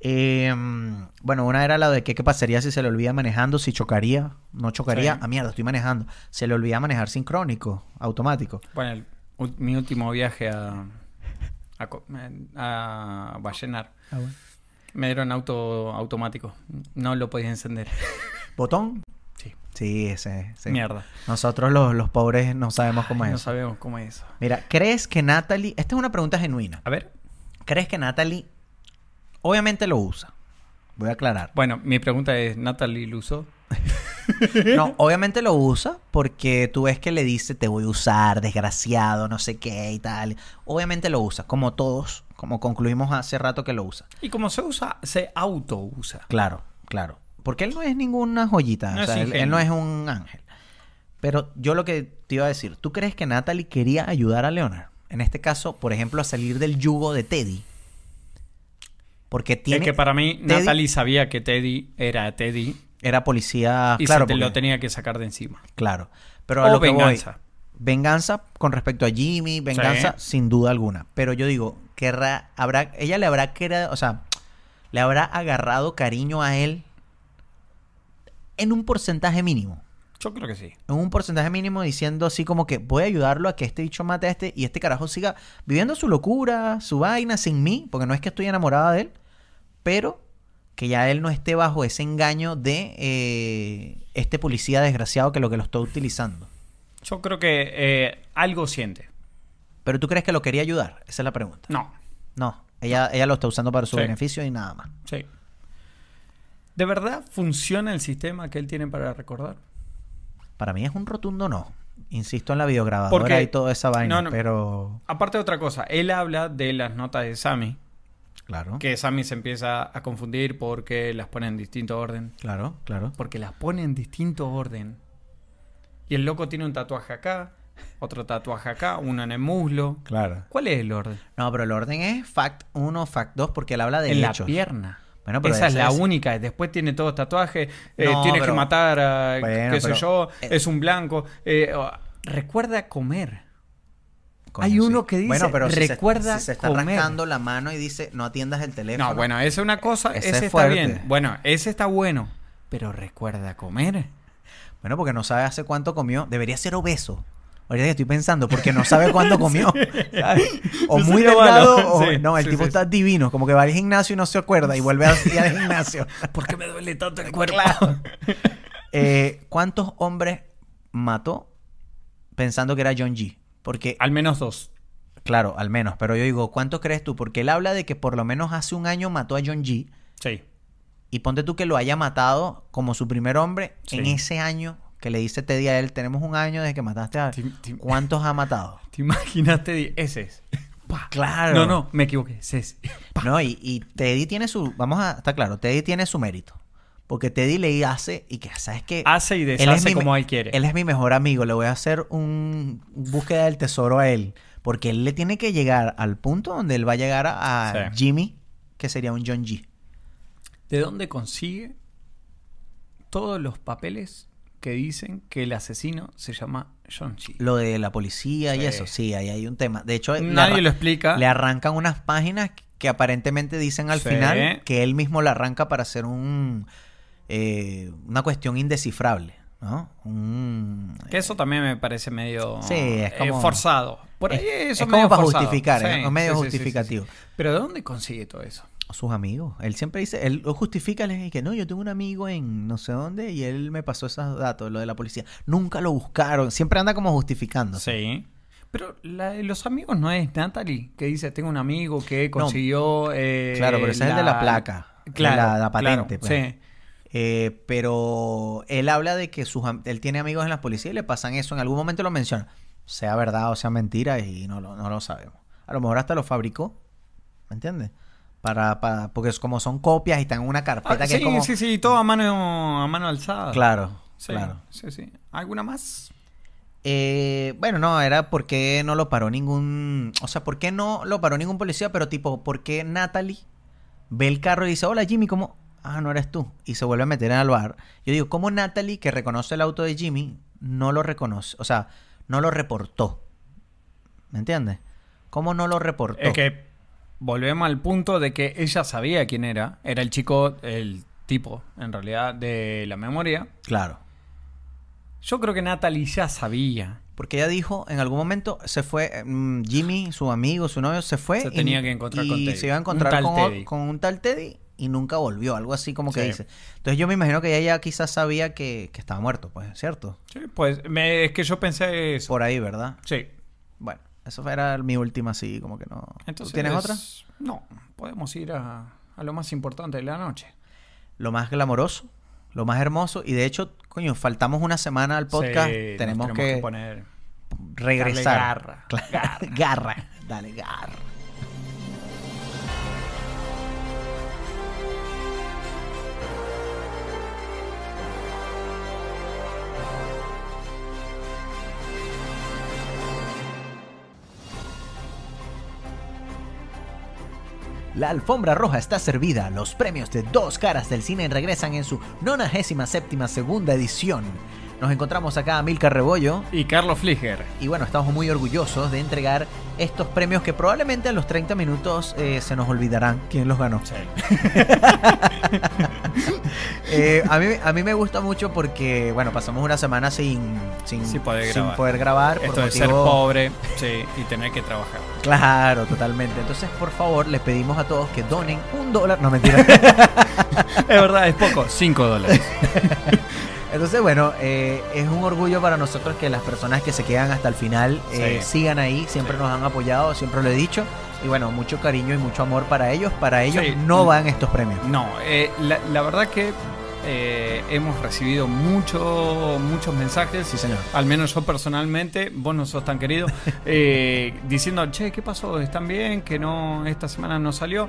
[SPEAKER 4] Eh, mm, bueno, una era la de que qué pasaría si se le olvida manejando, si chocaría, no chocaría.
[SPEAKER 5] Sí.
[SPEAKER 4] Ah, mierda, estoy manejando. Se le olvida manejar sincrónico, automático.
[SPEAKER 5] Bueno, el ul- mi último viaje a, a, Co- a Vallenar.
[SPEAKER 4] Ah,
[SPEAKER 5] Me dieron auto automático. No lo podía encender.
[SPEAKER 4] ¿Botón?
[SPEAKER 5] Sí.
[SPEAKER 4] Sí, ese. ese.
[SPEAKER 5] Mierda.
[SPEAKER 4] Nosotros los, los pobres no sabemos cómo
[SPEAKER 5] Ay,
[SPEAKER 4] es.
[SPEAKER 5] No
[SPEAKER 4] eso.
[SPEAKER 5] sabemos cómo es eso.
[SPEAKER 4] Mira, ¿crees que Natalie... Esta es una pregunta genuina.
[SPEAKER 5] A ver.
[SPEAKER 4] ¿Crees que Natalie obviamente lo usa? Voy a aclarar.
[SPEAKER 5] Bueno, mi pregunta es, ¿Natalie lo usó?
[SPEAKER 4] No, obviamente lo usa porque tú ves que le dice te voy a usar, desgraciado, no sé qué y tal. Obviamente lo usa, como todos, como concluimos hace rato que lo usa.
[SPEAKER 5] Y como se usa, se auto usa.
[SPEAKER 4] Claro, claro. Porque él no es ninguna joyita,
[SPEAKER 5] No
[SPEAKER 4] o
[SPEAKER 5] es
[SPEAKER 4] sea, él,
[SPEAKER 5] ingenio.
[SPEAKER 4] él no es un ángel. Pero yo lo que te iba a decir, ¿tú crees que Natalie quería ayudar a Leonard? En este caso, por ejemplo, a salir del yugo de Teddy. Porque tiene...
[SPEAKER 5] Es que para mí,
[SPEAKER 4] Teddy-
[SPEAKER 5] Natalie sabía que Teddy era Teddy
[SPEAKER 4] Era policía...
[SPEAKER 5] y
[SPEAKER 4] Ah, claro,
[SPEAKER 5] se te lo
[SPEAKER 4] porque-
[SPEAKER 5] tenía que sacar de encima.
[SPEAKER 4] Claro. Pero a
[SPEAKER 5] O
[SPEAKER 4] lo que voy-
[SPEAKER 5] venganza.
[SPEAKER 4] venganza con respecto a Jimmy, venganza sin duda alguna. Pero yo digo, querrá, habrá, ella le habrá querido, o sea, le habrá agarrado cariño a él en un porcentaje mínimo.
[SPEAKER 5] Yo creo que sí.
[SPEAKER 4] En un porcentaje mínimo diciendo así como que voy a ayudarlo a que este bicho mate a este y este carajo siga viviendo su locura, su vaina sin mí, porque no es que estoy enamorada de él, pero que ya él no esté bajo ese engaño de eh, este policía desgraciado que lo que lo está utilizando.
[SPEAKER 5] Yo creo que eh, algo siente.
[SPEAKER 4] Pero tú crees que lo quería ayudar? Esa es la pregunta.
[SPEAKER 5] No,
[SPEAKER 4] No, ella, ella lo está usando para su
[SPEAKER 5] Sí.
[SPEAKER 4] beneficio y nada más.
[SPEAKER 5] sí. ¿De verdad funciona el sistema que él tiene para recordar?
[SPEAKER 4] Para mí es un rotundo no. Insisto en la videograbadora
[SPEAKER 5] Porque-
[SPEAKER 4] y toda esa vaina,
[SPEAKER 5] no, no.
[SPEAKER 4] pero
[SPEAKER 5] Aparte de otra cosa, él habla de las notas de Sammy,
[SPEAKER 4] Claro.
[SPEAKER 5] Que Sammy se empieza a confundir porque las pone en distinto orden.
[SPEAKER 4] Claro, claro.
[SPEAKER 5] Porque las pone en distinto orden. Y el loco tiene un tatuaje acá, otro tatuaje acá, uno en el muslo.
[SPEAKER 4] Claro.
[SPEAKER 5] ¿Cuál es el orden?
[SPEAKER 4] No, pero el orden es fact 1, fact 2, porque él habla de
[SPEAKER 5] en la
[SPEAKER 4] hechos.
[SPEAKER 5] pierna.
[SPEAKER 4] Bueno, pero
[SPEAKER 5] Esa es
[SPEAKER 4] esa
[SPEAKER 5] la
[SPEAKER 4] es-
[SPEAKER 5] única. Después tiene todos tatuajes. eh,
[SPEAKER 4] No,
[SPEAKER 5] tiene
[SPEAKER 4] pero-
[SPEAKER 5] que matar a
[SPEAKER 4] Bueno,
[SPEAKER 5] qué sé
[SPEAKER 4] pero-
[SPEAKER 5] yo.
[SPEAKER 4] eh.
[SPEAKER 5] Es un blanco. eh, oh, recuerda comer.
[SPEAKER 4] Coño,
[SPEAKER 5] Hay uno que dice,
[SPEAKER 4] bueno, pero si se-
[SPEAKER 5] "Recuerda
[SPEAKER 4] si se está
[SPEAKER 5] comer".
[SPEAKER 4] rascando la mano y dice, no atiendas el teléfono.
[SPEAKER 5] No, bueno, esa es una cosa.
[SPEAKER 4] Ese
[SPEAKER 5] Ese,
[SPEAKER 4] es
[SPEAKER 5] está
[SPEAKER 4] fuerte.
[SPEAKER 5] bien. Bueno, ese está bueno. Pero recuerda comer.
[SPEAKER 4] Bueno, porque no sabe hace cuánto comió. Debería ser obeso. Ahorita que estoy pensando, porque no sabe cuándo comió. ¿sabes? O
[SPEAKER 5] No
[SPEAKER 4] muy
[SPEAKER 5] sería malo.
[SPEAKER 4] delgado, o
[SPEAKER 5] Sí,
[SPEAKER 4] no, el
[SPEAKER 5] sí,
[SPEAKER 4] tipo
[SPEAKER 5] sí.
[SPEAKER 4] está divino. Como que va al gimnasio y no se acuerda y vuelve así al gimnasio.
[SPEAKER 5] ¿Por qué me duele tanto el cuerpo?
[SPEAKER 4] Eh, ¿Cuántos hombres mató pensando que era John G? Porque,
[SPEAKER 5] Al menos dos.
[SPEAKER 4] claro, al menos. Pero yo digo, ¿cuántos crees tú? Porque él habla de que por lo menos hace un año mató a John G.
[SPEAKER 5] Sí.
[SPEAKER 4] Y ponte tú que lo haya matado como su primer hombre
[SPEAKER 5] Sí.
[SPEAKER 4] en ese año que le dice Teddy a él, tenemos un año desde que mataste a...
[SPEAKER 5] Tim- Tim-
[SPEAKER 4] ¿Cuántos ha matado?
[SPEAKER 5] ¿Te imaginaste? Di- Ese es. Pa.
[SPEAKER 4] Claro.
[SPEAKER 5] No, no, me equivoqué. Ese es.
[SPEAKER 4] No, y, y Teddy tiene su... Vamos a... Está claro, Teddy tiene su mérito. Porque Teddy le hace y que, ¿sabes qué?
[SPEAKER 5] Hace y deshace
[SPEAKER 4] mi me-
[SPEAKER 5] como él quiere.
[SPEAKER 4] Él es mi mejor amigo. Le voy a hacer un búsqueda del tesoro a él. Porque él le tiene que llegar al punto donde él va a llegar a, a
[SPEAKER 5] Sí.
[SPEAKER 4] Jimmy, que sería un John G.
[SPEAKER 5] ¿De dónde consigue todos los papeles que dicen que el asesino se llama John G?
[SPEAKER 4] Lo de la policía y
[SPEAKER 5] Sí.
[SPEAKER 4] eso, sí, ahí hay un tema. De hecho, le
[SPEAKER 5] Nadie
[SPEAKER 4] arran-
[SPEAKER 5] lo explica.
[SPEAKER 4] le arrancan unas páginas que aparentemente dicen al
[SPEAKER 5] Sí.
[SPEAKER 4] final que él mismo la arranca para hacer un eh, una cuestión indescifrable, ¿no? Un-
[SPEAKER 5] Que eso también me parece medio
[SPEAKER 4] Sí, es
[SPEAKER 5] eh,
[SPEAKER 4] como-
[SPEAKER 5] forzado. Por ahí
[SPEAKER 4] es-
[SPEAKER 5] eso
[SPEAKER 4] es como
[SPEAKER 5] medio
[SPEAKER 4] para
[SPEAKER 5] forzado.
[SPEAKER 4] justificar,
[SPEAKER 5] Sí,
[SPEAKER 4] ¿eh? Es medio
[SPEAKER 5] sí, sí, sí, sí,
[SPEAKER 4] justificativo.
[SPEAKER 5] sí. Pero ¿de dónde consigue todo eso?
[SPEAKER 4] sus amigos. Él siempre dice, él lo justifica, le dice que no, yo tengo un amigo en no sé dónde y él me pasó esos datos, lo de la policía. Nunca lo buscaron, siempre anda como justificando.
[SPEAKER 5] Sí. Pero la de los amigos no es Natalie, que dice, tengo un amigo que consiguió... eh,
[SPEAKER 4] Claro, pero ese es el de la placa, de
[SPEAKER 5] Claro,
[SPEAKER 4] la- la
[SPEAKER 5] claro,
[SPEAKER 4] patente, pues.
[SPEAKER 5] sí.
[SPEAKER 4] Eh, pero él habla de que sus, am- él tiene amigos en la policía y le pasan eso, en algún momento lo menciona, sea verdad o sea mentira y no lo, no lo sabemos. A lo mejor hasta lo fabricó, ¿me entiendes? Para, para, porque es como son copias y están en una
[SPEAKER 5] Ah,
[SPEAKER 4] carpeta que
[SPEAKER 5] sí,
[SPEAKER 4] es como...
[SPEAKER 5] sí, sí, todo a mano, a mano alzada.
[SPEAKER 4] Claro,
[SPEAKER 5] Sí,
[SPEAKER 4] claro.
[SPEAKER 5] sí, sí. ¿Alguna más?
[SPEAKER 4] Eh, bueno, no, era porque no lo paró ningún. O sea, ¿por qué no lo paró ningún policía? Pero tipo, ¿por qué Natalie ve el carro y dice, hola Jimmy, ¿cómo? Ah, no eres tú. Y se vuelve a meter al bar. Yo digo, ¿cómo Natalie, que reconoce el auto de Jimmy, no lo reconoce? O sea, no lo reportó. ¿Me entiendes? ¿Cómo no lo reportó?
[SPEAKER 5] Es que volvemos al punto de que ella sabía quién era. Era el chico, el tipo, en realidad, de la memoria.
[SPEAKER 4] Claro.
[SPEAKER 5] Yo creo que Natalie ya sabía.
[SPEAKER 4] Porque ella dijo, en algún momento se fue, mm, Jimmy, su amigo, su novio, se fue.
[SPEAKER 5] Se tenía que encontrar
[SPEAKER 4] y
[SPEAKER 5] con Teddy.
[SPEAKER 4] se iba a
[SPEAKER 5] Un
[SPEAKER 4] encontrar
[SPEAKER 5] tal
[SPEAKER 4] con, o-
[SPEAKER 5] Teddy.
[SPEAKER 4] con un tal Teddy y nunca volvió, algo así como que
[SPEAKER 5] Sí.
[SPEAKER 4] dice. Entonces yo me imagino que ella ya quizás sabía que, que estaba muerto, pues, ¿cierto?
[SPEAKER 5] Sí, pues me- es que yo pensé eso.
[SPEAKER 4] Por ahí, ¿verdad?
[SPEAKER 5] Sí.
[SPEAKER 4] Bueno, eso era mi última, así como que no.
[SPEAKER 5] Entonces,
[SPEAKER 4] ¿Tú tienes otra?
[SPEAKER 5] No, podemos ir a, a lo más importante de la noche.
[SPEAKER 4] Lo más glamoroso, lo más hermoso y de hecho, coño, faltamos una semana al podcast,
[SPEAKER 5] Sí, nos
[SPEAKER 4] tenemos, que,
[SPEAKER 5] poner
[SPEAKER 4] regresar.
[SPEAKER 5] darle garra.
[SPEAKER 4] Claro, garra, dale garra. La alfombra roja está servida. Los premios de Dos Caras del Cine regresan en su 97 segunda edición. Nos encontramos acá a Milka Rebollo.
[SPEAKER 5] Y Carlos Fliger.
[SPEAKER 4] Y bueno, estamos muy orgullosos de entregar estos premios que probablemente a los 30 minutos eh, se nos olvidarán quién los ganó. Eh, a, mí, a mí me gusta mucho porque, bueno, pasamos una semana sin, sin,
[SPEAKER 5] Sin poder grabar.
[SPEAKER 4] poder grabar por
[SPEAKER 5] Esto de ser
[SPEAKER 4] motivo-
[SPEAKER 5] pobre sí, y tener que trabajar.
[SPEAKER 4] Claro, totalmente. Entonces, por favor, les pedimos a todos que donen un dólar. No, mentira.
[SPEAKER 5] Es verdad, es poco. 5 dólares.
[SPEAKER 4] Entonces, bueno, eh, es un orgullo para nosotros que las personas que se quedan hasta el final eh,
[SPEAKER 5] Sí.
[SPEAKER 4] sigan ahí, siempre
[SPEAKER 5] Sí.
[SPEAKER 4] nos han apoyado, siempre lo he dicho. Y bueno, mucho cariño y mucho amor para ellos. Para ellos
[SPEAKER 5] Sí.
[SPEAKER 4] no van estos premios.
[SPEAKER 5] No, eh, la, la verdad que eh, hemos recibido mucho, muchos mensajes.
[SPEAKER 4] Sí, señor.
[SPEAKER 5] Al menos yo personalmente, vos no sos tan querido, eh, diciendo, che, ¿qué pasó? ¿Están bien? Que no, esta semana no salió.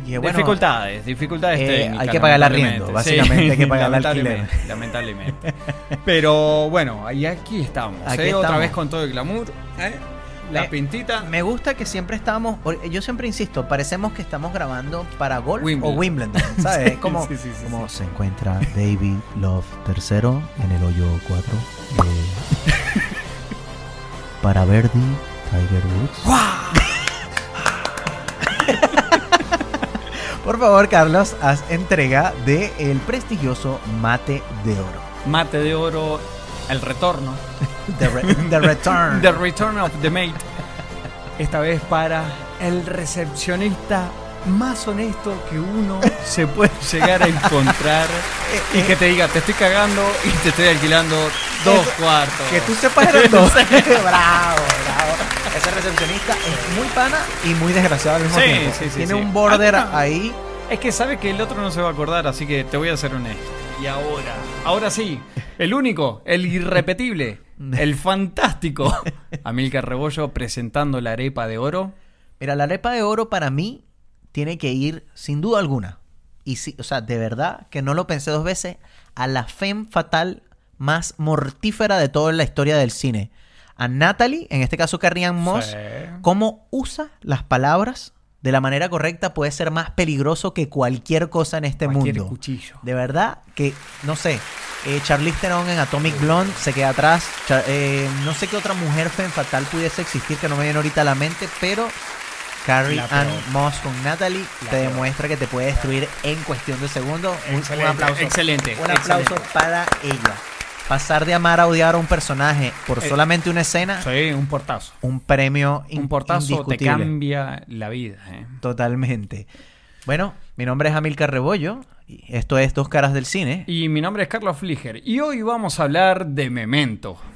[SPEAKER 4] Y dije, bueno,
[SPEAKER 5] dificultades, dificultades
[SPEAKER 4] eh,
[SPEAKER 5] técnicas.
[SPEAKER 4] hay que pagar el
[SPEAKER 5] lamentablemente.
[SPEAKER 4] arriendo, básicamente hay que pagar el
[SPEAKER 5] lamentablemente,
[SPEAKER 4] alquiler.
[SPEAKER 5] Lamentablemente. Pero bueno, ahí aquí estamos.
[SPEAKER 4] Aquí
[SPEAKER 5] ¿eh? Otra
[SPEAKER 4] estamos.
[SPEAKER 5] vez con todo el glamour. ¿eh? La
[SPEAKER 4] Eh,
[SPEAKER 5] pintita.
[SPEAKER 4] Me gusta que siempre estamos, or- yo siempre insisto, parecemos que estamos grabando para golf
[SPEAKER 5] Wimbledon.
[SPEAKER 4] o Wimbledon, ¿sabes?
[SPEAKER 5] Sí,
[SPEAKER 4] Es como,
[SPEAKER 5] sí, sí, sí,
[SPEAKER 4] como se encuentra David Love tercero en el hoyo 4. para Verdi, Tiger Woods. Por favor, Carlos, haz entrega de el prestigioso mate de oro.
[SPEAKER 5] Mate de oro. El retorno.
[SPEAKER 4] The, re- the Return.
[SPEAKER 5] The Return of the Mate. Esta vez para el recepcionista más honesto que uno se puede llegar a encontrar
[SPEAKER 4] Eh,
[SPEAKER 5] y que te diga, te estoy cagando y te estoy alquilando dos cuartos.
[SPEAKER 4] Que tú sepas eran dos. bravo, bravo. Ese recepcionista es muy pana y muy desgraciado al mismo
[SPEAKER 5] Sí,
[SPEAKER 4] tiempo.
[SPEAKER 5] sí, sí,
[SPEAKER 4] Tiene
[SPEAKER 5] sí.
[SPEAKER 4] un border
[SPEAKER 5] Ah,
[SPEAKER 4] ahí.
[SPEAKER 5] Es que sabes que el otro no se va a acordar, así que te voy a ser honesto. Y ahora, ahora sí, el único, el irrepetible, el fantástico, Amilcar Rebollo presentando la arepa de oro.
[SPEAKER 4] Mira, la arepa de oro para mí tiene que ir, sin duda alguna. Y sí, o sea, de verdad que no lo pensé dos veces, a la femme fatal más mortífera de toda la historia del cine. A Natalie, en este caso Carrian Moss,
[SPEAKER 5] Sí.
[SPEAKER 4] cómo usa las palabras de la manera correcta puede ser más peligroso que cualquier cosa en este
[SPEAKER 5] Cualquier
[SPEAKER 4] mundo.
[SPEAKER 5] cuchillo.
[SPEAKER 4] De verdad que, no sé, eh, Charlize Theron en Atomic Blonde se queda atrás. Cha- eh, no sé qué otra mujer femme fatal pudiese existir que no me viene ahorita a la mente, pero Carrie
[SPEAKER 5] La
[SPEAKER 4] Ann
[SPEAKER 5] probó.
[SPEAKER 4] Moss con Natalie
[SPEAKER 5] La
[SPEAKER 4] te
[SPEAKER 5] probó.
[SPEAKER 4] demuestra que te puede destruir en cuestión de segundos. Un- Un,
[SPEAKER 5] Excelente,
[SPEAKER 4] aplauso.
[SPEAKER 5] excelente,
[SPEAKER 4] Un aplauso
[SPEAKER 5] excelente.
[SPEAKER 4] para ella. Pasar de amar a odiar a un personaje por
[SPEAKER 5] Eh,
[SPEAKER 4] solamente una escena,
[SPEAKER 5] Sí, un portazo.
[SPEAKER 4] un premio in-
[SPEAKER 5] Un portazo te
[SPEAKER 4] indiscutible.
[SPEAKER 5] cambia la vida. ¿eh?
[SPEAKER 4] Totalmente. Bueno, mi nombre es Amilcar Rebollo. y Esto es Dos Caras del Cine.
[SPEAKER 5] Y mi nombre es Carlos Fliger y hoy vamos a hablar de Memento.